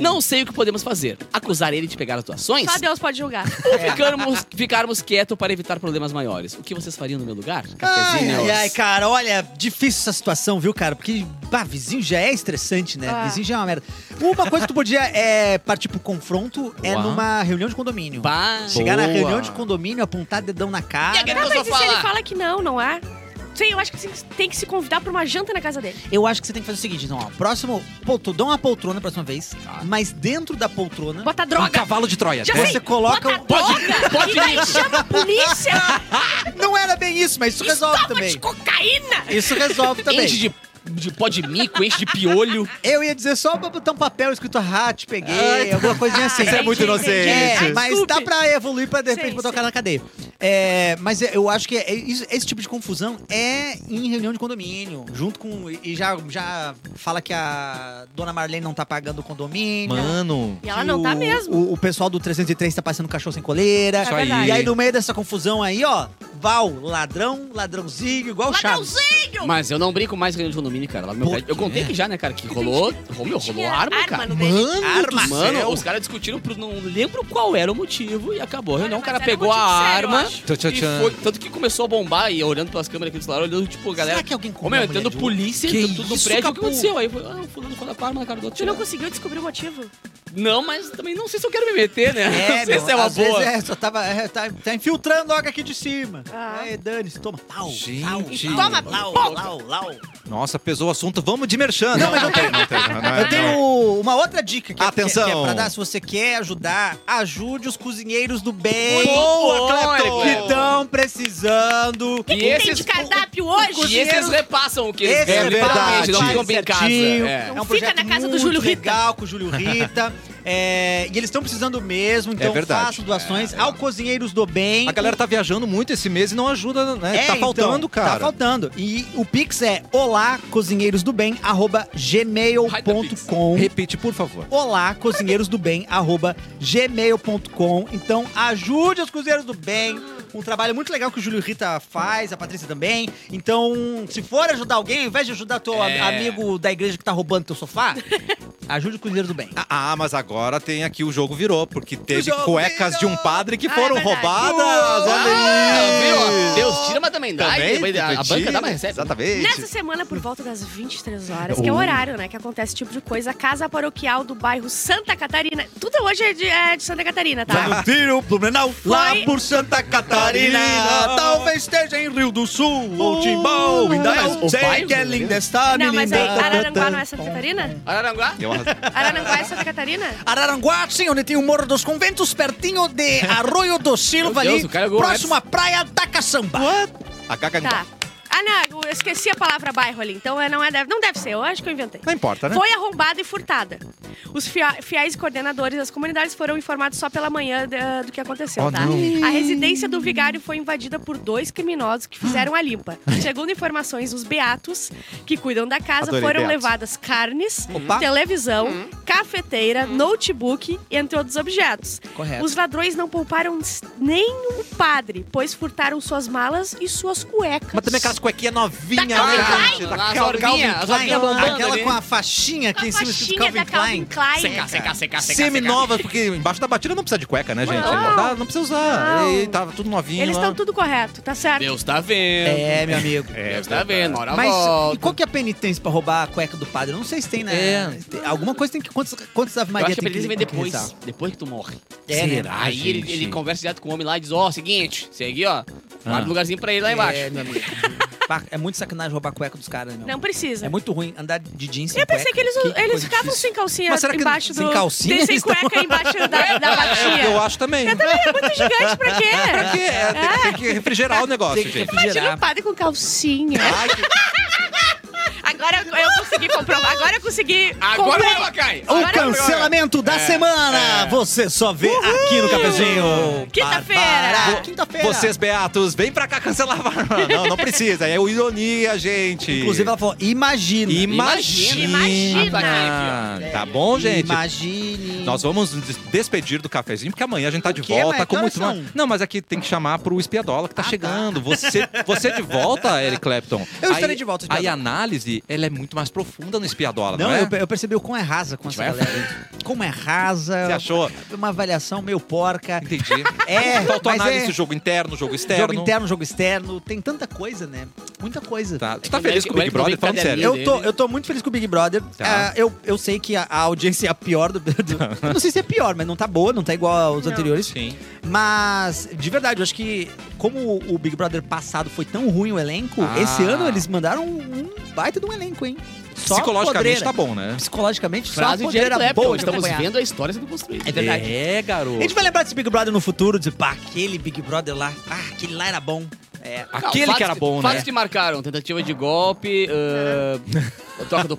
Speaker 5: Não sei o que podemos fazer. Acusar ele de pegar as doações?
Speaker 3: Só Deus pode julgar.
Speaker 5: Ou ficarmos, ficarmos quietos para evitar problemas maiores? O que vocês fariam no meu lugar?
Speaker 4: Ai,
Speaker 5: Cafezinhos.
Speaker 4: ai, ai, cara, olha, difícil essa situação, viu, cara? Porque, bah, vizinho já é estressante, né?
Speaker 3: Ah.
Speaker 4: Vizinho já é uma merda. Uma coisa que tu podia é, partir pro confronto é
Speaker 2: Uau.
Speaker 4: numa reunião de condomínio.
Speaker 5: Pá.
Speaker 4: Chegar na
Speaker 2: Boa.
Speaker 4: reunião de condomínio, apontar dedão na cara.
Speaker 5: E a
Speaker 3: Não,
Speaker 5: Eu
Speaker 3: Tá, mas
Speaker 5: só
Speaker 3: e se
Speaker 5: falar.
Speaker 3: ele fala que não, não é? Sim, eu acho que sim, tem que se convidar pra uma janta na casa dele.
Speaker 4: Eu acho que você tem que fazer o seguinte, então, ó. Próximo, pô, tu dá uma poltrona a próxima vez, mas dentro da poltrona.
Speaker 3: Bota
Speaker 2: Um
Speaker 3: droga!
Speaker 2: cavalo de Troia.
Speaker 3: Já
Speaker 2: né?
Speaker 4: Você coloca
Speaker 3: Bota
Speaker 4: um...
Speaker 5: Pode,
Speaker 3: E
Speaker 5: pode ir.
Speaker 3: daí chama a polícia!
Speaker 4: Não era bem isso, mas isso resolve
Speaker 3: Estopa
Speaker 4: também.
Speaker 3: de cocaína!
Speaker 4: Isso resolve
Speaker 2: tá
Speaker 4: também.
Speaker 5: Enche de, de pó de mico, enche de piolho.
Speaker 4: Eu ia dizer só pra botar um papel escrito ah, te peguei, alguma coisinha assim.
Speaker 2: Você é muito
Speaker 3: Entendi, entendi.
Speaker 4: É,
Speaker 2: inocente.
Speaker 4: mas dá pra evoluir pra de repente
Speaker 3: Sim,
Speaker 4: botar o
Speaker 3: sim.
Speaker 4: cara na cadeia. É, mas eu acho que é- é isso- esse tipo de confusão é em reunião de condomínio, junto com. E já, já fala que a dona Marlene não tá pagando o condomínio.
Speaker 2: Mano.
Speaker 3: E ela
Speaker 4: que
Speaker 3: não tá
Speaker 4: o-
Speaker 3: mesmo.
Speaker 4: O, o pessoal do 303 tá passando cachorro sem coleira.
Speaker 3: Isso
Speaker 2: aí.
Speaker 4: E aí, no meio dessa confusão aí, ó, Val, ladrão, ladrãozinho, igual o Chaves.
Speaker 3: Ladrãozinho!
Speaker 5: Mas eu não brinco mais com reunião de condomínio, cara. Lá no meu
Speaker 4: Por
Speaker 5: prédio. Eu contei
Speaker 2: quê?
Speaker 5: que já, né, cara, que rolou. Romeu, rolou
Speaker 3: Tinha
Speaker 5: arma, cara.
Speaker 3: no dele.
Speaker 4: Arma,
Speaker 5: Mano, os caras discutiram por não lembro qual era o motivo e acabou. a reunião, o
Speaker 3: mas
Speaker 5: cara
Speaker 3: era um
Speaker 5: pegou a
Speaker 3: motivo sério, eu
Speaker 5: arma.
Speaker 3: acho.
Speaker 2: Tchan, tchan,
Speaker 5: e
Speaker 2: tchan.
Speaker 5: foi, tanto que começou a bombar e olhando pelas câmeras aqui do celular, olhando, tipo, a galera.
Speaker 4: Será que é alguém
Speaker 5: Ô,
Speaker 4: comeu
Speaker 5: meu,
Speaker 4: a mulher
Speaker 5: entrando
Speaker 4: de
Speaker 5: polícia,
Speaker 2: Que
Speaker 5: entrando tudo no
Speaker 2: isso,
Speaker 5: prédio. O que
Speaker 2: Capu?
Speaker 5: aconteceu? Aí foi, ah, o fulano colocou a arma na cara do outro.
Speaker 3: Tu não
Speaker 5: tirando.
Speaker 3: conseguiu descobrir o motivo?
Speaker 5: Não, mas também não sei se eu quero me meter, né? não sei
Speaker 4: meu,
Speaker 5: se é uma
Speaker 4: às vezes
Speaker 5: boa.
Speaker 4: é, só tava, é, tá, tá infiltrando água aqui de cima.
Speaker 3: Ah.
Speaker 4: É, dane-se, toma. Pau,
Speaker 2: Gente.
Speaker 4: pau,
Speaker 3: Toma,
Speaker 4: lau, lau, lau.
Speaker 2: Nossa, pesou o assunto. Vamos de merchan. Não,
Speaker 4: mas eu
Speaker 2: tem, não tem. não, é, não,
Speaker 5: Ah,
Speaker 4: Eu tenho uma outra dica que
Speaker 2: Atenção.
Speaker 4: É, que é pra dar. Se você quer ajudar, ajude os cozinheiros do
Speaker 2: é.
Speaker 4: bem
Speaker 5: Boa, Clepton!
Speaker 4: um que estão precisando.
Speaker 5: E
Speaker 3: Quem tem
Speaker 5: esses,
Speaker 3: de cardápio hoje?
Speaker 5: e esses repassam o que eles
Speaker 4: Esse
Speaker 5: ganham,
Speaker 2: é verdade.
Speaker 5: literalmente, não ficam bem em casa.
Speaker 4: certinho.
Speaker 5: É.
Speaker 3: Não
Speaker 4: um
Speaker 3: fica
Speaker 4: projeto
Speaker 3: na casa do
Speaker 4: muito
Speaker 3: Júlio Rita.
Speaker 4: legal com o Júlio Rita. É, e eles estão precisando mesmo, então
Speaker 2: verdade.
Speaker 4: façam doações
Speaker 2: É, é.
Speaker 4: ao Cozinheiros do Bem.
Speaker 2: A galera tá viajando muito esse mês e não ajuda, né?
Speaker 4: É,
Speaker 2: tá
Speaker 4: então,
Speaker 2: faltando,
Speaker 4: Tá
Speaker 2: cara.
Speaker 4: faltando. E o Pix é olá, cozinheiros do bem, arroba
Speaker 5: tá
Speaker 4: gmail.com.
Speaker 2: Repite, por favor.
Speaker 4: Olá, cozinheiros do bem, arroba gmail.com. Então ajude os cozinheiros do bem. Um trabalho muito legal que o Júlio Rita faz, a Patrícia também. Então, se for ajudar alguém, ao invés de ajudar teu
Speaker 5: É.
Speaker 4: am- amigo da igreja que tá roubando teu sofá, ajude os cozinheiros do bem.
Speaker 2: Ah, mas agora tem aqui o jogo virou, porque teve
Speaker 4: jogo
Speaker 2: cuecas de um
Speaker 4: virou.
Speaker 2: padre que
Speaker 3: Ah, é
Speaker 2: foram
Speaker 3: verdade.
Speaker 2: roubadas.
Speaker 5: Ah,
Speaker 2: Olha
Speaker 5: viu?
Speaker 2: aí.
Speaker 5: Deus tira, mas também dá. e
Speaker 2: Também,
Speaker 5: depois a, a
Speaker 2: Deus tira. Tá,
Speaker 5: banca dá, mas recebe.
Speaker 2: Exatamente.
Speaker 3: Nessa semana, por volta das 23 horas, que é o
Speaker 2: Uh.
Speaker 3: horário, né, que acontece esse tipo de coisa, a casa paroquial do bairro Santa Catarina. Tudo hoje é de, é de Santa Catarina, tá?
Speaker 4: tiro, Blumenau,
Speaker 3: lá
Speaker 4: por Santa Catarina. Talvez esteja em Rio do Sul ou Timbó.
Speaker 5: ainda não sei que é linda
Speaker 4: está,
Speaker 3: Não, mas aí, Araranguá não é Santa Catarina?
Speaker 5: Araranguá?
Speaker 2: Deu arras-
Speaker 3: Araranguá é Santa Catarina?
Speaker 4: Araranguá, sim, onde tem o Morro dos Conventos, pertinho de Arroio do Silva,
Speaker 5: Meu Deus,
Speaker 4: ali,
Speaker 5: o cara é gol
Speaker 4: próximo à Praia da Caçamba.
Speaker 2: A caca
Speaker 3: Tá. Ah, não, eu esqueci a palavra bairro ali, então é, não, é, deve, não deve ser, eu acho que eu inventei.
Speaker 2: Não importa, né?
Speaker 3: Foi arrombada e furtada. Os fia- fiéis e coordenadores das comunidades foram informados só pela manhã da- do que aconteceu,
Speaker 2: Oh,
Speaker 3: tá?
Speaker 2: não.
Speaker 3: A residência do vigário foi invadida por dois criminosos que fizeram a limpa. Segundo informações, os beatos que cuidam da casa
Speaker 2: Adorei,
Speaker 3: foram
Speaker 2: beatos.
Speaker 3: levadas carnes,
Speaker 4: Opa.
Speaker 3: televisão, cafeteira, notebook, entre outros objetos.
Speaker 4: Correto.
Speaker 3: Os ladrões não pouparam s- nem o padre, pois furtaram suas malas e suas cuecas.
Speaker 2: Mas também aquelas cuequinhas novinhas,
Speaker 3: Tá
Speaker 2: né,
Speaker 3: Calvin
Speaker 2: gente?
Speaker 5: Klein.
Speaker 2: Da
Speaker 5: As
Speaker 2: Calvin
Speaker 5: orguinhas, as
Speaker 2: Klein.
Speaker 5: orguinhas bombando
Speaker 4: Aquela
Speaker 5: ali.
Speaker 4: com a faixinha aqui
Speaker 3: a
Speaker 4: em cima escrito
Speaker 3: faixinha
Speaker 4: Calvin
Speaker 3: da Calvin
Speaker 4: Klein.
Speaker 3: Klein.
Speaker 5: Seca, seca, seca, seca.
Speaker 2: Semi-nova, porque embaixo da batida não precisa de cueca, né, gente? Não, dá- não precisa usar.
Speaker 3: Não.
Speaker 2: E tava tudo novinho.
Speaker 3: Eles
Speaker 2: lá.
Speaker 3: estão tudo correto, tá certo?
Speaker 5: Deus tá vendo.
Speaker 4: É, meu amigo.
Speaker 5: Deus tá vendo. Hora
Speaker 4: Mas e
Speaker 5: volta.
Speaker 4: qual que é a penitência pra roubar a cueca do padre? Eu não sei se tem, né?
Speaker 2: É.
Speaker 4: Tem- Alguma coisa tem que... Quantos, quantos Ave
Speaker 5: Eu
Speaker 4: Maria
Speaker 5: acho que
Speaker 4: tem
Speaker 5: pra eles vem
Speaker 4: tem
Speaker 5: depois.
Speaker 4: rezar?
Speaker 5: Depois que tu morre.
Speaker 4: É, né?
Speaker 2: Será,
Speaker 5: Aí ele,
Speaker 2: gente?
Speaker 5: ele conversa direto com o homem lá e diz, ó, seguinte, segue, ó. Guarda
Speaker 2: Ah.
Speaker 5: um lugarzinho pra ele lá embaixo.
Speaker 4: É, meu amigo. Pá, é muito sacanagem roubar a cueca dos caras, meu.
Speaker 3: Não precisa.
Speaker 4: É muito ruim andar de jeans sem
Speaker 3: Eu pensei
Speaker 4: cueca.
Speaker 3: que eles, eles
Speaker 4: coisa
Speaker 3: ficavam
Speaker 4: difícil.
Speaker 3: sem calcinha
Speaker 4: Mas será que
Speaker 3: embaixo
Speaker 4: sem
Speaker 3: do.
Speaker 4: calcinha
Speaker 3: Tem sem
Speaker 4: eles tão- É,
Speaker 3: cueca embaixo da, da batia.
Speaker 2: É, Eu acho também.
Speaker 3: Eu também, é muito gigante, pra quê?
Speaker 2: Pra quê? É, tem, que- tem que refrigerar o negócio,
Speaker 4: Tem que
Speaker 2: gente.
Speaker 4: refrigerar.
Speaker 3: Imagina um padre com calcinha.
Speaker 2: Ai, que-
Speaker 3: Agora eu, eu, consegui comprovar. Agora eu consegui.
Speaker 5: Agora
Speaker 4: é
Speaker 3: compre-
Speaker 5: ela cai.
Speaker 3: Agora
Speaker 2: é
Speaker 4: O cancelamento da semana! Você só vê aqui no cafezinho.
Speaker 3: Quinta-feira.
Speaker 4: Quinta-feira.
Speaker 2: Vocês, Beatos, vem pra cá cancelar. Não, não precisa. É o ironia, gente.
Speaker 4: Inclusive, ela falou: imagina.
Speaker 2: Imagina.
Speaker 3: Imagina.
Speaker 2: Tá bom, gente?
Speaker 4: Imagine.
Speaker 2: Nós vamos nos des- despedir do cafezinho, porque amanhã a gente tá de
Speaker 4: quê?
Speaker 2: volta
Speaker 4: Mas
Speaker 2: com
Speaker 4: que
Speaker 2: muito
Speaker 4: horas
Speaker 2: mais.
Speaker 4: são? Ah,
Speaker 2: Não, mas aqui tem que chamar pro espiadola que tá chegando. Você, você de volta, Eric Clapton.
Speaker 4: Eu estarei
Speaker 2: Aí-
Speaker 4: de volta,
Speaker 2: Aí
Speaker 4: Espiadola.
Speaker 2: a análise, ela é muito mais profunda no espiadola, não,
Speaker 4: Não,
Speaker 2: é?
Speaker 4: eu, eu percebi o quão é rasa com essa
Speaker 5: vai à
Speaker 4: galera. aí. Como é rasa.
Speaker 2: Você achou?
Speaker 4: Uma avaliação meio porca.
Speaker 2: Entendi.
Speaker 4: É,
Speaker 2: Faltou
Speaker 4: mas
Speaker 2: análise,
Speaker 4: é-
Speaker 2: jogo interno, jogo externo.
Speaker 4: Jogo interno, jogo externo. Tem tanta coisa, né? Muita coisa.
Speaker 2: Tá. Tu tá
Speaker 5: O
Speaker 2: feliz
Speaker 5: Eric-
Speaker 2: com o
Speaker 5: o
Speaker 2: Big
Speaker 5: Eric
Speaker 2: Brother?
Speaker 5: também
Speaker 2: Falando
Speaker 5: tá
Speaker 2: sério.
Speaker 5: delírio.
Speaker 4: Eu tô, eu tô muito feliz com o Big Brother.
Speaker 2: Tá.
Speaker 4: Ah, eu, eu sei que a, a audiência é a pior do. do- eu não sei se é pior, mas não tá boa, não tá igual aos
Speaker 3: Não.
Speaker 4: anteriores.
Speaker 2: Sim.
Speaker 4: Mas, de verdade, eu acho que como o- o Big Brother passado foi tão ruim o elenco,
Speaker 2: Ah.
Speaker 4: esse ano eles mandaram um baita de um elenco, hein? Só
Speaker 2: Psicologicamente
Speaker 4: podreira.
Speaker 2: tá bom, né?
Speaker 4: Psicologicamente, só
Speaker 5: Frase de Eric
Speaker 4: podreira
Speaker 5: Clapton. né,
Speaker 4: boa de
Speaker 5: Estamos
Speaker 4: acompanhar.
Speaker 5: vendo a história sendo construída.
Speaker 4: É verdade.
Speaker 2: É, garoto.
Speaker 4: A gente vai lembrar desse Big Brother no futuro, de pá, aquele Big Brother lá, ah, aquele lá era bom. É.
Speaker 5: Não,
Speaker 2: Aquele
Speaker 5: fatos
Speaker 2: que era
Speaker 5: que-
Speaker 2: bom, né?
Speaker 5: Fatos que marcaram. Tentativa de golpe, ah, a troca do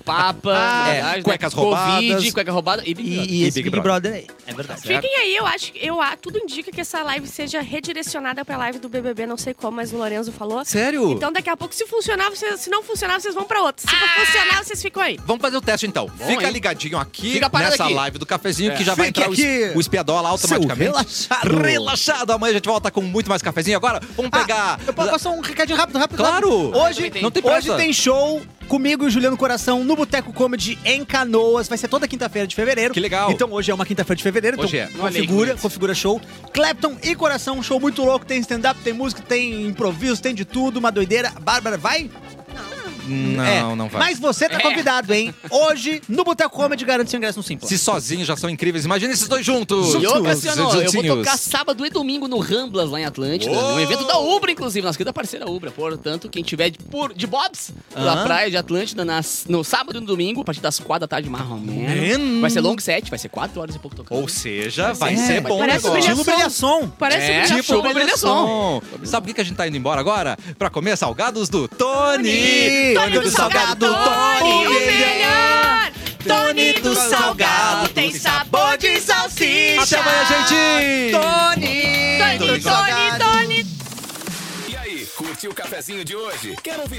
Speaker 2: É.
Speaker 5: Papa,
Speaker 2: Ah,
Speaker 5: verdade, né?
Speaker 2: é, cuecas roubadas.
Speaker 5: Covid, cueca roubada e
Speaker 4: E,
Speaker 5: Big
Speaker 4: e esse
Speaker 2: Big
Speaker 4: Big, Brother aí.
Speaker 5: É verdade.
Speaker 3: Fiquem aí, eu acho que eu, a- tudo indica que essa live seja redirecionada pra live do BBB, não sei como, mas o Lorenzo falou.
Speaker 2: Sério?
Speaker 3: Então daqui a pouco, se funcionar, vocês, se não funcionar, vocês vão pra outra. Se for funcionar, vocês ficam aí.
Speaker 2: Vamos fazer o teste então. Fica
Speaker 5: hein?
Speaker 2: ligadinho aqui
Speaker 5: Fica parado
Speaker 2: nessa
Speaker 5: aqui.
Speaker 2: live do cafezinho que já vai
Speaker 4: Fique
Speaker 2: entrar o, es-
Speaker 4: aqui.
Speaker 2: o espiadola automaticamente.
Speaker 4: relaxado.
Speaker 2: Relaxado. Amanhã a gente volta com muito mais cafezinho. Agora vamos pegar.
Speaker 4: Ah, eu posso passar um recadinho rápido, rápido.
Speaker 2: Claro.
Speaker 4: rápido. Hoje,
Speaker 5: Também
Speaker 2: Não tem pressa.
Speaker 4: hoje tem show comigo e o Juliano Coração no Boteco Comedy em Canoas. Vai ser toda quinta-feira de fevereiro.
Speaker 2: Que legal.
Speaker 4: Então hoje é uma quinta-feira de fevereiro.
Speaker 2: Hoje
Speaker 4: então
Speaker 2: é.
Speaker 5: Olha aí,
Speaker 4: configura,
Speaker 5: Cleiton.
Speaker 4: configura show. Clapton e Coração, um show muito louco. Tem stand-up, tem música, tem improviso, tem de tudo, uma doideira. Bárbara, vai?
Speaker 2: Não,
Speaker 4: É.
Speaker 2: não vai.
Speaker 4: Mas você tá convidado, hein? Hoje, no Boteco Comedy, garante seu ingresso no Simpla.
Speaker 2: Se sozinhos já são incríveis, imagina esses dois juntos.
Speaker 5: E ô, Cassiano, eu vou
Speaker 2: Juntinhos.
Speaker 5: tocar sábado e domingo no Ramblas, lá em Atlântida.
Speaker 2: Uou!
Speaker 5: Um evento da Ubra, inclusive, nossa querida parceira Ubra. Portanto, quem tiver de, por, de Bobs
Speaker 2: Aham.
Speaker 5: na praia de Atlântida, nas- no sábado e no domingo, a partir das quatro da tarde,
Speaker 2: Hum.
Speaker 5: marrom. Vai ser long set, vai ser quatro horas e pouco tocando.
Speaker 2: Ou seja, vai
Speaker 5: É,
Speaker 2: ser
Speaker 5: mas
Speaker 2: bom
Speaker 3: parece
Speaker 2: negócio.
Speaker 4: Estilo brilhação.
Speaker 3: Parece
Speaker 5: É,
Speaker 3: um
Speaker 5: tipo
Speaker 3: show.
Speaker 5: uma brilhação.
Speaker 2: Sabe por que que a gente tá indo embora agora? Pra comer salgados do Tony!
Speaker 4: Tipo Tony! Tony do Salgado, é
Speaker 3: Tony, o melhor!
Speaker 2: Tony do Salgado
Speaker 3: tem sabor de
Speaker 2: Até
Speaker 3: salsicha!
Speaker 2: amanhã, gente!
Speaker 3: Tony, Tony, Tony!
Speaker 9: E aí, curtiu o cafezinho de hoje? Quer ouvir